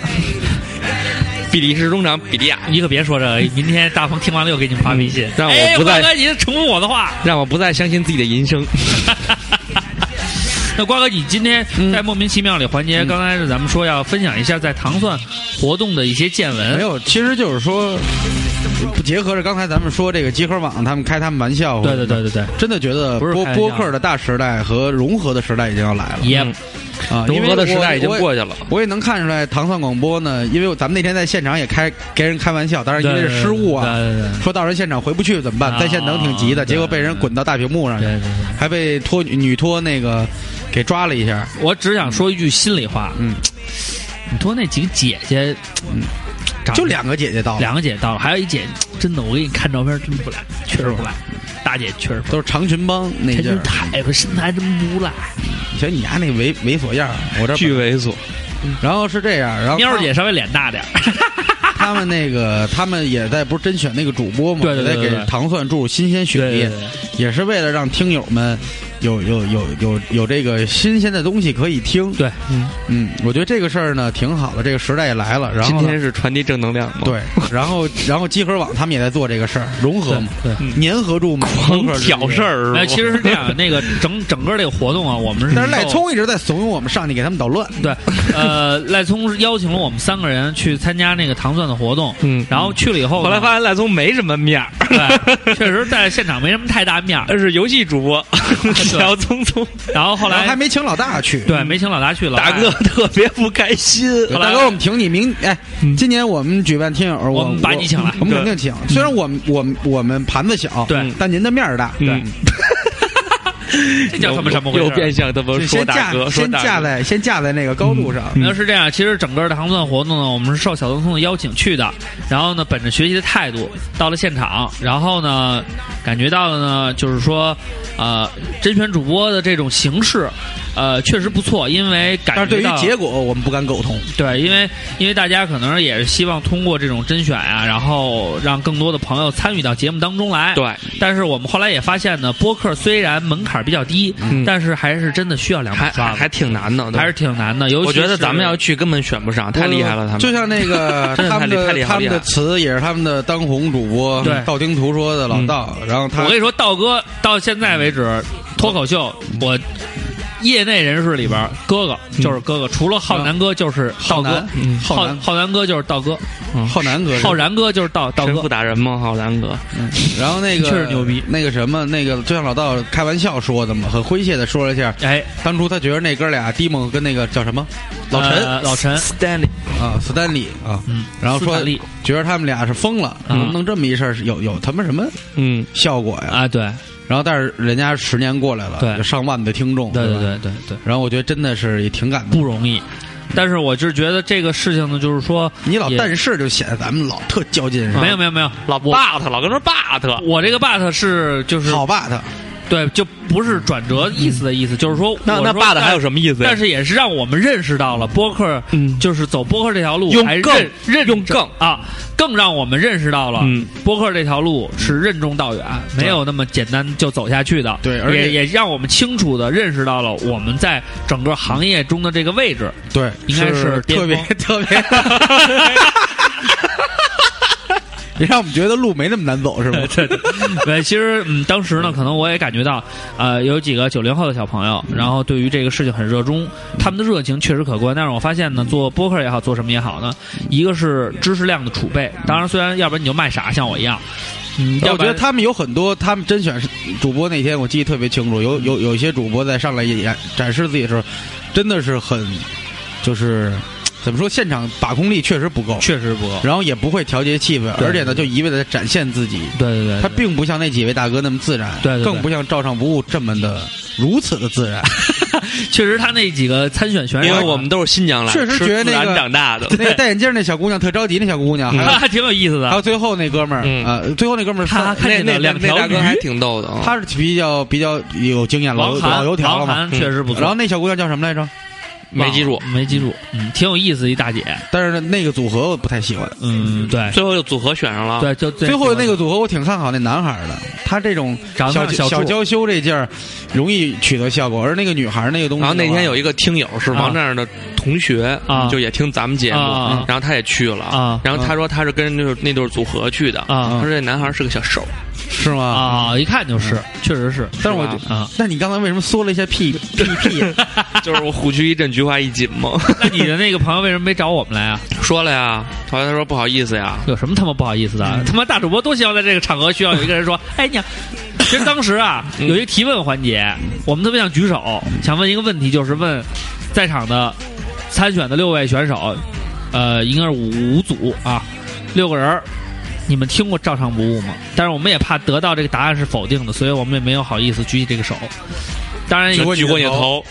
B: 比利时中场比利亚，
A: 你可别说这个，明天大鹏听完了又给你们发微信，
B: 让我
A: 哎
B: 不再
A: 瓜哥，你重复我的话。
B: 让我不再相信自己的银声。
A: 那瓜哥，你今天在莫名其妙里环节，刚开始咱们说要分享一下在糖蒜活动的一些见
E: 没
A: 闻，
E: 有，其实就是说，不结合着刚才咱们说这个集合网，他们开他们玩笑，
A: 对对对对对，
E: 真的觉得
A: 不是
E: 播
A: 开玩笑
E: 播客的大时代和融合的时代已经要来了
A: 也
E: 啊！
B: 融合的时代已经
E: 因为我
B: 过去了。
E: 我也能看出来，糖蒜广播呢，因为咱们那天在现场也开给人开玩笑，当然嗯因为是失误啊，
A: 对对对
E: 说到时候现场回不去怎么办？
A: 啊
E: 在现场挺急的，
A: 对
E: 结果被人滚到大屏幕上
A: 对
E: 去，
A: 对对。
E: 还被拖女拖那个给抓了一下。
A: 我只想说一句心里话，
E: 嗯，
A: 你说那几个姐姐，嗯，长得
E: 就两个姐姐到，
A: 两个姐到了，还有一姐，真的，我给你看照片，真不赖，确实不赖，大姐确实不赖。
E: 都是长裙帮那
A: 她
E: 嗯劲
A: 真
E: 儿。哦
A: 太不身材真不赖，
E: 其实你家那猥猥琐样儿，我这
B: 巨猥琐，
E: 然后是这样，然后
A: 喵儿姐稍微脸大 点儿，
E: 他们那 个，他们也在不是甄选那个主播嘛，
A: 对对对
E: 也
A: 对
E: 在
A: 对
E: 给糖蒜注入新鲜血
A: 对
E: 液，
A: 对
E: 也是为了让听友们有有有有有这个新鲜的东西可以听。
A: 对，
E: 嗯，我觉得这个事儿呢挺好的，这个时代也来了。然
B: 今
E: 后呢
B: 天是传递正能量吗？，
E: 对，然后然后集合网他们也在做这个事儿，融合嘛，
A: 对对嗯
E: 粘合住嘛，
B: 狂
E: 融合住
B: 挑事。儿是吧
A: 哎，其实是这样， 那个整整个这个活动啊，我们是
E: 但是赖
A: 受
E: 聪一直在怂恿我们上去给他们捣乱，
A: 对，呃，赖聪是邀请了我们三个人去参加那个糖蒜的活动，
B: 嗯
A: 然后去了以后呢，
B: 后来发现赖聪没什么面儿，
A: 对，确实在现场没什么太大面儿，
B: 是游戏主 播， 小聪聪
A: 然后后
E: 然后还
A: 来
E: 没请老大去。
A: 对没请老大去，老哎
B: 大
A: 大
B: 哥特别不开心。
E: 对大哥，我们请你明哎，
B: 嗯
E: 今年我们举办听友，
A: 我
E: 我
A: 们把你请来
E: 我们肯定请。虽然我们我们我们盘子小，
A: 对
E: 但您的面儿大，
B: 嗯，
A: 这叫他妈什么回事
B: 又
A: 儿？
B: 变相他妈
E: 就
B: 说
E: 先
B: 大
E: 架
B: 哥，嗯说
E: 先
B: 大
E: 架
B: 哥，
E: 在先架在那个高度上。嗯
A: 那是这样，其实整个的糖蒜活动呢，我们是受小东聪的邀请去的，然后呢，本着学习的态度到了现场，然后呢，感觉到了呢，就是说，呃，甄选主播的这种形式，呃，确实不错，因为感
E: 但是对
A: 觉到
E: 于结果，我们不敢苟同。
A: 对，因为因为大家可能也是希望通过这种甄选啊，然后让更多的朋友参与到节目当中来。，
B: 对，
A: 但是我们后来也发现呢，播客虽然门槛比较低，
B: 嗯
A: 但是还是真的需要两把
B: 还
A: 刷
B: 还
A: 子，
B: 还挺难的，对
A: 还是挺难的。尤其
B: 我觉得
A: 是
B: 咱们要去根本选不上，太厉害了，他们
E: 就像那 个
B: 真的
E: 他
B: 太
E: 们
B: 厉太厉
E: 的他
B: 害
E: 们
B: 厉
E: 的
B: 害
E: 词也是他们的当红主播
A: 对
E: 道听途说的老道，
B: 嗯
E: 然后他
A: 我跟你说，道哥到现在为止，脱口秀
B: 嗯
A: 我业内人士里边儿，哥哥就是哥哥，除了浩南哥就是道哥
E: 南，
A: 嗯浩
E: 浩南
A: 浩南哥就是道哥，
E: 浩南哥，
A: 浩然哥就是道道
B: 神不
A: 哥，
B: 打人吗？浩南哥，
E: 然后那个
A: 确实牛逼
E: 那个什么那个，就像老道开玩笑说的嘛，很诙谐的说了一下，
A: 哎，
E: 当初他觉得那哥俩迪蒙跟那个叫什么老陈
A: 呃老 陈，
B: Stanley
E: 啊，斯丹利啊，
A: 嗯，
E: 然后
A: 斯
E: 说
A: 坦利
E: 觉得他们俩是疯了，
A: 嗯
E: 能弄这么一事儿是有有他妈什么
B: 嗯，
E: 效果呀？
A: 啊，对
E: 然后但是人家十年过来了，
A: 对
E: 有上万的听众，
A: 对
E: 是
A: 对
E: 吧。
A: 对对对，
E: 然后我觉得真的是也挺感动，
A: 不容易。但是我就是觉得这个事情呢，就是说，
E: 你老
A: 也
E: 但是就显得咱们老特较劲，是吧
A: 没有没有没有，
B: 老
A: 我
B: but 老跟说 but，
A: 我这个 but 是就是
E: 好吧他，
A: 对，就不是转折意思的意思，就是说
B: 那
A: 我
B: 那
A: 说
B: but
A: 但
B: 还有什么意思呀？
A: 但是也是让我们认识到了播客，
B: 嗯
A: 就是走播客这条路，
B: 用
A: 还
B: 更
A: 认认
B: 用更
A: 啊，更让我们认识到了
B: 嗯
A: 播客这条路是任重道远，没有那么简单就走下去的。
E: 对而且
A: 也也让我们清楚的认识到了我们在整个行业中的这个位置。
E: 对，
A: 应该是
E: 是特别
A: 巅
E: 特 别。 也让我们觉得路没那么难走，是吗？
A: 对，其实嗯，当时呢，可能我也感觉到，呃，有几个九零后的小朋友，然后对于这个事情很热衷，他们的热情确实可观。但是我发现呢，做播客也好，做什么也好呢，一个是知识量的储备，当然，虽然要不然你就卖傻，像我一样，嗯，要
E: 呃我
A: 不
E: 觉得
A: 然
E: 他们有很多，他们甄选主播那天我记得特别清楚，有有有一些主播在上来演展示自己的时候，真的是很就是怎么说，现场把控力确实不够，
A: 确实不够。
E: 然后也不会调节气氛，
A: 对
E: 而且呢，就一味的展现自己。
A: 对对对，
E: 他并不像那几位大哥那么自然，
A: 对对对
E: 更不像照常不误这么的如此的自然。
A: 确实他那几个参选全是
J: 因为我们都是新疆来，
E: 确实觉得
J: 吃
E: 那个
J: 孜然长大的。
E: 那个戴眼镜那小姑娘特着急，那小姑娘，还有、
A: 啊 还挺有意思
E: 还
A: 的。
E: 有最后那哥们儿，
J: 嗯
E: 呃，最后那哥们儿
A: 嗯他
E: 三
A: 看见
J: 那
A: 了两
J: 那
A: 条
J: 大哥还
A: 鱼，
J: 挺逗的啊。
E: 他是比较比较有经验，老
A: 王
E: 油
A: 涵
E: 老油条了
A: 王
E: 嘛。嗯
A: 涵确实不错。
E: 然后那小姑娘叫什么来着？
J: 没记住，
A: 没记住，嗯，挺有意思一大姐，
E: 但是那个组合我不太喜欢。
A: 嗯，对
J: 最后就组合选上了。
A: 对，就
E: 最后那个组合我挺看好那男孩儿的，他这种
A: 长
E: 小
A: 得像
E: 小
A: 小猪
E: 娇羞这劲儿，容易取得效果。而那个女孩啊儿那个东西
J: 然后
E: 的话，
J: 那天有一个听友是王站的同学
A: 啊
J: 就也听咱们节目，
A: 啊啊
J: 然后他也去了，
A: 啊
J: 然后他说他是跟那对那对组合去的，他
A: 啊
J: 说这男孩是个小瘦，
E: 是吗？
A: 啊，一看就是，确实是，
E: 嗯但是我
A: 吧啊，
E: 那你刚才为什么缩了一下 屁屁屁？啊
J: 就是我虎躯一震，菊花一紧嘛。
A: 那 你的那个朋友为什么没找我们来啊？
J: 说了呀，后来他说不好意思呀，
A: 有什么他妈不好意思的？他妈大主播多希望在这个场合需要有一个人说：“ 哎，你好。”其实当时啊，有一个提问环节，我们特别想举手，想问一个问题，就是问在场的参选的六位选手，呃，应该是五五组啊，六个人儿，你们听过照常不误吗？但是我们也怕得到这个答案是否定的，所以我们也没有好意思举起这个手。当然，
J: 举过你的头，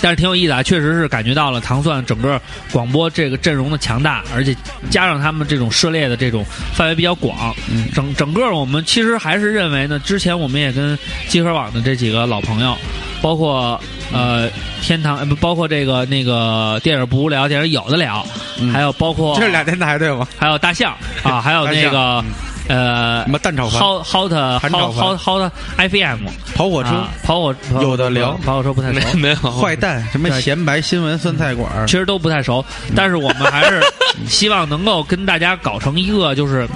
A: 但是挺有意思啊，确实是感觉到了糖蒜整个广播这个阵容的强大，而且加上他们这种涉猎的这种范围比较广，整整个我们其实还是认为呢，之前我们也跟集合网的这几个老朋友，包括呃天堂，呃不包括这个那个电影不无聊，电影有的聊，还有包括
E: 这是俩电台对吗？
A: 还有大象啊，还有那个呃
E: 什么蛋炒饭、
A: hot hot
E: 韩炒
A: hot
E: 饭
A: hot hot FM
E: 跑火车
A: 啊、跑火
E: 有的聊
A: 跑火车不太熟
J: 没。没有
E: 坏蛋、什么
A: 对
E: 闲白新闻、酸菜馆儿
A: 其，实都不太熟，但是我们还 是希望能够跟大家搞成一个，就是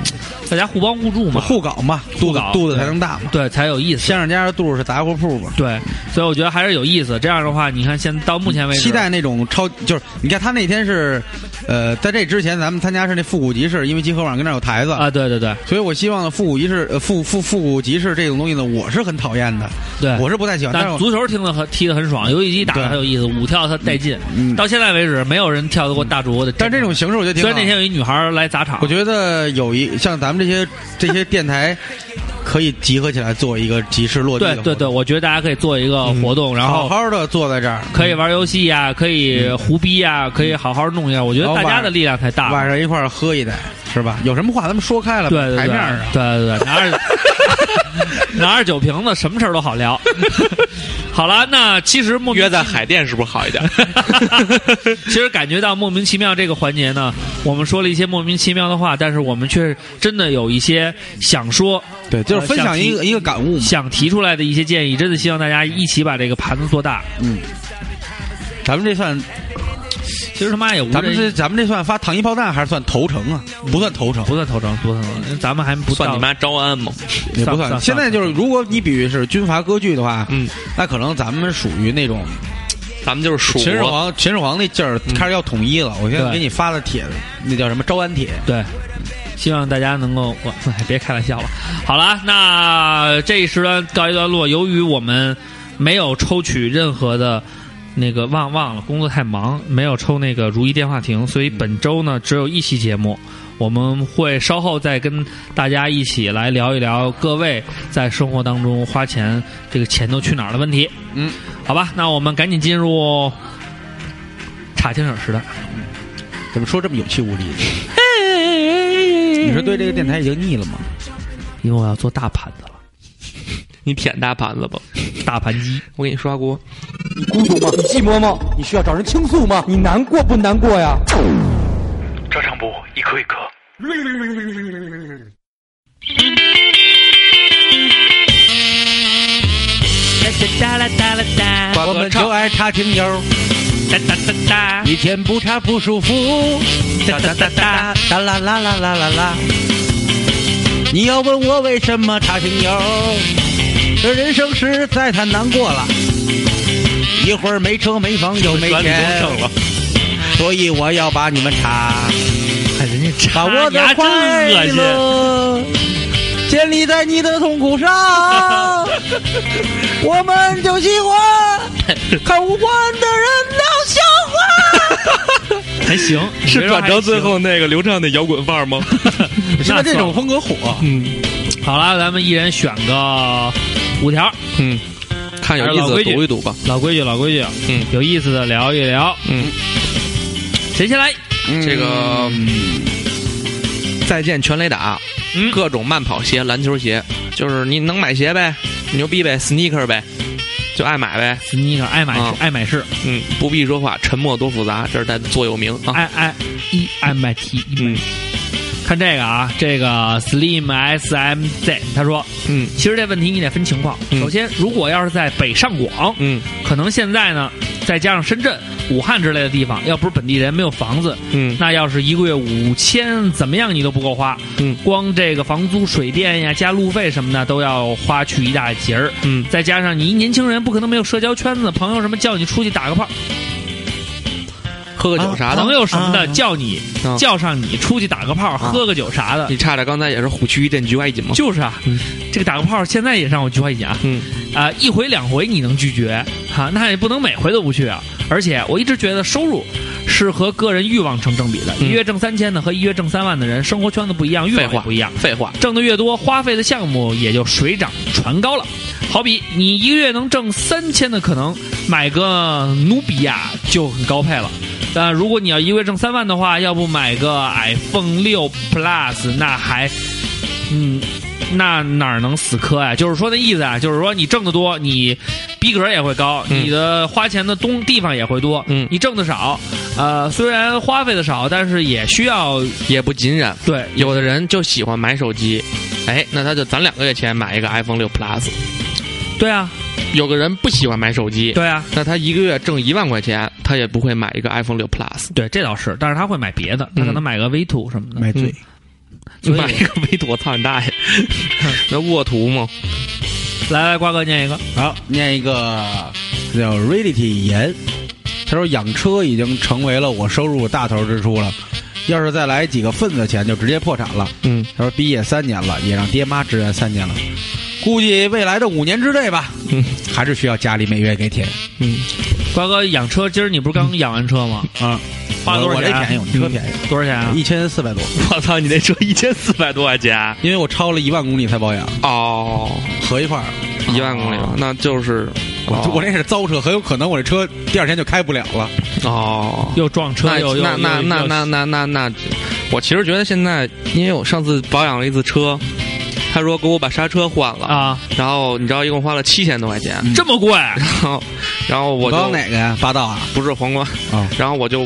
A: 大家互帮互助嘛，
E: 互搞嘛，肚子
A: 搞
E: 肚子才能大嘛。
A: 对才有意思。
E: 先生家的肚子是杂货铺嘛。
A: 对，所以我觉得还是有意思。这样的话，你看现到目前为止，
E: 期待那种超，就是你看他那天是，呃，在这之前咱们参加是那复古集市，因为集合网跟那儿有台子，
A: 啊，对对对
E: 所以我希望呢复古集市、呃、复复复古集市这种东西呢，我是很讨厌的，
A: 对，
E: 我是不太喜欢。但是
A: 但
E: 我
A: 足球听得很踢得很爽，游戏机打
E: 对
A: 得很有意思，舞跳它带劲。
E: 嗯，
A: 到现在为止，没有人跳得过大主播的。
E: 但这种啊形式我觉得挺
A: 虽
E: 好。
A: 然那天有一女孩来砸场，
E: 我觉得有一像咱们这些这些电台，可以集合起来做一个集市落地
A: 对
E: 的活动
A: 对对，，我觉得大家可以做一个活动，然
E: 好
A: 后
E: 嗯好的坐在这儿，
A: 可以玩游戏呀，可以胡逼呀，可以好好弄一下。我觉得
E: 然后
A: 大家
E: 晚
A: 的力量太大了。
E: 晚上一块儿喝一袋，是吧？有什么话咱们说开了，
A: 对对对，
E: 台面儿上。
A: 对对对，拿着拿着 酒瓶子，什么事儿都好聊。 好了，那其实莫名
J: 约在海淀是不是好一点？
A: 其实感觉到莫名其妙这个环节呢，我们说了一些莫名其妙的话，但是我们却真的有一些想说，
E: 对，就是分享一个一个感悟嘛。
A: 呃想提出来的一些建议，真的希望大家一起把这个盘子做大。
E: 咱们这算
A: 其实他妈也无
E: 咱们这
A: 人。
E: 咱们这算发糖衣炮弹还是算投诚啊？不算投诚，
A: 不算投诚，不算投诚，咱们还不
J: 算
A: 到
J: 你妈招安吗？
E: 也不
A: 算
E: 算。
A: 算
E: 现在就是，如果你比喻是军阀割据的话，
J: 嗯，
E: 那可能咱们属于那种
J: 咱们就是数
E: 秦始皇，嗯秦始皇那劲儿开始要统一了。我现在
A: 对
E: 给你发了帖子，那叫什么招安帖？
A: 对，希望大家能够，我 哎别开玩笑了。好了，那这一时段告一段落。由于我们没有抽取任何的那个忘忘了，工作太忙，没有抽那个如意电话亭，所以本周呢只有一期节目。我们会稍后再跟大家一起来聊一聊各位在生活当中花钱这个钱都去哪儿的问题。
E: 嗯，
A: 好吧，那我们赶紧进入查清手时代。
E: 怎么说这么有气 无力？你是对这个电台已经腻了吗？
A: 因为我要做大盘子了，
J: 你舔大盘子吧，
A: 大盘鸡。
J: 我给你刷锅。
G: 你孤独吗？你寂寞吗？你需要找人倾诉吗？你难过不难过呀？
H: 哒啦哒啦哒，
E: 我们就爱插听友，
H: 哒哒哒哒，
E: 以前不插不舒服。
H: 哒哒哒哒。
E: 哒啦啦啦啦啦啦。你要问我为什么插听友，这人生实在太难过了。一会儿没车没房又没钱，所以我要把你们插，
A: 哎，人家插
E: 把我的
A: 牙真
E: 快
A: 恶心。
E: 乐建立在你的痛苦 上。我们就喜欢看无关的人闹笑话。
A: 行，你
B: 是
A: 别说
B: 转
A: 还
B: 成最
A: 行
B: 后那个流畅的摇滚范儿吗？
E: 现在
A: 那
E: 这种风格火，
B: 嗯
A: 好了，咱们一人选个五条，
B: 嗯， 看有意
A: 还是老
B: 思
A: 规
B: 的
A: 矩
B: 读一读吧。
A: 老规矩，老规矩，
B: 嗯，
A: 有意思的聊一聊，
B: 嗯，
A: 谁先来？
B: 这个再见全垒打，
A: 嗯
B: 各种慢跑鞋、篮球鞋，就是你能买鞋呗，牛逼呗，sneaker 呗，就爱买呗。
A: 你想爱买
B: 啊
A: 是爱买是
B: 嗯，不必说话，沉默多复杂，这是在座右铭啊。
A: 爱爱一爱买 T，
B: 嗯
A: 看这个啊，这个 Slim S M Z，他说，
B: 嗯
A: 其实这问题你得分情况。
B: 嗯
A: 首先，如果要是在北上广，
B: 嗯
A: 可能现在呢，再加上深圳、武汉之类的地方，要不是本地人没有房子，
B: 嗯
A: 那要是一个月五千，怎么样你都不够花。
B: 嗯
A: 光这个房租、水电呀、加路费什么的，都要花去一大截儿。
B: 嗯
A: 再加上你一年轻人不可能没有社交圈子，朋友什么叫你出去打个炮，
B: 喝个酒啥的
A: 朋。友什么的叫你、
B: 啊
A: 叫上你出去打个炮、喝个酒啥的，
B: 你差点刚才也是虎躯一震，菊花一紧吗？
A: 就是啊，
B: 嗯
A: 这个打个炮现在也让我菊花一紧啊。
B: 嗯
A: 啊、一回两回你能拒绝哈、那也不能每回都不去啊。而且我一直觉得收入是和个人欲望成正比的，
B: 嗯
A: 一月挣三千的和一月挣三万的人，生活圈子不一样，欲望
B: 废
A: 也
B: 话
A: 不一样，
B: 废话，
A: 挣的越多，花费的项目也就水涨船高了。好比你一个月能挣三千的，可能买个努比亚就很高配了。但如果你要一个月挣三万的话，要不买个 iPhone 六 Plus，那还，嗯，那哪儿能死磕呀、就是说那意思啊，就是说你挣得多，你逼格也会高，
B: 嗯
A: 你的花钱的东地方也会多。
B: 嗯
A: 你挣的少，呃，虽然花费的少，但是也需要
B: 也不尽然。
A: 对
B: 有的人就喜欢买手机，哎，那他就攒两个月钱买一个 iPhone 六 Plus。
A: 对啊，
B: 有个人不喜欢买手机，
A: 对啊。
B: 那他一个月挣一万块钱，他也不会买一个 iPhone 六 Plus，
A: 对，这倒是，但是他会买别的，他可能
B: 嗯
A: 买个 V two 什么的。
E: 买醉。
A: 所以
B: 买一个微图，我操 你大爷！那沃图吗？
A: 来来，瓜哥念一个，
E: 嗯好，念一个叫 Reality 言，他说养车已经成为了我收入大头支出了，要是再来几个份子钱就直接破产了。
B: 嗯，
E: 他说毕业三年了，也让爹妈支援三年了，估计未来的五年之内吧，
B: 嗯，
E: 还是需要家里每月给钱。
B: 嗯，
A: 瓜哥养车，今儿你不是刚养完车吗？
E: 啊，
A: 花多
E: 我
A: 少
E: 我这
A: 钱啊？
E: 便宜，我这车便宜，
A: 多少钱啊？
E: 一千四百多，
B: 我操，你那车一千四百多块钱
E: 因为我超了一万公里才保养，
B: 哦，
E: 合一块儿。
B: 一万公里
A: 哦
B: 了，那就是
E: 我
B: 哦
E: 我这是糟车，很有可能我这车第二天就开不了了。
B: 哦。
A: 又撞车
B: 那
A: 又又
B: 那那
A: 又
B: 那
A: 又
B: 那那那那，我其实觉得现在，因为我上次保养了一次车，他说给我把刹车换了，
A: 啊，
B: 然后你知道一共花了七千多块钱，
A: 这么贵？
B: 然后然后我
E: 刚刚
B: 就
E: 哪个呀？霸道啊？
B: 不是皇冠，
E: 啊
B: 然后我就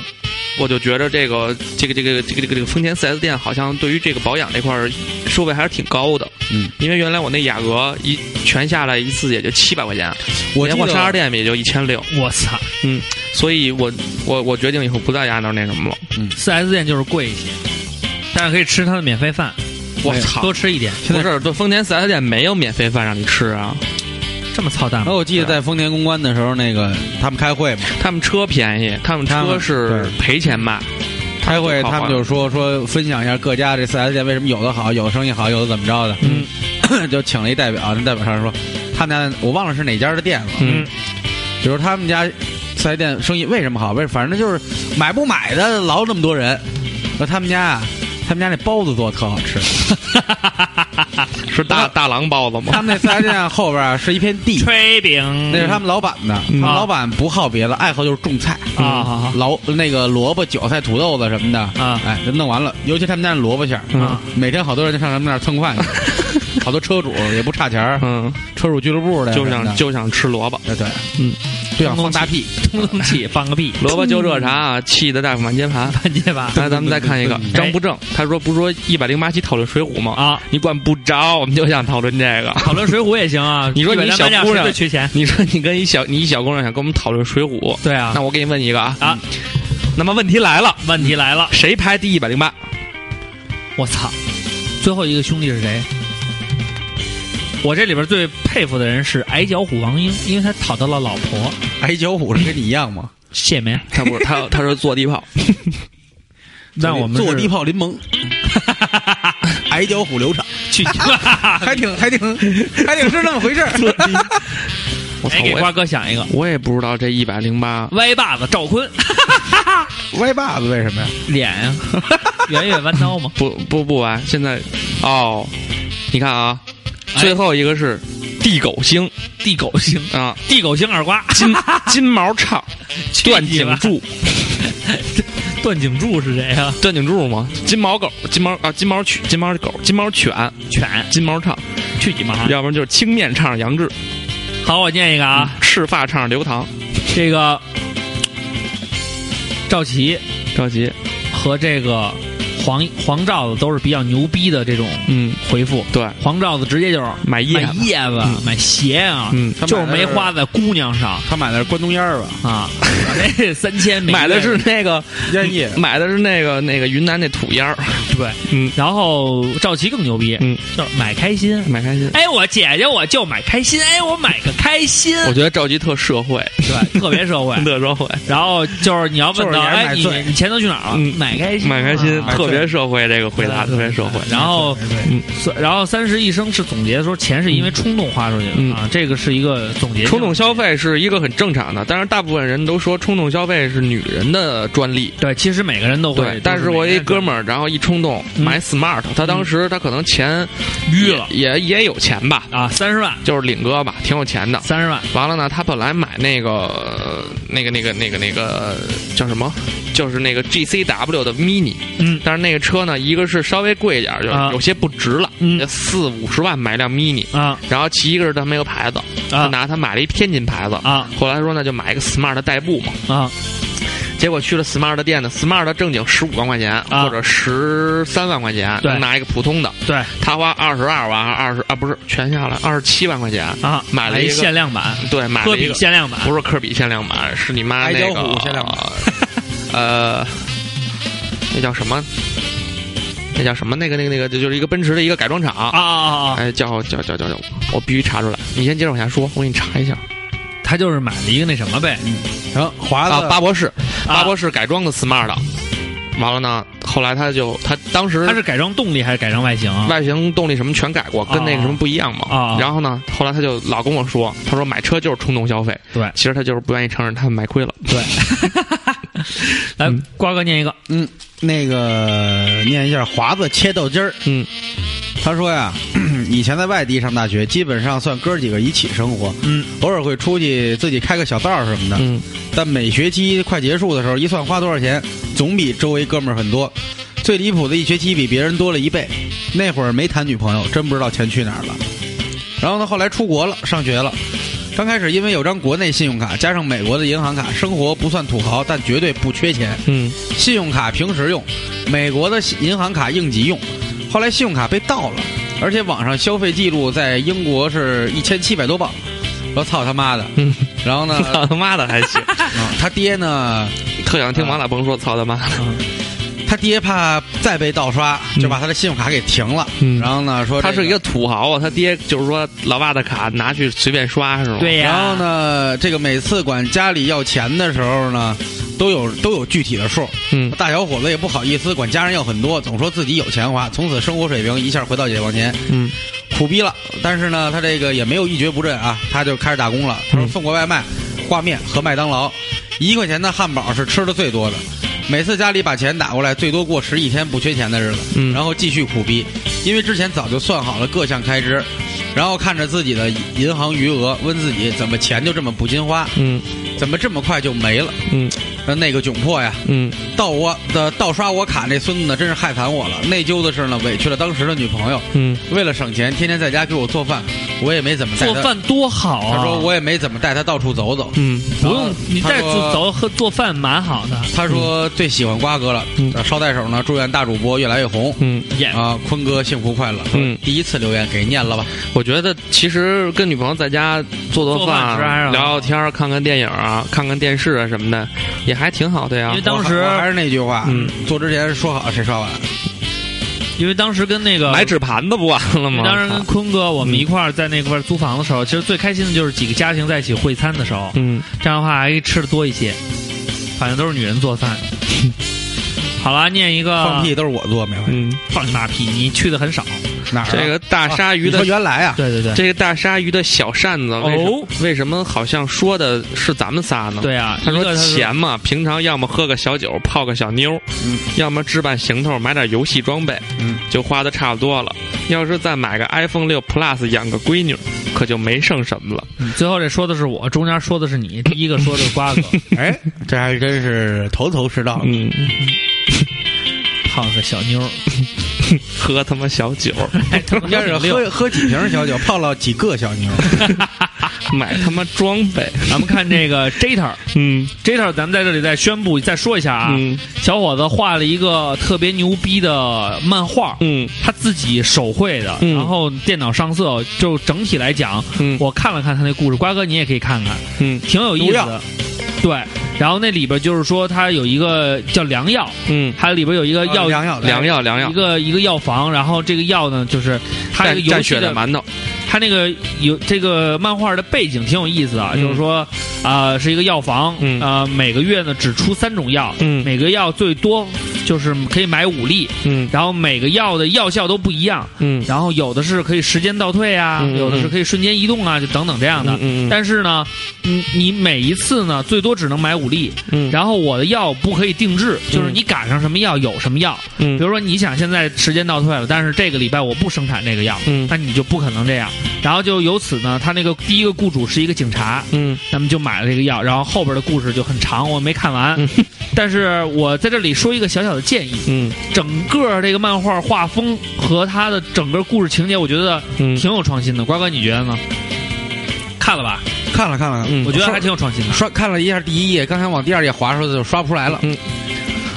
B: 我就觉得这个这个这个这个这个这个丰田 4S 店好像对于这个保养这块儿收费还是挺高的，
E: 嗯，
B: 因为原来我那雅阁一全下来一次也就七百块钱，
E: 我
B: 连
E: 记
B: 换
E: 得
B: 刹车店也就一千六，
A: 我操，
B: 所以我我我决定以后不在丫那儿那什么了，
A: 四 S 店就是贵一些，但是可以吃他的免费饭，
E: 哎
B: 我操
A: 多。吃一点，
B: 不是，这丰田 4S 店没有免费饭让你吃啊，
A: 这么操蛋
E: 然
A: 吗？
E: 后我记得在丰田公关的时候，那个他们开会嘛，
B: 他们车便宜，他们
E: 他
B: 车
E: 们
B: 是
E: 对
B: 赔钱卖，
E: 开会
B: 靠
E: 他们就说说分享一下各家这四 S 店为什么有的好，有的生意好，有的怎么着的。
B: 嗯，
E: 就请了一代表，那代表上来说，他家我忘了是哪家的店了，
B: 嗯，
E: 就是他们家四 S 店生意为什么好？为反正就是买不买的老那么多人。那他们家啊，他们家那包子做的特好吃，
B: 嗯是大大狼包 子吗？
E: 他们那四 S 店后边啊是一片地。
A: 炊饼
F: 嗯
E: 那是他们老板的，他们老板不好别的，爱好就是种菜嗯
A: 啊好好
E: 老那个萝卜、韭菜、土豆子什么的
A: 啊
E: 哎，就弄完了。尤其他们家那萝卜馅儿，
A: 啊
E: 每天好多人就上他们那儿蹭饭去，好多车主也不差钱儿，
B: 嗯，
E: 车主俱乐部的
B: 就
E: 什么
B: 想
E: 的
B: 就想吃萝卜，
E: 哎对，啊
B: 嗯，
E: 就想放 大屁，
A: 通通气，放个屁，
B: 萝卜就这啥，气得大夫满街盘。
A: 看见吧？
B: 来， 咱们再看一个
A: 嗯
B: 张不正，他说不是说一百零八期讨论《水浒》吗？
A: 啊，
B: 你管不着，我们就想讨论这个。
A: 讨论水浒也行啊。
B: 你说你
A: 一百单
B: 小
A: 卖价
B: 姑
A: 是
B: 娘
A: 最缺钱，
B: 你说你跟一小你一小姑娘想跟我们讨论《水浒》，
A: 对啊
B: 那。我给你问一个啊
A: 啊，
B: 那么问题来了，
A: 问题来了，
B: 谁排第一百零八？
A: 我操！最后一个兄弟是谁？我这里边最佩服的人是矮脚虎王英，因为他讨到了老婆
E: 矮脚虎是跟你一样吗？
A: 谢梅。
B: 他不是他 他说坐地炮，
A: 那我们
E: 坐地
A: 炮
E: 炮林萌，矮脚虎流畅，
A: 去，
E: 还挺还挺还挺是那么回事儿。
B: 我 操
A: 哎，给
B: 我
A: 瓜
B: 也
A: 哥想一个
B: 我也不知道这一百零八
A: 歪把子赵坤，啊
E: 歪把子为什么呀？
B: 脸 呀、，
A: 圆月弯刀嘛
B: 不不不完，现在哦，你看啊，最后一个是地狗星
A: 地狗星，
B: 啊，
A: 地狗星耳刮，
B: 金 金毛 唱，段
A: 你
B: 景
A: 吧
B: 柱，
A: 段景柱是谁啊？
B: 段景柱吗？金毛狗，金毛啊，金毛犬，金毛狗，金毛犬，
A: 犬，
B: 金毛唱，
A: 去你妈！
B: 要不然就是青面唱杨志，
A: 好，我念一个啊，
B: 赤发唱刘唐，
A: 这个赵琦
B: 着急，
A: 和这个黄黄罩子都是比较牛逼的这种
B: 嗯，
A: 回复。
B: 对，
A: 黄罩子直接就是
B: 买叶
A: 买
B: 子，
A: 叶子、买鞋啊，
B: 嗯
E: 他买的
A: 就是没花在姑娘上
E: 他买的是关东烟儿吧？
A: 啊。 这三千每
B: 买的
A: 月
B: 是那个，
E: 烟叶
B: 买的是那个那个云南那土烟儿，
A: 对，
B: 嗯
A: 然后赵琦更牛逼，
B: 嗯，
A: 就是买开心。
B: 买开心。
A: 哎，我姐姐我就买开心，哎，我买个开心，
B: 我觉得赵姬特社会，
A: 对，特别社会。
B: 特社会，
A: 然后就是你要问
E: 就是
A: 到，
E: 也是
A: 哎，
E: 买
A: 你
E: 醉
A: 你钱都去哪儿了？
B: 嗯
A: 买开心，
B: 买开心，
A: 啊
B: 特别社会。这个回答特别社会。
A: 然后，
B: 嗯
A: 所然后三十一生是总结说，钱是因为冲动花出去的
B: 嗯
A: 啊，这个是一个总结。
B: 冲动消，费是一个很正常的，但是大部分人都说冲动消费是女人的专利。
A: 对，其实每个人都会
B: 对，。但
A: 是
B: 是我一哥
A: 们
B: 们儿，然后一冲动
A: 嗯
B: 买 smart，他当时他可能钱
A: 淤了
B: 也也有钱吧，
A: 啊，三十万，
B: 就是领哥吧，挺有钱的。
A: 三十万，
B: 完了呢，他本来买那个那个那个那个那个叫什么，就是那个 GCW 的 mini，
A: 嗯
B: 但是那个车呢，一个是稍微贵一点儿，就
A: 啊
B: 有些不值了，
A: 嗯
B: 就四五十万买辆 mini，
A: 啊
B: 然后其一个是他没有牌子，他
A: 啊
B: 拿他买了一天津牌子，
A: 啊
B: 后来说那就买一个 smart 的代步嘛，
A: 啊
B: 结果去了 smart 的店呢，smart 的正经十五万块钱、
A: 啊
B: 或者十三万块钱，
A: 对
B: 能拿一个普通的，
A: 对
B: 他花二十二万还是二十啊不是全下来二十七万块钱，
A: 啊，
B: 买了一
A: 一
B: 个
A: 限量版，
B: 对，买
A: 科
B: 了一
A: 比
B: 个
A: 限量版，
B: 不是科比限量版，是你妈那
E: 矮脚
B: 个
E: 虎限量版，
B: 呃，那叫什么？那叫什么？那个那个那个，就是一个奔驰的一个改装厂
A: 啊啊啊！
B: 哎，叫叫叫叫叫，我必须查出来。你先接着往下说，我给你查一下。
A: 他就是买了一个那什么呗，
E: 然后华
B: 啊，
E: 子
B: 巴博士，
A: 啊
B: 巴博士改装的 smart，的完了呢，后来他就他当时
A: 他是改装动力还是改装外形啊？
B: 外形、动力什么全改过，跟那个什么不一样嘛。
A: 啊啊
B: 然后呢，后来他就老跟我说，他说买车就是冲动消费。
A: 对
B: 其实他就是不愿意承认他买亏了。
A: 对，来
B: 嗯
A: 瓜哥念一个，
E: 嗯，那个念一下华子切豆筋儿。
B: 嗯，
E: 他说呀， 以前在外地上大学，基本上算哥几个一起生活，
A: 嗯，
E: 偶尔会出去自己开个小灶什么的。
B: 嗯，
E: 但每学期快结束的时候，一算花多少钱，总比周围哥们儿很多。最离谱的一学期比别人多了一倍。那会儿没谈女朋友，真不知道钱去哪儿了。然后呢，后来出国了，上学了。刚开始因为有张国内信用卡，加上美国的银行卡，生活不算土豪，但绝对不缺钱。
B: 嗯
E: 信用卡平时用，美国的银行卡应急用。后来信用卡被盗了，而且网上消费记录在英国是一千七百多镑。我操他妈的！
B: 嗯，
E: 然后呢，
B: 操他妈的还行，
E: 嗯他爹呢，
B: 特想听王大鹏说操他妈。
E: 他爹怕再被盗刷，就把他的信用卡给停了。
B: 嗯
E: 然后呢，说、
B: 他是一个。土豪啊，他爹就是说老爸的卡拿去随便刷是吗？，
A: 对呀，
E: 然后？呢，这个每次管家里要钱的时候呢，都有都有具体的数。
B: 嗯
E: 大小伙子也不好意思管家人要很多，总说自己有钱花，从此生活水平一下回到解放前。
B: 嗯
E: 苦逼了，但是呢，他这个也没有一蹶不振啊，他就开始打工了。他说
B: 嗯
E: 送过外卖、挂面和麦当劳，一块钱的汉堡是吃的最多的。每次家里把钱打过来，最多过十一天不缺钱的日子，
B: 嗯
E: 然后继续苦逼，因为之前早就算好了各项开支，然后看着自己的银行余额，问自己怎么钱就这么不禁花，
B: 嗯
E: 怎么这么快就没了？
B: 嗯
E: 那那个窘迫呀！
B: 嗯
E: 盗我的盗刷我卡那孙子呢，真是害惨我了。内疚的是呢，委屈了当时的女朋友，
B: 嗯，
E: 为了省钱，天天在家给我做饭，我也没怎么带
A: 做
E: 他。
A: 饭多好啊！
E: 他说我也没怎么带他到处走走。
B: 嗯
A: 不用你带
E: 他
A: 走
E: 说
A: 走喝做饭蛮好的，
E: 他说最喜欢瓜哥了。
B: 嗯
E: 捎带手呢，祝愿大主播越来越红。
B: 嗯，
A: 也
E: 啊，坤哥幸福快乐。
B: 嗯
E: 第一次留言给念了吧？
B: 我觉得其实跟女朋友在家做做啊
A: 做饭吃啊还是好
B: 聊聊天儿、看看电影啊、看看电视啊什么的，也还挺好的呀
A: 因为。当时
E: 我还我还是那句话，
B: 嗯，
E: 做之前说好谁刷碗。
A: 因为当时跟那个
B: 买纸啊盘子不完了
A: 因为
B: 吗？
A: 当时跟坤哥我们一块儿在那块儿租房的时候，其实最开心的就是几个家庭在一起会餐的时候，
B: 嗯，
A: 这样的话还吃的多一些。反正都是女人做饭。 好了，念一个啊
E: 放屁，都是我做，没问题。
B: 嗯
A: 放你妈屁！你去的很少。
E: 哪儿啊？
B: 这个大鲨鱼
E: 你说
B: 的
E: 原来啊，
A: 对对对，
B: 这个大鲨鱼的小扇子，为什
A: 哦
B: 为什么好像说的是咱们仨呢？
A: 对啊，
B: 他
A: 一
B: 说
A: 个
B: 钱嘛，平常要么喝个小酒，泡个小妞，嗯，要么置办行头，买点游戏装备，嗯，就花的差不多了。要是再买个 iPhone 六 Plus，养个闺女，可就没剩什么了。
A: 嗯最后这说的是我，中间说的是你，第一个说的是瓜哥，
E: 哎，这还真是头头是道。
B: 嗯，
A: 胖子小妞儿，
B: 喝他妈小酒，
E: 要 是喝喝几瓶小酒，泡了几个小妞，
B: 买他妈装备，
A: 咱们看这个 Jeter。
B: 嗯
A: Jeter，咱们在这里再宣布、再说一下啊，
B: 嗯
A: 小伙子画了一个特别牛逼的漫画，
B: 嗯
A: 他自己手绘的，
B: 嗯
A: 然后电脑上色，就整体来讲，
B: 嗯
A: 我看了看他那故事，瓜哥你也可以看看，
B: 嗯
A: 挺有意思的。对，然后那里边就是说他有一个叫良药，
B: 嗯，
A: 它里边有一个药、
E: 良药
B: 良药良药
A: 一，个一个药房，然后这个药呢就是它这
B: 蘸
A: 个游
B: 蘸
A: 戏
B: 血
A: 的
B: 的馒头，
A: 他那个有这个漫画的背景挺有意思啊，
B: 嗯
A: 就是说啊、是一个药房，
B: 嗯
A: 啊、每个月呢只出三种药，
B: 嗯
A: 每个药最多就是可以买五粒，
B: 嗯
A: 然后每个药的药效都不一样，
B: 嗯
A: 然后有的是可以时间倒退啊，
B: 嗯嗯嗯
A: 有的是可以瞬间移动啊，就等等这样的。
B: 嗯嗯嗯
A: 但是呢，你你每一次呢最多只能买五粒，
B: 嗯
A: 然后我的药不可以定制，就是你赶上什么药有什么药。
B: 嗯
A: 比如说你想现在时间倒退了，但是这个礼拜我不生产这个药，
B: 嗯
A: 那你就不可能这样。然后就由此呢，他那个第一个雇主是一个警察，
B: 嗯
A: 那么就买了这个药，然后后边的故事就很长，我没看完。
B: 嗯
A: 但是我在这里说一个小小的建议，
B: 嗯
A: 整个这个漫画画风和它的整个故事情节，我觉得
B: 嗯，
A: 挺有创新的。瓜哥，你觉得呢？看了吧，
E: 看了看了，
B: 嗯
A: 我觉得还挺有创新 的。
E: 刷看了一下第一页，刚才往第二页滑的时候就刷不出来了。
B: 嗯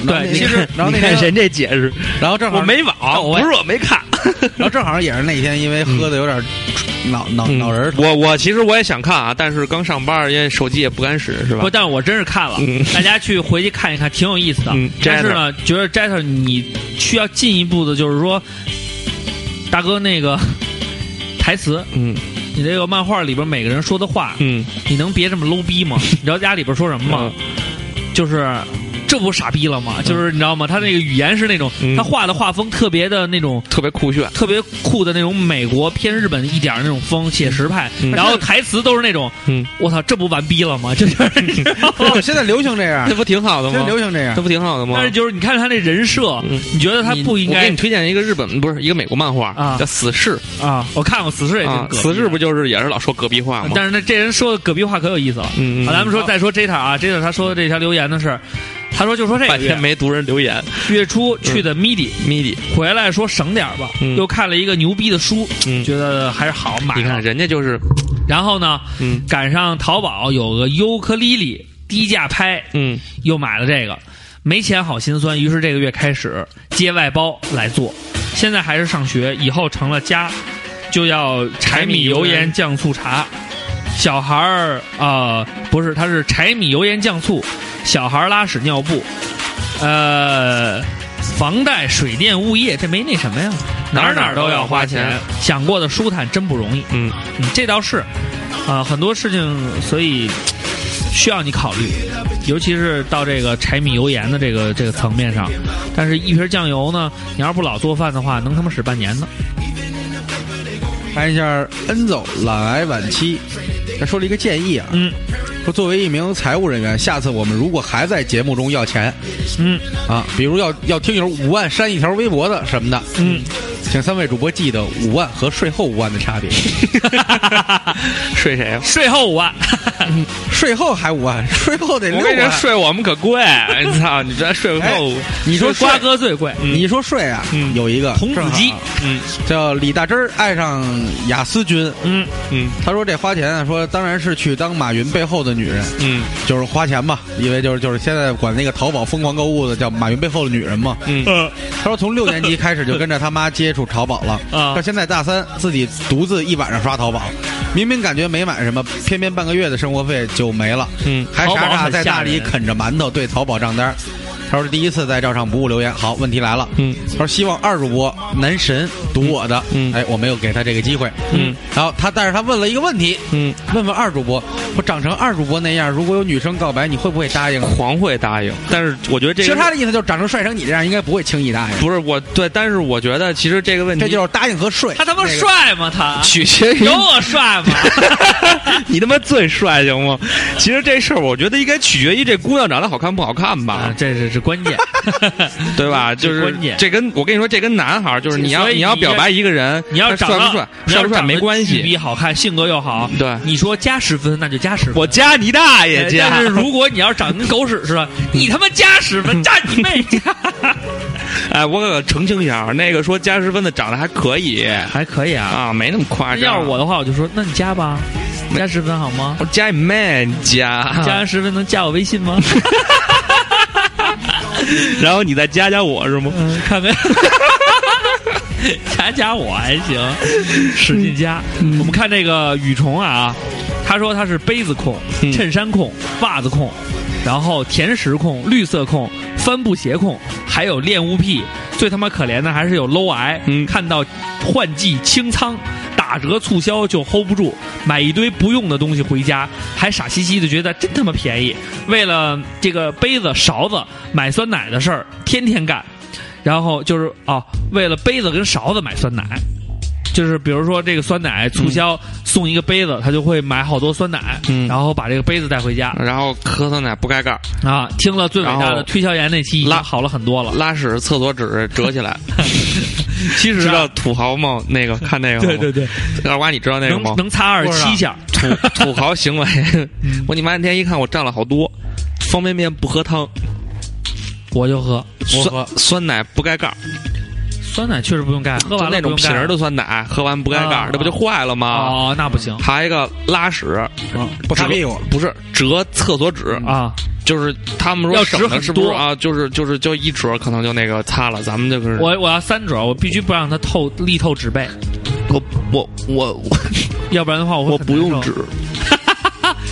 E: 然后
A: 对
E: 那
A: 其
E: 天，然后那天，
B: 这解释，
E: 然后正好
B: 我没网，
A: 我也
B: 不是我没看。
E: 然后正好也是那天，因为喝的有点脑脑脑仁儿
B: 嗯我我其实我也想看啊，但是刚上班，因为手机也不敢使，是吧
A: 不，？但是我真是看了，
B: 嗯
A: 大家去回去看一看，挺有意思的。
B: 嗯
A: 但是呢，觉得 Jeter 你需要进一步的，就是说，大哥那个 台词，
B: 嗯
A: 你这个漫画里边每个人说的话，
B: 嗯
A: 你能别这么 low 逼吗？你知道家里边说什么吗？就是这不傻逼了吗？就是你知道吗？他那个语言是那种，
B: 嗯
A: 他画的画风特别的那种。
B: 特别酷炫。
A: 特别酷的那种美国偏日本一点儿那种风写实派，
B: 嗯
A: 然后台词都是那种，
B: 嗯，
A: 我操，这不完逼了吗？这 就是，嗯
E: 哦现在流行这样
B: 这，不挺好的
E: 现在
B: 吗？
E: 流行这样
B: 这。不挺好的吗
A: 但？是就是你看他那人设，
B: 嗯
A: 你觉得他不应
B: 我给
A: 该
B: 你推荐一个日本，不是一个美国漫画，
A: 啊
B: 叫《死侍
A: 啊？我看过《死侍》》也挺
B: 啊，
A: 葛
B: 《
A: 逼的，
B: 死侍》不就是也是老说隔壁话吗？
A: 但是呢，这人说的葛逼话可有意思了。
B: 嗯，嗯
A: 好，咱们说再说 Jeta 啊，Jeta 他说的这条留言的是，他说就说这个
B: 半天
A: 月
B: 没读人留言
A: 月初去的 MIDI，
B: ，MIDI，
A: 回来说省点儿吧，
B: 嗯
A: 又看了一个牛逼的书，
B: 嗯，
A: 觉得还是好买
B: 你看
A: 了。
B: 人家就是，
A: 然后呢，
B: 嗯
A: 赶上淘宝有个尤克里里低价拍，
B: 嗯
A: 又买了这个，没钱好心酸。于是这个月开始接外包来做，现在还是上学，以后成了家就要柴米油盐酱醋茶。小孩儿啊、呃不是，他是柴米油盐酱醋，小孩儿拉屎尿布，呃，房贷、水电、物业，这没那什么呀，哪儿哪儿都要花钱，想过得舒坦真不容易。
B: 嗯，
A: 嗯，这倒是，啊、很多事情，所以需要你考虑，尤其是到这个柴米油盐的这个这个层面上。但是，一瓶酱油呢，你要是不老做饭的话，能他妈使半年呢。
E: 看一下恩总懒癌晚期，他说了一个建议啊，
A: 嗯
E: 说作为一名财务人员，下次我们如果还在节目中要钱
A: 嗯
E: 啊，比如要要听友五万删一条微博的什么的，
A: 嗯，
E: 请三位主播记得五万和税后五万的差别，
B: 睡谁啊呀？
A: 税后五万，
E: 税后还五万， 税后得
B: 我
E: 六
B: 跟你说，
E: 万。
B: 睡我们可贵，啊你操，你这睡不
E: 哎
B: 够。
E: 你说
A: 瓜
E: 税，
A: 哥最贵，
E: 你说税啊，
B: 嗯
E: 有一个
A: 童子
E: 正好啊
A: 鸡
E: 叫李大珍儿爱上雅思君，
A: 嗯
B: 嗯
E: 他说这花钱啊，说当然是去当马云背后的女人，
B: 嗯
E: 就是花钱吧，因为就是就是现在管那个淘宝疯狂购物的叫马云背后的女人嘛。
B: 嗯
E: 他说从六年级开始就跟着他妈接触淘宝了，
A: 啊
E: 到现在大三自己独自一晚上刷淘宝，明明感觉没买什么，偏偏半个月的生活费就没了，
B: 嗯
E: 还
A: 淘宝
E: 傻傻
A: 很
E: 在
A: 吓
E: 那里
A: 人
E: 啃着馒头对淘宝账单。他说第一次在照常不误留言，好，问题来了，
B: 嗯，
E: 他说希望二主播男神读我的，
B: 嗯嗯
E: 哎，我没有给他这个机会，
B: 嗯，
E: 然后他但是他问了一个问题，
B: 嗯，
E: 问问二主播，我长成二主播那样，如果有女生告白，你会不会答应？
B: 狂会答应，但是我觉得这
E: 其实
B: 个
E: 他的意思就是长成帅成你这样，应该不会轻易答应，
B: 不是我对，但是我觉得其实这个问题
E: 这就是答应和睡。
A: 他他妈
E: 那个
A: 帅吗？他
B: 取决于
A: 有我帅吗？
B: 你他妈最帅行吗？其实这事儿我觉得应该取决于这姑娘长得好看不好看吧。
A: 啊，这是是关 键，
B: 对吧？就是
A: 关键
B: 这跟我跟你说，这跟男孩儿就是你要
A: 所以
B: 你要
A: 你
B: 表白一个人，
A: 你要
B: 他
A: 长
B: 帅
A: 得
B: 不帅，帅不帅没关
A: 你要长得巨
B: 系。
A: 逼好看，性格又好，
B: 对
A: 你说加十分那就加十分。
B: 我啊加你大爷
A: 哎
B: 加，
A: 但是如果你要是长得跟狗屎
B: 嗯
A: 似的，你他妈加十分，站你妹 加！
B: 哎，我可澄清一下，那个说加十分的长得还可以
A: 还可以啊。
B: 啊，没那么夸
A: 那
B: 张。
A: 要是我的话，我就说，那你加吧，加十分好吗？
B: 我加你妹你加，
A: 加完十分能加我微信吗？
B: 然后你再加加我是吗？
A: 嗯，看 没？加加我还行，使劲加。
B: 嗯
A: 我们看这个雨虫啊，他说他是杯子控、
B: 嗯
A: 衬衫控、袜子控，然后甜食控、绿色控、帆布鞋控，还有恋物癖。最他妈可怜的还是有 low 癌，
B: 嗯
A: 看到换季清仓。打折促销就 hold 不住，买一堆不用的东西回家，还傻兮兮的觉得真他妈便宜。为了这个杯子、勺子买酸奶的事儿，天天干。然后就是哦，为了杯子跟勺子买酸奶，就是比如说这个酸奶促销送一个杯子，他就会买好多酸奶，
B: 嗯
A: 然后把这个杯子带回家
B: 然后咳嗽奶不盖盖儿，
A: 啊。听了最伟大
B: 然
A: 的
B: 后
A: 推销员那期，已经
B: 拉
A: 好了很多了。
B: 拉屎厕所纸折 起来。其实知啊道土豪吗？那个看那个吗
A: 对对，对，
B: 二瓜你知道那个
A: 能
B: 吗？
A: 能嗯擦二十
B: 啊
A: 七下，
B: 土土豪行为。 我你妈那天一看我占了好多，方便面不喝汤，
A: 我就喝
B: 酸酸奶不盖盖儿，
A: 酸奶，确实不用盖，喝
B: 就
A: 完了
B: 那种
A: 不用
B: 瓶
A: 盖
B: 儿啊的酸奶，喝完不盖盖
A: 啊
B: 儿，那不就坏了吗？
A: 哦，那不行
B: 还有一个拉屎，
K: 啊
B: 不
K: 擦屁股，
B: 不是折厕所纸，
A: 啊。
B: 就是他们说
A: 要折
B: 省的
A: 很
B: 是不是
A: 多
B: 啊？就是就是就一折可能就那个擦了，咱们就是
A: 我我要三折，我必须不让它透力透纸背，
B: 我我我
A: 要不然的话我
B: 我
A: 会
B: 我
A: 很
B: 不用
A: 难受
B: 纸，，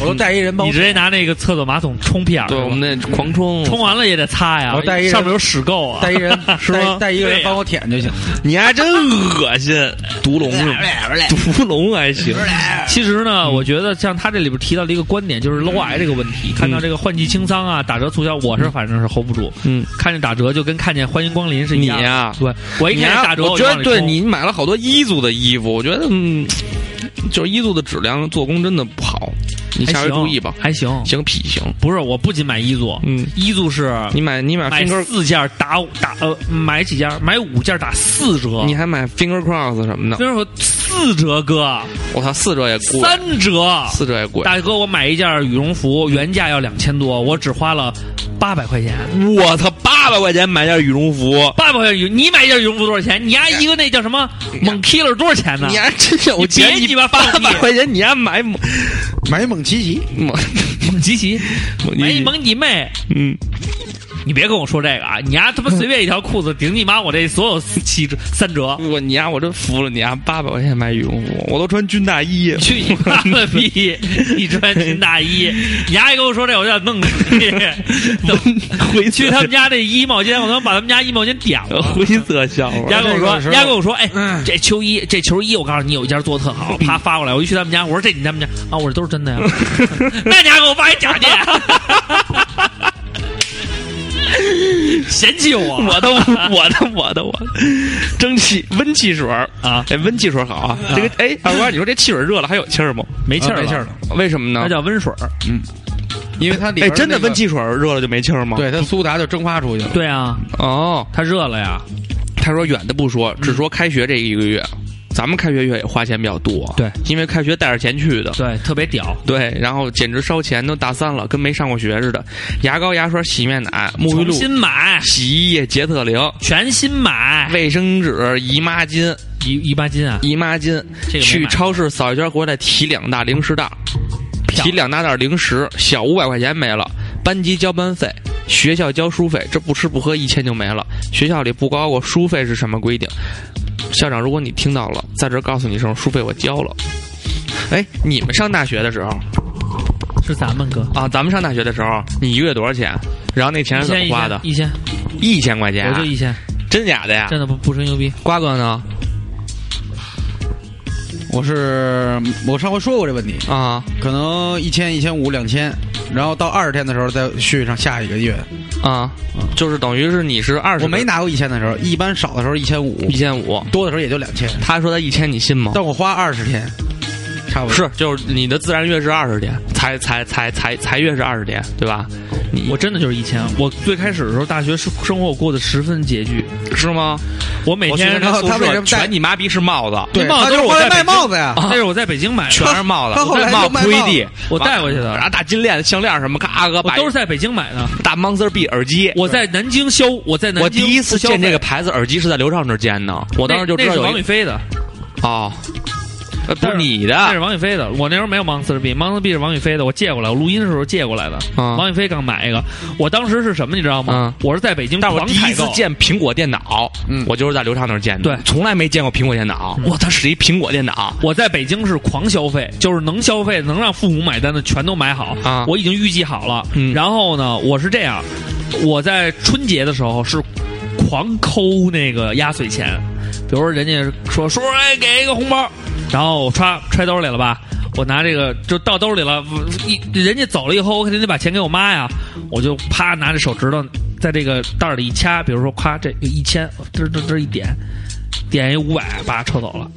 E: 我都带一人帮
A: 你
E: 我
A: 直接拿那个厕所马桶冲屁眼儿
B: 对
A: 是吧
B: 我们那狂冲
A: 冲完了也得擦呀，
E: 我带一人
A: 上面有屎垢啊，
E: 带 一人
A: 是吗
E: 带带一个人
A: 对呀
E: 帮我舔就行。
B: 你还真恶心，毒龙是吗？毒龙 还行，
A: 其实呢，我觉得像他这里边提到的一个观点，就是 low 癌这个问题。看到这个换季清仓啊，打折促销，我是反正是 hold 不住。
B: 嗯，
A: 看见打折就跟看见欢迎光临是一
B: 你
A: 样的。
B: 呀，
A: 对，我一
B: 你
A: 看见
B: 还
A: 打折，
B: 我
A: 我
B: 觉
A: 就
B: 得
A: 往里
B: 对
A: 冲
B: 你买了好多一族的衣服，我觉得嗯，就是一族的质量做工真的不好，你
A: 还
B: 下回
A: 行
B: 注意吧。
A: 还行，
B: 行痞行，
A: 不是，我不仅买一组，
B: 嗯，
A: 一组是
B: 你买你买
A: 买
B: finger，
A: 四件儿打打呃买几件儿买五件儿打四折，
B: 你还买 finger cross 什么的，
A: 那时候四折哥，
B: 我操，四折也贵，
A: 三折，
B: 四折也贵。
A: 大哥，我买一件羽绒服原价要两千多，我只花了八百块钱。
B: 我操，八百块钱买件羽绒 服，
A: 爸爸要羽，你买一件羽绒服多少钱？你丫一个那叫什么猛 killer 多少钱呢
B: 你？还真有
A: 你别
B: 钱，
A: 鸡
B: 你
A: 巴放
B: 八
A: 屁
B: 百 块钱你还买猛
E: 买猛奇奇，
B: 猛
A: 猛奇奇，
B: 猛
A: 买一猛你哎妹！
B: 嗯，
A: 你别跟我说这个啊！你丫他妈随便一条裤子顶你妈我这所有七折三 折，
B: 我你啊丫我真服了，你丫八百块钱买羽绒服，我都穿军大衣，
A: 去你妈的逼！你穿军大衣，你丫一跟我说这我就想弄 你！
B: 回
A: 去他们家那衣帽间，我他妈把他们家衣帽间点了。
B: 灰色笑 话，
A: 丫跟我说，丫跟我说，哎，
B: 嗯
A: 这秋衣，这球衣，我告诉你，有一件做得特好，啪发过来，我一去他们家，我说这你他们家啊，我说都是真的呀， 那你还给我发一假的呀，嫌弃我，
B: 我的我的 我的我的，蒸汽温汽水儿
A: 啊
B: 哎，温汽水儿好啊。这个哎，二瓜，你说这汽水热了还有气儿吗？
A: 没气儿
E: 啊没气儿
A: 了，
B: 为什么呢
A: 那？叫温水儿，
E: 因为它里
B: 哎，
E: 边
B: 真的
E: 那个
B: 温汽水儿热了就没气儿吗？
E: 对它苏打就蒸发出去了。
A: 对啊，
B: 哦，
A: 它热了呀，
B: 他说远的不说，只说开学这一个月，咱们开学月也花钱比较多，
A: 对，
B: 因为开学带着钱去的。
A: 对，特别屌，
B: 对，然后简直烧钱，都大三了，跟没上过学似的。牙膏、牙刷、洗面奶、沐浴
A: 重
B: 露、
A: 新买，
B: 洗衣液、洁厕灵、
A: 全新买，
B: 卫生纸、姨妈巾、
A: 一一八斤啊，
B: 姨妈巾，
A: 这个没
B: 去
A: 买
B: 超市扫一圈回来提两大零食袋，
A: 漂
B: 提两大袋零食，小五百块钱没了，班级交班费，学校交书费，这不吃不喝一千就没了。学校里不包括书费是什么规定？校长，如果你听到了，在这儿告诉你一声，书费我交了。哎，你们上大学的时候，
A: 是咱们哥，
B: 啊，咱们上大学的时候，你一个月多少钱？然后那钱
A: 一
B: 是怎
A: 千
B: 么
A: 一
B: 花的
A: 千？一千，
B: 一千块钱
A: 我
B: 啊
A: 就，一千，
B: 真假的呀？
A: 真的不不吹牛逼。
B: 瓜哥呢？
E: 我是我上回说过这问题，
B: 啊
E: 可能一千、一千五、两千，然后到二十天的时候再续上下一个月。
B: 啊，就是等于是你是二十，
E: 我没拿过一千的时候，一般少的时候一千五，
B: 一千五，
E: 多的时候也就两千，
B: 他说他一千，你信吗？
E: 但我花二十天，差不多。
B: 是，就是你的自然月是二十天，财财财财财月是二十天，对吧？你
A: 我真的就是一千。我最开始的时候，大学生生活我过得十分拮据，
B: 是吗？
A: 我每
B: 我去
A: 天
B: 他
E: 然后
B: 宿
E: 他为什
B: 舍
E: 么戴
B: 全你妈逼是帽子，
E: 对，
A: 帽子
E: 他
A: 都
E: 就是是
A: 我
E: 后
A: 在
E: 来
A: 北
E: 卖
A: 京啊
E: 帽子呀，
A: 那是我在北京买的，
B: 全是 帽子，
E: 他后来
B: 帽
E: 就卖帽
B: 铺一地，
A: 我带过去的
B: 啊然后大金链、项链什么，咔咔
A: 我
B: 把
A: 都是在北京买的。
B: 大 Monster B 耳机。
A: 我在南京消，我在南京
B: 我第一次
A: 不消
B: 见这
A: 费
B: 个，牌子耳机是在刘畅那儿见的，我
A: 我
B: 当时就知道
A: 是
B: 有
A: 王
B: 一
A: 宇飞的，
B: 哦，呃不
A: 但
B: 是
A: 是
B: 你
A: 那是
B: 的
A: 王宇飞的。我那时候没有 Monster B，Monster B 是王宇飞的，我借过来，我录音的时候借过来的。
B: 啊
A: 王宇飞刚买一个，我当时是什么你知道吗
B: 啊？
A: 我是在北京
B: 但
A: 狂
B: 是我第
A: 采
B: 一次
A: 购，
B: 见苹果电脑，嗯，我就是在刘畅那儿见的，
A: 对嗯
B: 从来没见过苹果电脑。哇，它是一苹果电脑，
A: 我在北京是狂消费，就是能消费能让父母买单的全都买好
B: 啊
A: 我已经预计好了。
B: 嗯
A: 然后呢，我是这样，我在春节的时候是狂抠那个压岁钱，比如说人家说叔叔哎给一个红包，然后我歘揣兜里了吧。我拿这个就到兜里了，一人家走了以后，我肯定得把钱给我妈呀，我就啪拿这手指头在这个袋儿里一掐，比如说夸这一千，这这这一点，点一五百，把抽走了，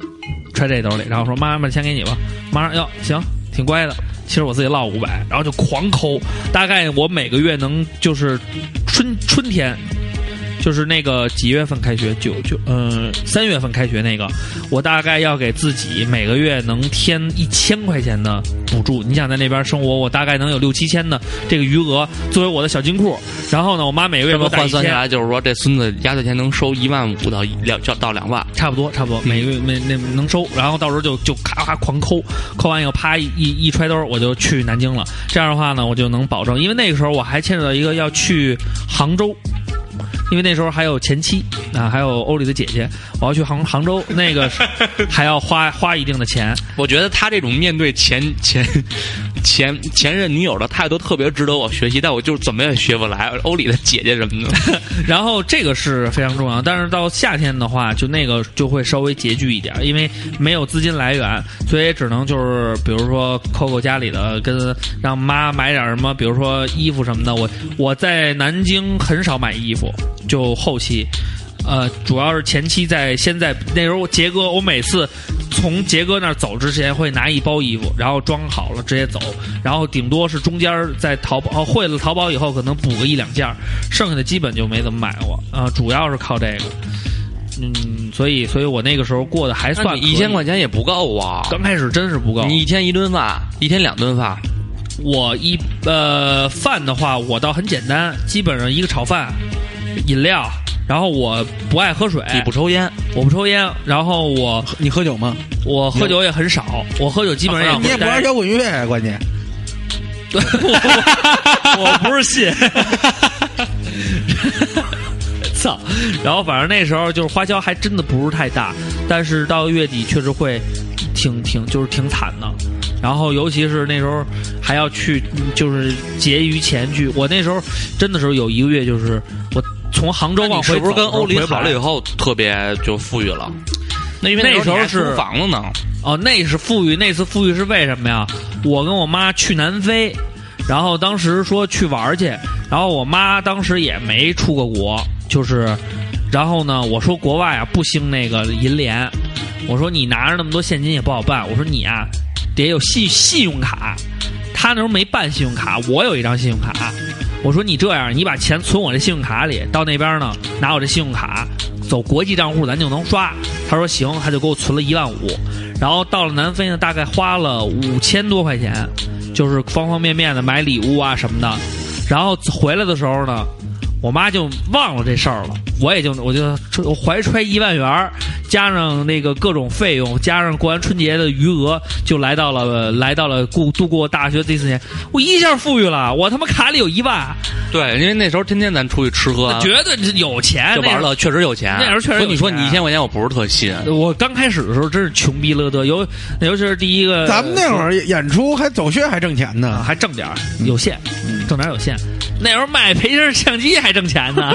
A: 揣这兜里，然后说妈妈钱给你吧，妈上哟行，挺乖的。其实我自己落五百，然后就狂抠，大概我每个月能就是春春天。就是那个几月份开学？九九，嗯，三月份开学那个，我大概要给自己每个月能添一千块钱的补助。你想在那边生活，我大概能有六七千的这个余额作为我的小金库。然后呢，我妈每个月给
B: 这么
A: 我打
B: 换
A: 一
B: 算
A: 千
B: 下，来，就是说这孙子压岁钱能收一万五到一两，就到两万。
A: 差不多，差不多，每个月每那能收，然后到时候就就咔咔狂抠，抠完以后啪一一一揣兜，我就去南京了。这样的话呢，我就能保证，因为那个时候我还牵扯到一个要去杭州。因为那时候还有前妻啊，还有欧里的姐姐，我要去杭杭州，那个是还要花花一定的钱。
B: 我觉得他这种面对前前前前任女友的态度特别值得我学习，但我就是怎么也学不来。欧里的姐姐什 么的，
A: 然后这个是非常重要，但是到夏天的话，就那个就会稍微拮据一点，因为没有资金来源，所以只能就是比如说扣扣家里的，跟让妈买点什么，比如说衣服什么的。我我在南京很少买衣服，就后期。呃，主要是前期在先在那时候，杰哥，我每次从杰哥那儿走之前会拿一包衣服，然后装好了直接走，然后顶多是中间儿在淘宝、哦、会了淘宝以后，可能补个一两件儿，剩下的基本就没怎么买过啊、主要是靠这个。嗯，所以，所以我那个时候过得还算可以
B: 一千块，钱也不够啊！
A: 刚开始真是不够。
B: 你一天一顿饭，一天两顿饭，
A: 我一呃饭的话，我倒很简单，基本上一个炒饭，饮料，然后我不爱喝水，
B: 你不抽烟，
A: 我不抽烟，然后我
E: 你喝酒吗？
A: 我喝酒也很少，我喝酒基本上
E: 你啊也不玩
A: 是
E: 摇滚乐，关键
A: 对， 我我不是信。 操！然后反正那时候就是花销还真的不是太大，但是到月底确实会挺挺就是挺惨的。然后尤其是那时候还要去就是结余钱去，我那时候真的时候有一个月就是我从杭州往
B: 你
A: 回
B: 是不是
A: 走
B: 跟欧里
A: 回不
B: 好
A: 来
B: 了以后特别就富裕了？那因为
A: 那
B: 时候
A: 时
B: 你
A: 候
B: 还
A: 是
B: 租房子呢，
A: 哦，那是富裕，那次富裕是为什么呀？我跟我妈去南非，然后当时说去玩儿去，然后我妈当时也没出过国，就是，然后呢，我说国外啊不兴那个银联，我说你拿着那么多现金也不好办，我说你啊得有信信用卡，他那时候没办信用卡，我有一张信用卡。我说你这样，你把钱存我这信用卡里，到那边呢拿我这信用卡走国际账户，咱就能刷。他说行，他就给我存了一万五，然后到了南非呢，大概花了五千多块钱，就是方方面面的买礼物啊什么的。然后回来的时候呢，我妈就忘了这事儿了，我也就我就我怀揣一万元儿，加上那个各种费用，加上过完春节的余额，就来到了来到了过度过大学第四年，我一下富裕了，我他妈卡里有一万，
B: 啊对，因为那时候天天咱出去吃喝
A: 那
B: 啊，
A: 绝对是有钱，
B: 就玩
A: 那时候
B: 乐，确实有钱。
A: 那时候确实有钱
B: 所以你说你一千块钱，嗯我不是特信。
A: 我刚开始的时候真是穷逼乐得，尤尤其是第一个，
L: 咱们那会儿演出还走穴还挣钱
A: 啊
L: 呢，
A: 还挣点儿，有限，
B: 嗯
A: 挣点儿有限。那时候卖培生相机还挣钱 呢，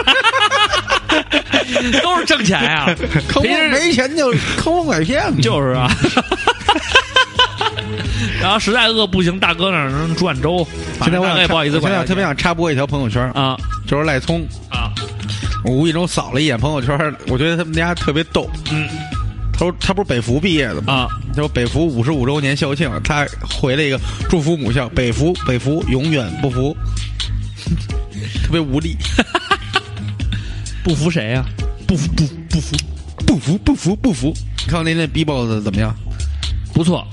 A: 都是挣钱呀、
L: 坑
A: 培
L: 蒙
A: 生
L: 没钱 就坑蒙拐骗嘛。
A: 就是啊。然后实在饿不行，大哥那儿能转粥，
E: 现在我
A: 大哥
E: 想
A: 也不
E: 插
A: 好意思
E: 我
A: 管
E: 现
A: 要
E: 在特别想插播一条朋友圈，
A: 啊
E: 就是赖聪，
A: 啊，
E: 我无意中扫了一眼朋友圈，我觉得他们家特别逗。
A: 嗯
E: 他说他不是北服毕业的吗？
A: 啊，
E: 他说北服五十五周年校庆，他回了一个祝福母校北服，北服永远不服， 特别无力，
A: 不服谁啊呀、
E: 不服不不服不服不服不服。你看我那那 B boss 怎么样？
A: 不错。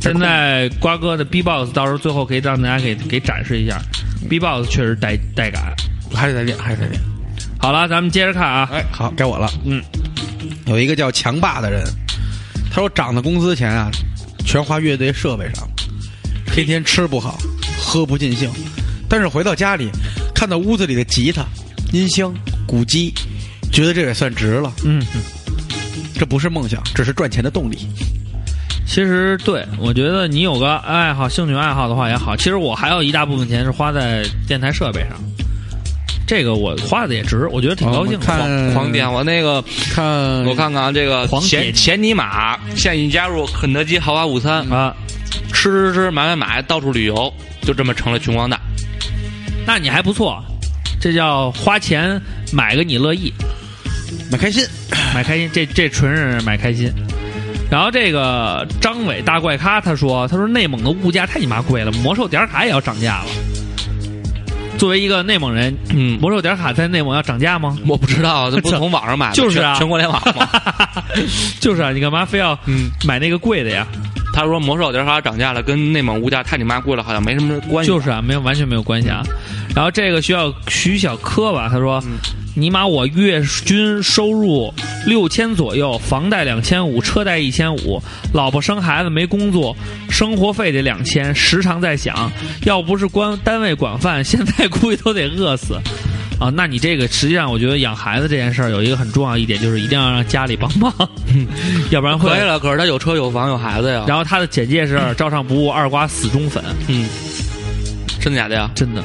A: 现在瓜哥的 B-box 到时候最后可以让大家给给展示一下，B-box 确实带带感。
E: 还是再练，还是再练。
A: 好了，咱们接着看啊，
E: 哎，好，该我了。
A: 嗯，
E: 有一个叫强霸的人，他说涨的工资钱啊，全花乐队设备上，天天吃不好，喝不尽兴，但是回到家里，看到屋子里的吉他、音箱、鼓机，觉得这也算值了。
A: 嗯。
E: 这不是梦想，这是赚钱的动力。
A: 其实对我觉得你有个爱好、兴趣爱好的话也好。其实我还有一大部分钱是花在电台设备上，这个我花的也值，我觉得挺高兴的。
E: 哦看
B: 狂点，啊我那个
E: 看
B: 我看看啊，这个
A: 狂
B: 前
A: 点
B: 前尼玛现在已加入肯德基豪华午餐，
A: 啊，
B: 吃吃吃，买买买，到处旅游，就这么成了穷光蛋。
A: 那你还不错，这叫花钱买个你乐意，
E: 买开心，
A: 买开心，这这纯是买开心。然后这个张伟大怪咖他说，他说内蒙的物价太你妈贵了，魔兽点卡也要涨价了。作为一个内蒙人，
B: 嗯，
A: 魔兽点卡在内蒙要涨价 吗？
B: 我不知道，啊 这不是从网上买的，
A: 就是啊
B: 全全国联网嘛。
A: 就是啊，你干嘛非要
B: 嗯，
A: 买那个贵的呀？
B: 他说魔兽点卡涨价了，跟内蒙物价太你妈贵了，好像没什么关系。
A: 就是啊，没有完全没有关系啊。然后这个学校徐小科吧，他
B: 嗯
A: 说：“尼玛，我月均收入六千左右，房贷两千五，车贷一千五，老婆生孩子没工作，生活费得两千，时常在想，要不是官单位管饭，现在估计都得饿死。”啊，那你这个实际上，我觉得养孩子这件事儿有一个很重要一点，就是一定要让家里帮 忙，要不然会
B: 可以了，可是他有车有房有孩子呀，
A: 然后他的简介是“照上不误，二瓜死忠粉
B: 嗯，真的假的呀”，？
A: 真的。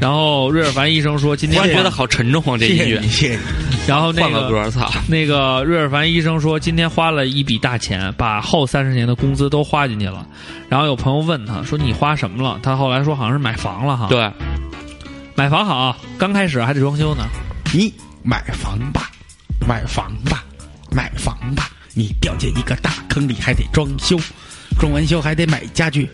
A: 然后瑞尔凡医生说：“今
B: 突
A: 天
B: 然觉得好沉重啊，这音乐。
L: 谢谢你，
A: 然后那
B: 换个歌，操！
A: 那个瑞尔凡医生说，今天花了一笔大钱，把后三十年的工资都花进去了。然后有朋友问他说：‘你花什么了？’他后来说：‘好像是买房了哈。’，
B: 对，
A: 买房好，刚开始还得装修 呢。
L: 你买房吧，买房吧，买房吧！你掉进一个大坑里，还得装修，装完修还得买家具。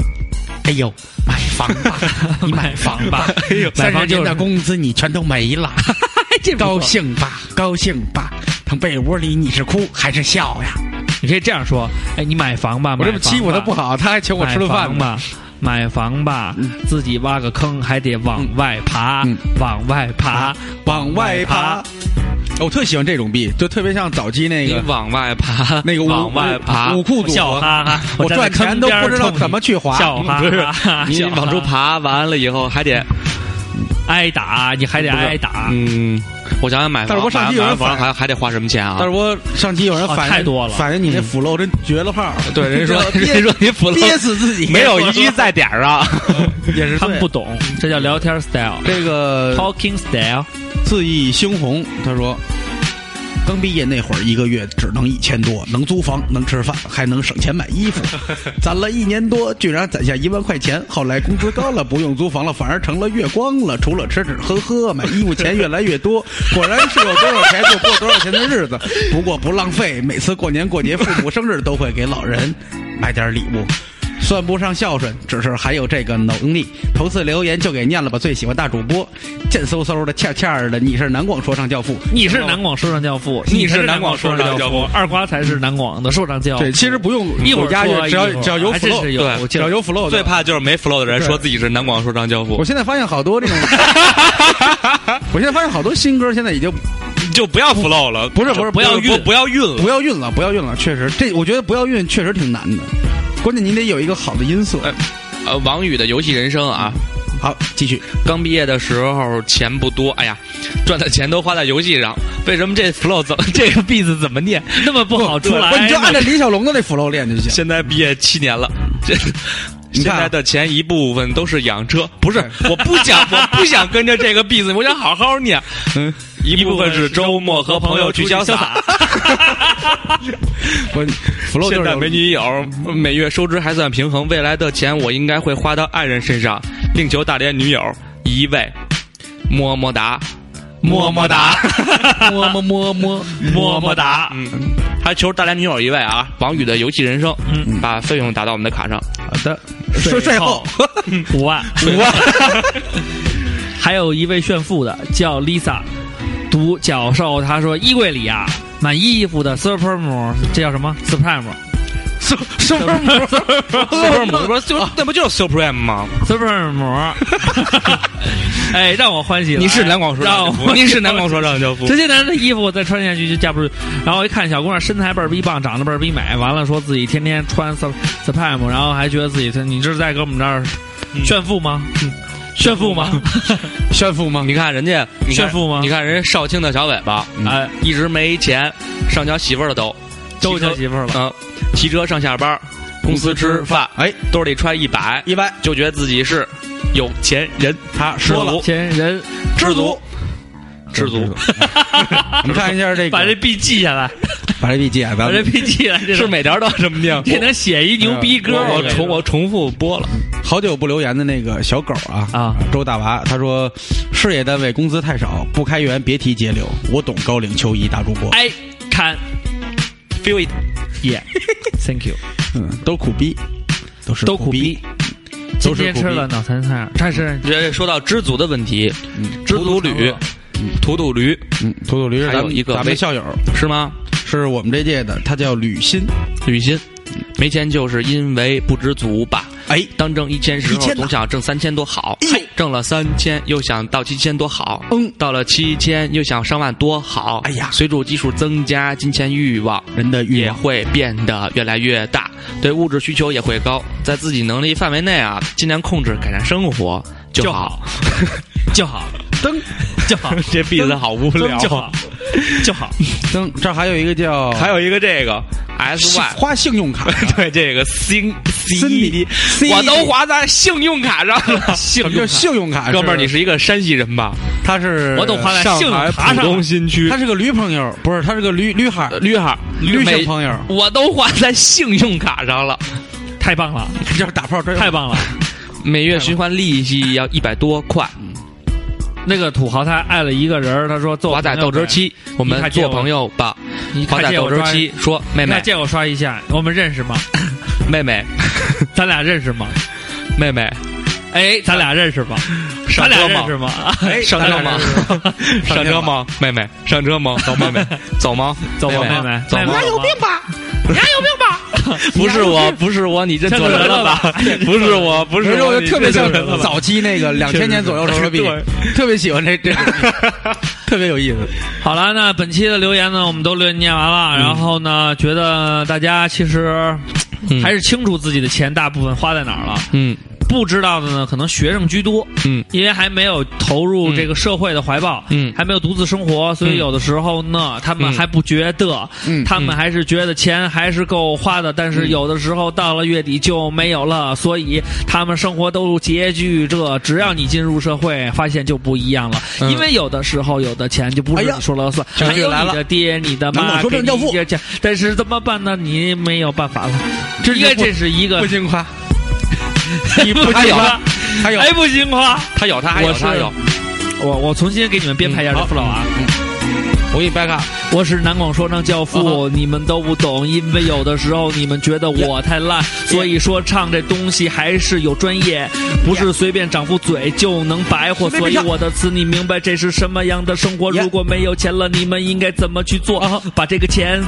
L: 哎呦，买房 吧，你买房吧！哎呦
A: 买
L: 三
A: 房
L: 十
A: 就是
L: 年的工资你全都没 了，高兴吧，高兴吧！躺被窝里你是哭还是笑呀？
A: 你可以这样说：‘哎，你买房吧。’
E: 我这么欺负他不
A: 好。”
E: 好，他还请我吃顿
A: 买
E: 饭
A: 房
E: 呢。
A: 吧，买房吧，自己挖个坑还得往外爬，
E: 嗯
A: 往外爬，
E: 往外爬，我特喜欢这种币，就特别像早期那
B: 你
E: 个
B: 往外 爬，
E: 那个舞
B: 往外爬
E: 舞，库
A: 我
E: 组
A: 笑
E: 合，
A: 哈哈，
E: 我
A: 站在
E: 赚钱都
A: 坑边
E: 不知道
A: 冲你
E: 怎么去嗯划。
A: 笑哈
B: 不是
A: 哈，
B: 你
A: 笑
E: 啊
A: 哈
B: 往出爬完了以后还得
A: 挨打，你还得挨打，
B: 嗯，我想想买
E: 但
B: 房，
E: 是我上期有
B: 买
E: 人
B: 完房
E: 反
B: 还还得花什么钱啊？
E: 但是我上期有人反映
A: 哦太多了
E: 反映你那腐肉真绝了炮。
B: 对人说
E: 憋
B: 人说你腐了，
E: 憋死自己，
B: 没 有一句在点儿啊。
E: 也是
A: 他们
E: 对
A: 不懂，这叫聊天 style。
E: 这个
A: Talking style，
E: 自缢猩红，他说。刚毕业那会儿，一个月只能一千多，能租房，能吃饭，还能省钱买衣服，攒了一年多，居然攒下一万块钱。后来工资高了，不用租房了，反而成了月光了。除了吃吃喝喝，买衣服钱越来越多。果然是有多少钱就过多少钱的日子，不过不浪费。每次过年过节、父母生日都会给老人买点礼物。算不上孝顺，只是还有这个能力。头次留言就给念了吧，最喜欢大主播，贱嗖嗖的、欠欠儿的，你是南广说唱教父。
A: 你是南广说唱教父，
B: 你是
A: 是
B: 南
A: 广
B: 广说
A: 说
B: 唱
A: 唱
B: 教
A: 父，二瓜才是南广的说唱教父。
E: 对，其实不用
A: 一会儿
E: 有押韵
A: 说，
E: 只要
A: 一会儿
E: 只要有
A: 还真
E: flow，
A: 是有
B: 对
E: 只要有 flow 就
B: 最。怕就是没 flow 的人
E: 对
B: 说自己是南广说唱教
E: 我
B: 父。
E: 现在发现好多这种，我现在发现好多新歌现在已经
J: 就不要 flow 了，
E: 不是不是
J: 不
E: 不
J: 要
E: 是
J: 不不要晕了。
E: 不要运了，不要运了，确实，这我觉得不要运确实挺难的，关键你得有一个好的音色。
A: 哎
B: 呃，王宇的游戏人生啊，
E: 好，继续，
B: 刚毕业的时候钱不多，哎呀，赚的钱都花在游戏上。为什么这 flow 怎么 这个 beat 怎么念？
A: 那么不好哦出来
E: 不，你就按照
A: 呢
E: 李小龙的那 flow 练就行。
B: 现在毕业七年了，这。
E: 你
B: 现
E: 看啊
B: 在的钱一部分都是养车，不是？
E: 对
B: 我不想，我不想跟着这个 beat，我想好好念。
E: 嗯，
B: 一部分是周末和朋友去潇洒，
E: 我 flow 就
B: 现
E: 是
B: 在没女友，每月收支还算平衡，未来的钱我应该会花到爱人身上，另求大连女友一位，么么哒，么么哒，
A: 摸摸摸摸，
B: 么么哒，嗯，还求大连女友一位啊！王宇的游戏人生，
A: 嗯
B: 把费用打到我们的卡上，
E: 好的，税税后，嗯
A: 五万
B: 五万，
A: 还有一位炫富的叫 Lisa，独角兽，他说衣柜里啊买衣服的 Supreme，这叫什么 Supreme
B: 什什么模？什么模？就那不啊就是 Supreme 吗？
A: Supreme，哎，让我欢喜了。
B: 您是南广说
A: 让
B: 唱
A: 我
B: 教父，您是南广说唱教父
A: 这。些男人的衣服我再穿下去就架不住。然后我一看小姑娘身材倍儿逼棒，长得倍儿逼美，完了说自己天天穿 Sup- Supreme，然后还觉得自己你这是在跟我们这儿炫富吗？炫富吗？
E: 炫富吗？
B: 你看人家你看
A: 炫富吗
B: 你看人家少卿的小尾巴，
A: 哎，
B: 一直没钱，上交媳妇儿的兜，
A: 都
B: 骑车
A: 交媳妇儿了。
B: 嗯，骑车上下班，公司吃饭，
E: 哎，
B: 兜里揣一百，
E: 一般
B: 就觉得自己是有钱人，
E: 他
B: 知足
A: 钱人
B: 知足，知足，
E: 我们看一下这个，
A: 把这 B 记下来，
E: 把这笔记啊，
A: 把
E: 咱
A: 这
E: 们
A: B 记下来，这
B: 是
A: 能
B: 每条都这 么念。
A: 这能写一牛逼歌？
B: 我我
A: 这
B: 重我重复播了，
E: 好久不留言的那个小狗啊
A: 啊
E: 周大娃他说，事业单位工资太少，不开源别提节流。我懂高领秋衣大主播，
A: I can
B: feel it。
A: yeah，thank you。
E: 嗯，都苦逼，都是
A: 都
E: 苦
A: 苦逼。
E: 都
A: 今
E: 是
A: 天
E: 苦
A: 吃
E: 逼
A: 了脑残菜，但是
B: 这说到知足的问题，知
A: 足
B: 足
A: 常
B: 驴
A: 乐，
B: 土土驴
E: 嗯，土土驴是
B: 还
E: 咱
B: 有
E: 们
B: 一个
E: 咱们
B: 微
E: 校友，
B: 是吗？
E: 是我们这届的，他叫吕欣。
B: 吕欣，没钱就是因为不知足吧。
E: 哎，
B: 当挣一千时
E: 一
B: 候，
E: 千呐
B: 总想挣三千多好，挣了三千又想到七千多好，
E: 嗯
B: 到了七千又想上万多好。
E: 哎呀嗯
B: 随着基数增加，金钱欲望
E: 人的欲
B: 也
E: 望，
B: 会变得越来越大，对物质需求也会高，在自己能力范围内啊，尽量控制，改善生活就
A: 就
B: 好。
A: 就好，
E: 噔
A: 就好，
B: 这闭子好无聊啊
A: 就好，就好。
E: 噔，这儿还有一个叫
B: 还有一个这个 S
E: 信
B: Y，
E: 花信用卡
B: 对这个 C C
E: ，CD，
B: 我都划在信用卡上 了。信
E: 什么叫信用卡？
B: 哥们儿，
E: 是
B: 你是一个山西人吧？
E: 他是
A: 我都花在
E: 上
A: 信用
E: 海
A: 卡
E: 浦
A: 上
E: 东
A: 了
B: 新区
E: 他是个驴朋友，不是，他是个驴驴
A: 呃
E: 孩儿，
B: 绿海
E: 驴
B: 美
E: 性朋友，
B: 我都花在信用卡上了，
A: 太棒了，
E: 就是打炮专用
A: 太棒了！
B: 每月循环利息要一百多块。
A: 嗯那个土豪他爱了一个人儿，他说做
B: 华仔豆汁，七，我们做朋友吧。
A: 你
B: 华
A: 看
B: 仔
A: 见
B: 豆
A: 我
B: 汁
A: 刷，
B: 七哎说：“妹
A: 你
B: 妹
A: 看，见我刷一下，我们认识 吗？
B: 妹妹，
A: 咱俩认识吗？
B: 妹妹，
A: 哎，咱俩认识吗？
B: 上
A: 咱俩
B: 车
A: 认
B: 吗
A: 识吗？
E: 哎
B: 上
E: 咱
B: 车
E: 俩
B: 吗
E: 认识？
B: 上车吗？妹妹，上车吗？走，妹 妹，走吗？
A: 走吧，妹
B: 妹
A: 妹，
B: 走吗
A: 妹妹？有病 吧？
B: 不是我，不是我，你认
A: 认
B: 错人 了吧？
A: 吧？
B: 不是我，不
E: 不
B: 是
E: 是，我
B: 我，
E: 就
B: 你
E: 特别
B: 认
E: 像
B: 错人了吧
E: 早期那个两千年左右的时候比，特别喜欢这这，特别有意思。
A: 好了，那本期的留言呢，我们都留念完了。然后呢，觉得大家其实
B: 嗯
A: 还是清楚自己的钱大部分花在哪儿了。
B: 嗯
A: 不知道的呢，可能学生居多，
B: 嗯，
A: 因为还没有投入这个社会的怀抱，
B: 嗯
A: 还没有独自生活，所以有的时候呢，他们还不觉得，
E: 嗯
A: 他们还是觉得钱还是够花的，但是有的时候到了月底就没有了，所以他们生活都是拮据这。只要你进入社会，发现就不一样了，
B: 嗯
A: 因为有的时候有的钱就不
E: 哎
A: 是
E: 呀
A: 你说了算，
E: 小
A: 还
E: 剧
A: 有
E: 来
A: 你
E: 了
A: 的爹、你的
E: 难
A: 妈
E: 道说
A: 给
E: 变
A: 你
E: 教父
A: 一些钱，但是怎么办呢？你没有办法了，
E: 这
A: 因为
E: 就不
A: 这是一个
E: 不经夸，
A: 你 不
B: 还有
A: 花，
E: 还有
A: 哎，不行花。
B: 他有，他还
A: 我
B: 有，
A: 是
B: 他有。
A: 我我重新给你们编排一下这副老啊！
E: 我给你掰开，
A: 我是南广说唱教父，你们都不懂，因为有的时候你们觉得我太烂，所以说唱这东西还是有专业，不是随便长副嘴就能白活。所以我的词你明白这是什么样的生活？
E: Yeah
A: 如果没有钱了，你们应该怎么去做？把这个钱。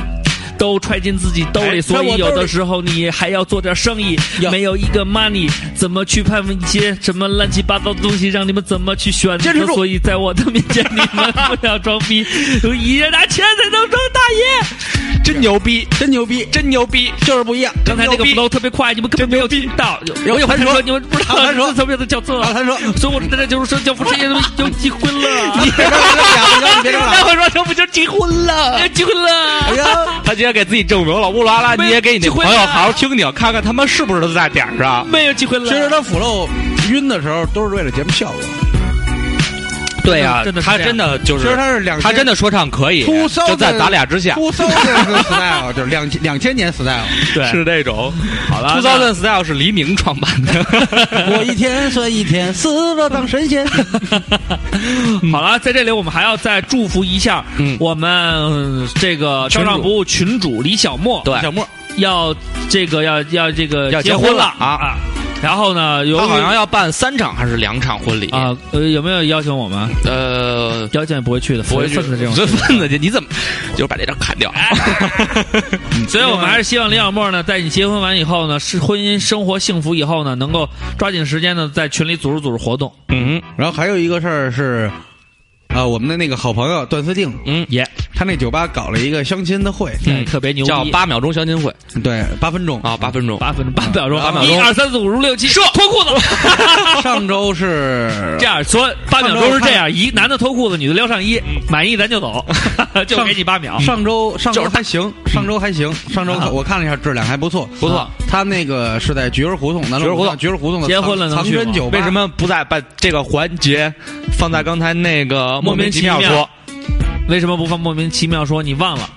A: 都揣进自己兜里，
L: 哎
A: 所
L: 在
A: 以
L: 我
A: 有
L: 兜
A: 的
L: 里
A: 时候你还要做点生意，没有一个 money，怎么去判一些什么乱七八糟的东西，让你们怎么去选
L: 坚持
A: 择？
L: 住
A: 所以在我的面前，你们不要装逼，一人拿钱才能装大爷。
B: 真牛逼，
E: 真牛逼，
B: 真牛逼！
E: 就是不一样。
A: 刚才那个
B: 牛逼
A: flow 特别快，你们根本没有听到。我有
E: 有
A: 他
E: 弹
A: 说，
E: 舌
A: 你们不知道
E: 有弹舌
A: 怎么样的叫做。
E: 有弹舌
A: 所以我在这就是说叫不是因为有结婚了，
E: 别着了，别着
A: 待
E: 了，
A: 会儿说这不就结婚了？结婚
E: 哎
A: 了。
E: 呀，
B: 他今天给自己证明了，乌拉拉，你也给你
A: 没
B: 那
A: 机会
B: 朋
A: 了
B: 友好好听听，看看他们是不是都在点儿上。
A: 没有结婚了，
E: 其实他腐肉晕的时候都是为了节目效果。
B: 对
A: 呀真的是
B: 嗯他
A: 这样
B: 真的就
E: 其实
B: 是，
E: 他是两，
B: 他真的说唱可以，
E: 出骚的
B: 就在咱俩之下，
E: 秃骚的 style，就是两两千年 style。
A: 对
B: 是那种。
A: 好了
B: 出骚的 style 是黎明创办 的。
E: 我一天算一天，死了当神仙。
A: 好了，在这里我们还要再祝福一下，
B: 嗯
A: 我们呃这个照账不误群主李小莫，
B: 对
E: 小莫，
A: 要这个要要这个
B: 要结
A: 婚
B: 婚了
A: 啊
B: 啊
A: 然后呢，有
B: 他好像要办三场还是两场婚礼？
A: 啊呃有没有邀请我们？
B: 呃，
A: 邀请也不会去的，
B: 我
A: 分子这种
B: 这份子去，你怎么就是把这张砍掉？嗯
A: 所以我们还是希望李小莫呢，在你结婚完以后呢，是婚姻生活幸福以后呢，能够抓紧时间呢，在群里组织组织活动。
B: 嗯
E: 然后还有一个事儿是，啊、我们的那个好朋友段思定，
B: 嗯，
A: 耶、
E: 他那酒吧搞了一个相亲的会，
A: 对，哎特别牛逼，
B: 叫八秒钟相亲会
E: 对，八分钟。
B: 啊，八分钟。
A: 八分八秒钟，
B: 八秒钟
A: 一二三四五六七，
B: 射
A: 脱裤子。
E: 上周是
A: 这样说，
B: 嗯
A: 八秒钟是这样：一男的脱裤子，女的撩上衣，满意咱就 走，就给你八秒。
E: 上周上周还行，上周还行，上周
A: 嗯
E: 我看了一下质量还不错，
B: 不错
E: 啊他那个是在菊儿胡同，咱
B: 菊儿胡同
E: 菊儿胡同的
A: 结婚了能
E: 藏藏
A: 去吗
E: 针酒吧，
B: 为什么不再把这个环节放在刚才那个
A: 莫名
B: 名
A: 其
B: 其妙
A: 妙
B: 说？
A: 为什么不放莫名其妙说你忘了？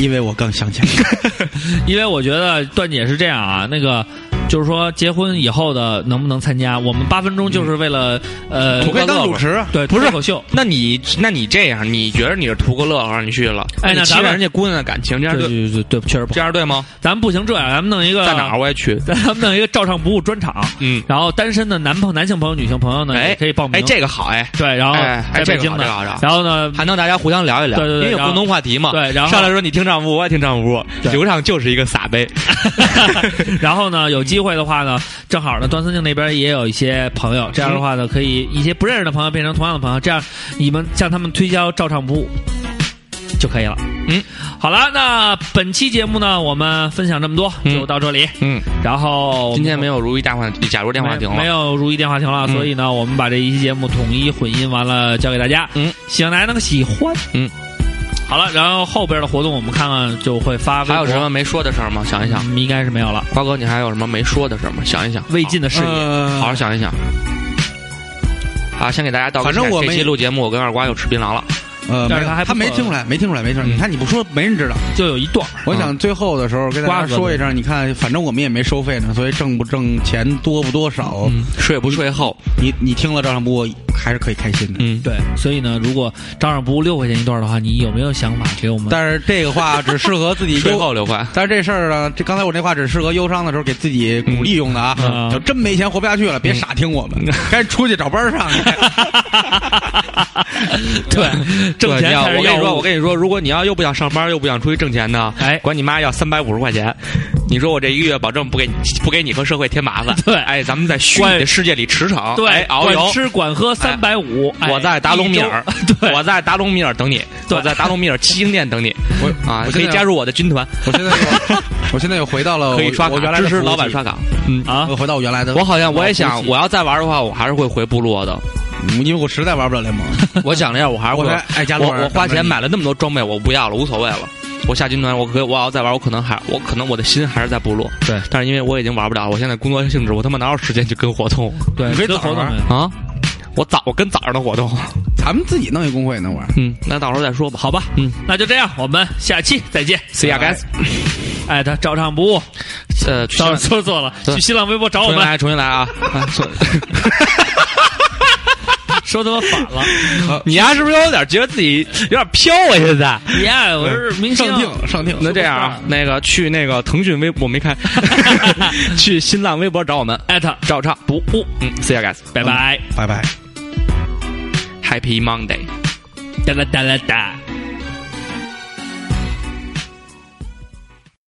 E: 因为我刚想起来，
A: 因为我觉得段姐是这样啊，那个。就是说，结婚以后的能不能参加？我们八分钟就是为了、呃，
B: 嗯
E: 我可以当主持啊。
A: 对，
B: 不是
A: 脱口秀，
B: 那你那你这样，你觉得你是图个乐呵，你去了，
A: 哎那
B: 你欺
A: 咱们
B: 骗人家姑娘的感情，这样
A: 对呃对
B: 对
A: 对对，确实不
B: 这
A: 好。
B: 样对吗？
A: 咱们不行这样，咱们弄一个
B: 在哪儿？我也去。
A: 咱们弄一个照唱不误专场，
B: 嗯，
A: 然后单身的男朋男性朋友、女性朋友呢，
B: 哎
A: 也可以报名。
B: 哎，这个好哎，
A: 对，然后
B: 哎哎
A: 在
B: 这
A: 北
B: 个
A: 京
B: 好
A: 的
B: 这个好这个，好
A: 然后呢，
B: 还能大家互相聊一聊，
A: 对对对
B: 因为有
A: 然后
B: 共同话题嘛。
A: 对然后
B: 上来说你听丈夫，我也听丈夫
A: 对，
B: 流畅就是一个撒 杯。
A: 然后呢，有机会的话呢，正好呢，段思静那边也有一些朋友，这样的话呢，可以一些不认识的朋友变成同样的朋友，这样你们向他们推销照唱不误就可以了。
B: 嗯，
A: 好了，那本期节目呢，我们分享这么多，
B: 嗯
A: 就到这里。
B: 嗯，
A: 然后
B: 今天没有如意大话，假如电话亭了，
A: 没有如意电话亭了，
B: 嗯
A: 所以呢，我们把这一期节目统一混音完了，交给大家。
B: 嗯，
A: 希望大家能够喜欢。
B: 嗯，
A: 好了，然后后边的活动我们看看就会发微博。
B: 还有什么没说的事儿吗？想一想，
A: 嗯？应该是没有了。
B: 瓜哥，你还有什么没说的事儿吗？想一想，
A: 未尽的事业，
E: 呃
B: 好，好好想一想。好，先给大家道个
E: 反正
B: 歉
E: 我
B: 这
E: 没
B: 期录节目，我跟二瓜又吃槟榔了。
E: 呃，
A: 但
E: 没
A: 是他还
E: 有，
A: 不
E: 他没
A: 错
E: 听出来，没听出来，没事儿。
B: 嗯
E: 你看你不说，没人知道。
A: 就有一段。
E: 我想最后的时候跟大
A: 瓜
E: 家
A: 子
E: 说一声，你看，反正我们也没收费呢，所以挣不挣钱多不多少，
B: 嗯，睡不睡后？
E: 你你听了照常播还是可以开心的。
B: 嗯，
A: 对，所以呢，如果照样不误六块钱一段的话，你有没有想法给我 们？
E: 但是这个话只适 合自己
B: 睡
E: 忧，
B: 后六块。
E: 但是这事儿呢，这刚才我那话只适合忧伤的时候给自己鼓励用的啊。
A: 嗯
E: 就真没钱活不下去了，别
B: 嗯
E: 傻听我们，该出去找班儿上 去。
A: 对，挣
B: 对
A: 钱
B: 你要
A: 才
B: 我
A: 是
B: 跟你说，
A: 要
B: 我
A: 务。
B: 跟你说，如果你要又不想上班，又不想出去挣钱呢，
A: 哎
B: 管你妈要三百五十块钱，你说我这一个月保证不给你不给你和社会添麻烦。
A: 对
B: 哎，咱们在虚拟
A: 关
B: 的世界里驰骋，
A: 对，
B: 哎遨
A: 管
B: 游。
A: 吃管喝三百五，哎
B: 我在达隆米尔，
A: 一周对，
B: 我在达隆米尔等你，
A: 对
B: 我在达隆米尔七星店等你
E: 我
B: 啊！
E: 我
B: 可
E: 现
B: 以
E: 在
B: 加入我的军团，
E: 我现在又，我现在又回到了
B: 可以刷
E: 我我原来
B: 卡，支
E: 的
B: 持
E: 服务
B: 老板嗯
E: 器
B: 刷卡。
A: 啊，
E: 我回到我原来的
B: 我，好像我也想，
A: 服务器
B: 我要再玩的话，我还是会回部落的。
E: 嗯因为我实在玩不了联盟，
B: 我想了一下，我还是
E: 我
B: 会
E: 才爱加罗
B: 我
E: 尔
B: 我花
E: 等
B: 钱
E: 着你
B: 买了那么多装备，我不要了，无所谓了。我下军团，我可我要再玩，我可能还我可能我的心还是在部落。
A: 对，
B: 但是因为我已经玩不了，我现在工作性质，我他妈哪有时间去跟活动
A: 对，
E: 你可以
A: 跟
E: 早
A: 活动
E: 玩
A: 没有
B: 啊？我早我跟早上的活动，
E: 咱们自己弄一工会能玩。
B: 嗯， 那到时候再说吧。好吧，嗯
A: 那就这样，我们下期再见。
B: ，See you guys。
A: 哎，他照唱不误，
B: 呃，去 新
A: 到
B: 浪
A: 错错了，
B: 对
A: 去新浪微博找我
B: 重新
A: 们，
B: 来，重新来啊！啊错
A: 说他妈反了。
B: 你丫是不是有点觉得自己有点飘啊？现在？
A: 耶，我是明星
E: 上。听上听，
B: 那这样啊，那个去那个腾讯微博我没 看，去新浪微博找我们，
A: 艾特
B: 照唱不误。嗯，See you guys，
A: 拜拜，
E: 拜拜。
B: ，Happy Monday。
A: 哒啦哒啦哒。